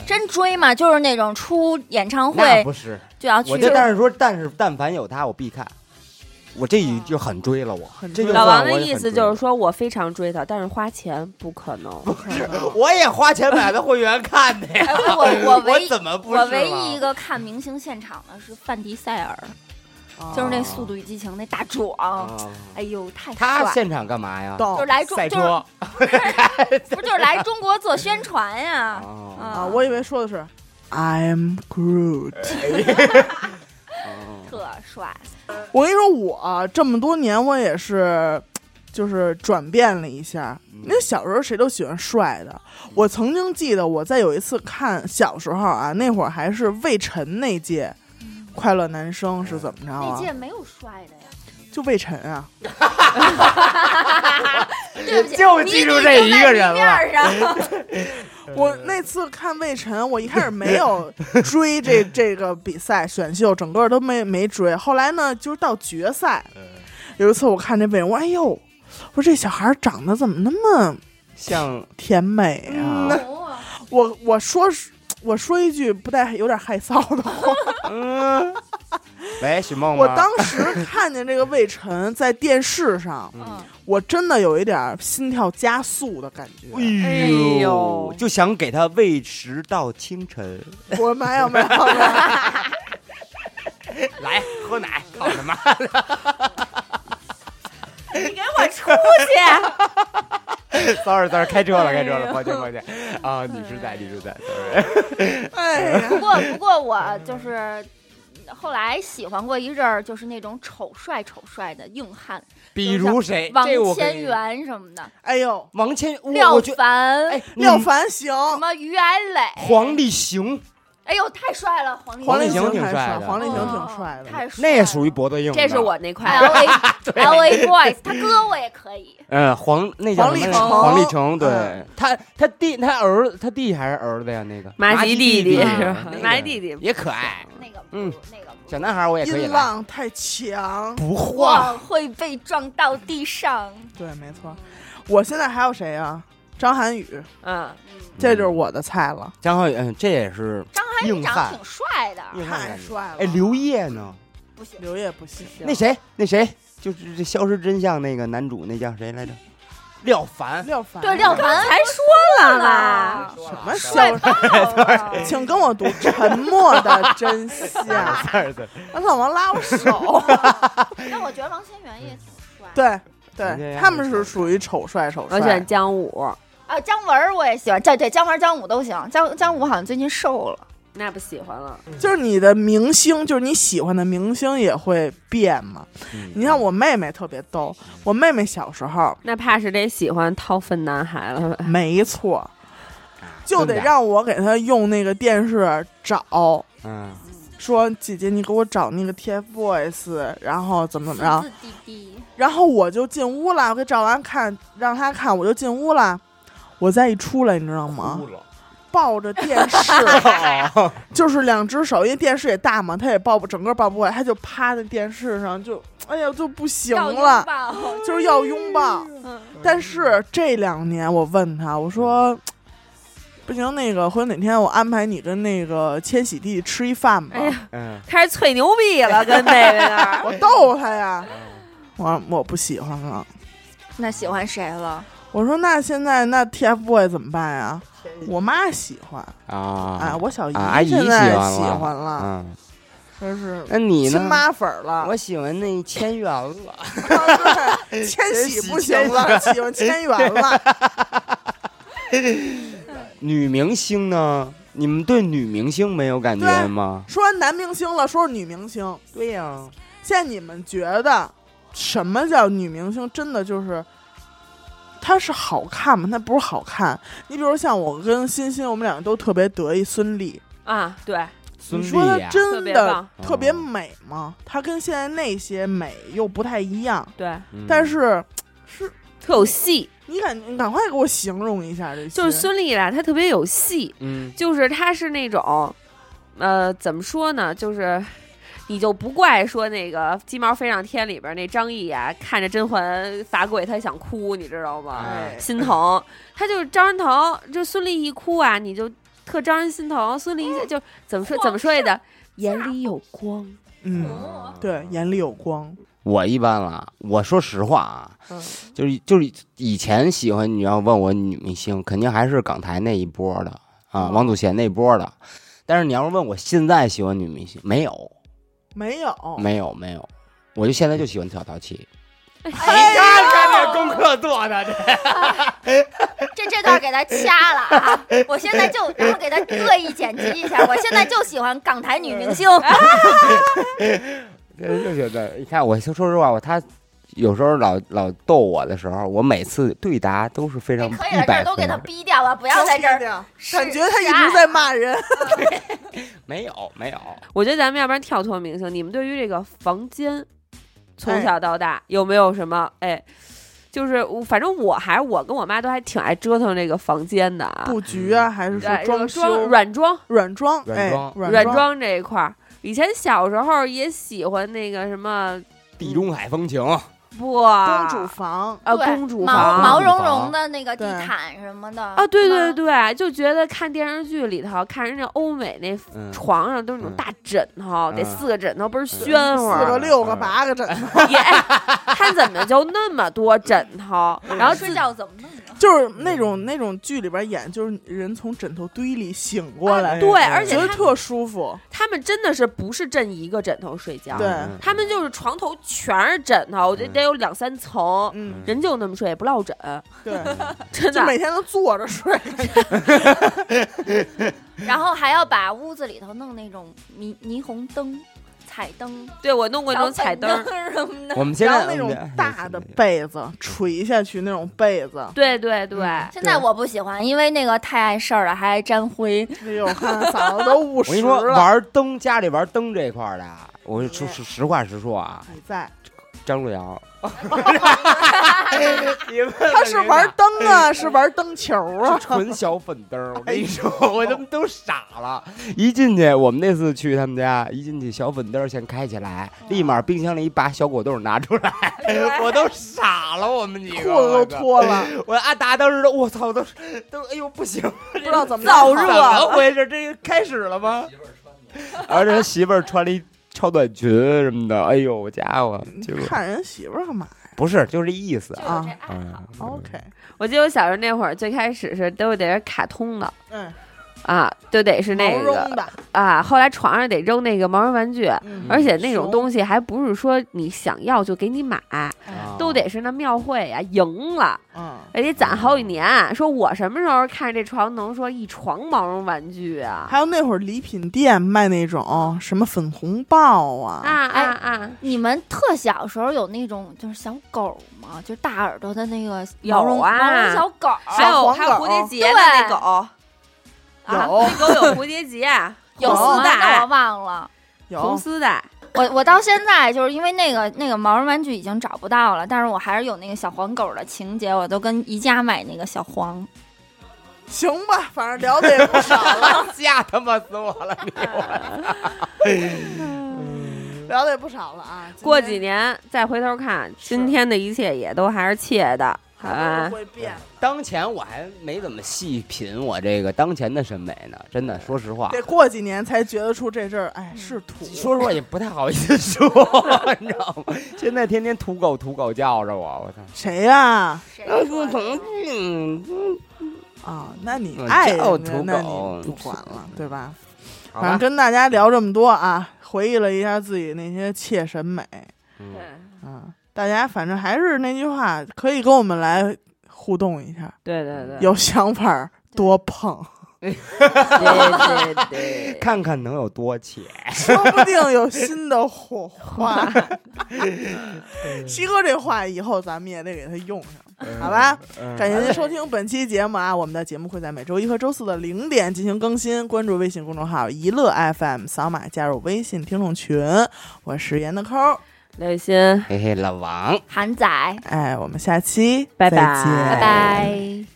S2: 真追嘛，就是那种出演唱
S3: 那
S2: 会
S3: 不是，
S2: 就要去
S3: 我。就但是说，但是但凡有他，我必看。我这一就很追了我，
S1: 很
S3: 这就
S1: 追
S4: 老王
S3: 算
S4: 的
S3: 我也
S4: 意
S3: 很
S4: 思
S3: 追
S4: 就
S3: 了
S4: 是说我非常追他，但是花钱不可能。
S3: 我也花钱买的会员看的呀。
S2: 哎 我我唯
S3: 我怎么不是
S2: 我唯
S3: 了
S2: 一一个看明星现场的是范迪塞尔，
S3: 哦
S2: 就是那《速度与激情》那大壮，
S3: 啊
S2: 哎呦太帅
S3: 他
S2: 了。
S3: 现场干嘛呀？
S1: 到
S2: 就是来中，
S3: 赛
S2: 就是
S3: 车
S2: 不就是来中国做宣传呀？
S3: 啊，
S1: 啊，
S2: 啊
S1: 我以为说的是 I'm Groot。
S2: 特帅，
S1: 我跟你说，我啊这么多年我也是，就是转变了一下。因为小时候谁都喜欢帅的，我曾经记得我在有一次看小时候啊，那会儿还是魏晨那届。快乐男生是怎
S3: 哦
S1: 么着
S2: 嗯那
S1: 啊？
S2: 届没有帅的呀。
S1: 就魏晨啊，
S2: 对不起，
S3: 就
S2: 你
S3: 记住
S2: 你
S3: 这
S2: 就
S3: 一
S2: 在地
S3: 个人
S2: 面
S3: 了
S2: 儿上
S1: 我那次看魏晨，我一开始没有追这这个比赛选秀，整个都没没追。后来呢，就是到决赛，有一次我看这魏晨，我说哎呦，我说这小孩长得怎么那么
S3: 像
S1: 甜美啊！
S2: 哦
S1: 我我说是我说一句不带有点害臊的话，
S3: 嗯，喂，许梦吗
S1: 我当时看见这个魏晨在电视上，
S2: 嗯，
S1: 我真的有一点心跳加速的感觉。
S3: 哎
S4: 哎
S3: 呦
S4: 呦，
S3: 就想给他喂食到清晨。
S1: 我没有没有，没 有
S3: 来喝奶，靠他妈！
S4: 你给我出去！
S3: sorry sorry，开车了，开车了，抱歉抱歉。啊，你是在，你是在，sorry。
S1: 哎呀，
S2: 不过不过我就是后来喜欢过一阵儿，就是那种丑帅丑帅的硬汉，
S3: 比如谁？
S2: 王
S3: 这我可以
S2: 千，源什么的，
S1: 哎呦，
S3: 王千，我
S2: 廖
S3: 我觉得，
S2: 凡，
S3: 哎，你
S1: 廖凡行，
S2: 什么于爱磊，
S3: 黄立行，
S2: 哎呦太帅了，黄立
S1: 黄
S3: 立
S1: 立
S3: 行
S1: 行
S3: 挺
S1: 还
S3: 帅
S1: 帅，
S3: 的
S1: 黄立行
S2: 哦
S1: 挺帅的，
S2: 太帅了，
S3: 那也属于脖子硬的。
S4: 这是我那块
S2: L A L A Boys，他哥我也可以，
S3: 嗯，黄那叫什么来着
S1: 黄
S3: 黄
S1: 立
S3: 立
S1: 成
S3: 成，对
S1: 嗯
S3: 他他弟他儿子他弟还是儿子呀？那个
S4: 麻吉弟弟
S3: 麻吉
S4: 是吧
S3: 那个
S4: 麻吉弟弟
S3: 也可爱，
S2: 那个不
S3: 嗯
S2: 那个不
S3: 小男孩我也可以
S1: 音
S3: 来。
S1: 浪太强，
S3: 不晃，
S2: 哇会被撞到地上，
S1: 对，没错。我现在还有谁啊？张涵予，
S4: 嗯，
S1: 这就是我的菜了，
S3: 张浩宇，嗯，这也是
S2: 张涵予
S3: 硬
S2: 长得
S3: 汉
S2: 挺帅的，
S3: 硬汉
S1: 太
S3: 感觉。
S1: 帅了。
S3: 哎，刘烨呢？
S2: 不行，
S1: 刘烨不行，
S3: 那谁，那谁，就是这《消失真相》那个男主，那叫谁来着？廖凡。，
S1: 廖凡
S2: 对廖凡
S4: 才嗯说了 吧，
S1: 什么
S2: 帅
S1: 消？
S2: 爆了，
S1: 请跟我读《沉默的真相》
S3: 字儿字儿
S1: 我老王拉我 手。
S2: 但我觉得王千源也挺帅，
S1: 对
S3: 人家
S1: 对，
S3: 也
S1: 他们是属于丑帅丑帅。
S4: 我选姜武，
S2: 啊，姜文儿我也喜欢，对对，姜文儿、姜武都行，姜姜武好像最近瘦了，
S4: 那不喜欢了。
S1: 就是你的明星，就是你喜欢的明星也会变嘛。你看我妹妹特别逗，我妹妹小时候，
S4: 那怕是得喜欢掏粪男孩了吧？
S1: 没错，就
S3: 真
S1: 得
S3: 的
S1: 让我给她用那个电视找，
S3: 嗯，
S1: 说姐姐你给我找那个 TFBOYS，然后怎么怎么着
S2: 字，滴 滴，
S1: 然后我就进屋了，我给找完看，让她看，我就进屋了。我再一出来，你知道吗？抱着电视， 就是两只手，因为电视也大嘛，他也抱不整个抱不过来，他就趴在电视上，就哎呀就不行
S2: 要拥
S1: 了，
S2: 抱嗯
S1: 就是要拥抱。但是这两年我问他，我说。不行，那个回头哪天我安排你跟那个千玺弟吃一饭吧。
S4: 哎呀，
S3: 嗯，
S4: 开始吹牛逼了，跟那个那 儿
S1: 我逗他呀，我说我不喜欢了。
S2: 那喜欢谁了？
S1: 我说那现在那 TFBOY 怎么办呀？我妈喜欢，
S3: 啊
S1: 哎，我小姨
S3: 啊阿姨
S1: 现在
S3: 喜欢了
S1: 喜欢了，
S3: 嗯，
S1: 真是
S3: 那你
S1: 亲
S3: 呢？
S1: 妈粉儿了。
S3: 我喜欢那千元了，哎
S1: 对千玺不行了，喜 欢千元了。
S3: 女明星呢？你们对女明星没有感觉吗？
S1: 说完男明星了，说说女明星。
S3: 对呀、
S1: 现在你们觉得什么叫女明星？真的就是，她是好看吗？她不是好看。你比如像我跟欣欣，我们两个都特别得意孙俪，
S4: 啊，对，
S3: 孙
S1: 你说她
S3: 俪呀、嗯
S1: 真
S4: 特别
S1: 的
S4: 棒，
S1: 特别美吗？她跟现在那些美又不太一样，
S4: 对，
S3: 嗯
S1: 但是是
S4: 特有戏，
S1: 你赶你赶快给我形容一下这些，
S4: 就是孙俪啊啦，她特别有戏，
S3: 嗯，
S4: 就是她是那种，呃，怎么说呢，就是。你就不怪说那个《鸡毛飞上天》里边那张译啊，看着甄嬛罚跪，他想哭，你知道吗？
S1: 哎
S4: 心疼，他就是招人疼。就孙俪一哭啊，你就特招人心疼。孙俪一下就怎么说怎么说来的，眼里有光。
S1: 嗯，
S3: 啊
S1: 对，眼里有光，
S3: 我一般了，我说实话啊，
S1: 嗯
S3: 就是就是以前喜欢你要问我女明星，肯定还是港台那一波的啊，王祖贤那波的。但是你要是问我现在喜欢女明星，没有，
S1: 没有，
S3: 没有，没有，我就现在就喜欢小淘气。
S2: 哎呀，
S3: 看这功课做的，这
S2: 这这段给他掐了 啊！我现在就，然后给他恶意剪辑一下。我现在就喜欢港台女明星，
S3: 这就觉得，你看我说实话，我他有时候老老逗我的时候，我每次对答都是 非
S2: 哎可
S3: 常
S2: 以
S3: 一
S2: 了，这
S3: 百
S2: 儿都给
S3: 分
S2: 他。逼掉了，不要在这儿
S1: 儿，
S2: 是
S1: 感觉他一
S4: 啊
S1: 直在骂人。
S3: 没有，没有，
S4: 我觉得咱们要不然跳脱明星，你们对于这个房间，从
S1: 哎
S4: 小到大、有没有什么？哎，就是我反正我还我跟我妈都还挺爱折腾这个房间的啊。
S1: 布局啊，还是说
S4: 对，
S1: 装
S4: 这个
S1: 修、
S4: 软装
S1: 软装、
S3: 嗯软
S1: 哎
S3: 装
S1: 软
S4: 软
S1: 装，
S4: 装这一块儿，以前小时候也喜欢那个什么
S3: 地中海风情，
S4: 不
S1: 公主房，
S4: 啊
S2: 对
S4: 公主
S2: 毛
S4: 房
S2: 毛茸茸的那个地
S1: 对
S2: 毯什么的
S4: 啊，
S2: 啊
S4: 对对对，就觉得看电视剧里头，看人家欧美那
S3: 嗯，
S4: 床上都是那种大枕头，
S3: 嗯
S4: 得四个枕头倍儿
S1: 四
S4: 喧 乎
S1: 个、
S4: 儿，
S1: 六个、
S3: 嗯
S1: 八个枕 头，
S4: 也他怎么就那么多枕头？
S1: 嗯
S4: 然后自
S2: 睡觉怎么弄
S4: 啊
S2: 呢？
S1: 就是那种那种剧里边演，就是人从枕头堆里醒过来，嗯
S4: 啊对，而且
S1: 觉得
S4: 他们
S1: 特舒服。
S4: 他们真的是不是枕一个枕头睡觉，
S1: 对
S3: 嗯
S4: 他们就是床头全是枕头，我觉得
S3: 嗯
S4: 得有两三层，
S1: 嗯，
S4: 人就那么睡，也不落枕，
S1: 对，
S4: 真
S1: 就每
S4: 的。
S1: 天都坐着睡，
S2: 然后还要把屋子里头弄那种霓霓虹灯、彩灯、
S4: 对我弄过那种彩灯
S2: 小
S4: 儿
S2: 粉，灯什么的。
S3: 我们现
S1: 然
S3: 在
S1: 后那
S3: 我
S1: 种
S3: 们现在
S1: 大的被子垂下去那种被子，
S4: 对对对，
S2: 现在我不喜欢，因为那个太碍事儿了，还沾灰。
S1: 哎呦，看嫂子都五
S3: 我跟
S1: 十
S3: 你说，
S1: 了，
S3: 玩灯家里玩灯这一块儿的啊，我说实实话实说啊，
S1: 你在，
S3: 张璐阳，
S1: 他是玩灯啊，是玩灯球啊
S3: 是，纯小粉灯儿，我跟你说，我他妈都傻了。一进去，我们那次去他们家，一进去小粉灯儿先开起来，立马冰箱里一把小果冻拿出来， 我都傻了，我们几
S1: 裤
S3: 个
S1: 子都。脱了，
S3: 哎我阿达当时都，我操，都都，哎呦，不行，
S1: 不知道怎么
S4: 燥
S1: 弄
S4: 热
S3: 怎么回事？这开始了吗？而且他媳妇儿穿了一超短裙什么的，哎呦，我家伙，就
S1: 看人媳妇儿干嘛
S3: 不是，就是这意思啊。
S1: 啊
S2: 就有这爱好
S3: 嗯，
S1: ？OK，
S4: 我记得我小时候那会儿，最开始是都得是卡通的
S1: 嗯，
S4: 啊，都得是那
S1: 毛
S4: 个
S1: 绒的，
S4: 啊，后来床上得扔那个毛绒玩具。
S1: 嗯
S4: 而且那种
S1: 熊
S4: 东西还不是说你想要就给你买，
S3: 啊
S4: 都得是那庙会啊赢了，
S1: 嗯，
S4: 还得攒好几年。啊说我什么时候看这床能说一床毛绒玩具啊？
S1: 还有那会儿礼品店卖那种什么粉红豹
S4: 啊
S1: 啊，
S4: 啊啊！
S2: 你们特小时候有那种就是小狗吗？就是大耳朵的那个
S4: 有
S2: 毛绒
S4: 啊
S2: 毛绒小狗，
S4: 还有
S1: 黄
S4: 还有
S1: 狗
S4: 蝴蝶结的那
S2: 对
S4: 狗，啊，
S1: 有
S4: 那狗有蝴蝶结，啊
S2: 有
S1: 红
S4: 丝
S2: 吗？那我
S4: 带，
S2: 忘了。
S4: 红
S1: 有
S4: 丝带。
S2: 我我到现在就是因为那个那个毛绒玩具已经找不到了，但是我还是有那个小黄狗的情节，我都跟宜家买那个小黄。
S1: 行吧，反正聊的也不少 了，
S3: 吓啊他妈死我了！你
S1: 聊的也不少了啊。今
S4: 过
S1: 天
S4: 几年再回头看，今天的一切也都还是切的，啊好
S1: 还
S4: 吧
S1: 是？会变，
S3: 当前我还没怎么细品我这个当前的审美呢，真的，说实话，
S1: 得过几年才觉得出这阵儿，哎，是土。
S3: 嗯说实话也不太好意 思说，你知道吗？现在天天土狗土狗叫着我，我操！
S1: 谁呀、啊？
S3: 不同嗯，
S1: 啊那你
S3: 嗯
S1: 爱人
S3: 叫
S1: 家
S3: 土
S1: 那
S3: 狗嗯
S1: 你不管了，对吧？
S3: 好
S1: 反正
S3: 吧，
S1: 跟大家聊这么多啊，回忆了一下自己那些切审美
S3: 嗯
S1: 啊，大家反正还是那句话，可以跟我们来互动一下，
S4: 对对对，
S1: 有想法儿多碰，
S4: 对对 对，
S3: 看看能有多浅。
S1: 说不定有新的火 花。 西哥这话以后咱们也得给他用
S3: 嗯
S1: 上，好吧？感谢您收听本期节目啊！我们的节目会在每周一和周四的零点进行更新，关注微信公众号“一乐 FM”，扫码加入微信听众群。我是严德抠儿，
S4: 刘鑫。
S3: 嘿嘿，老王。
S2: 韩仔，
S1: 哎，我们下期
S4: 拜
S1: 再
S4: 拜
S1: 见
S2: 拜拜。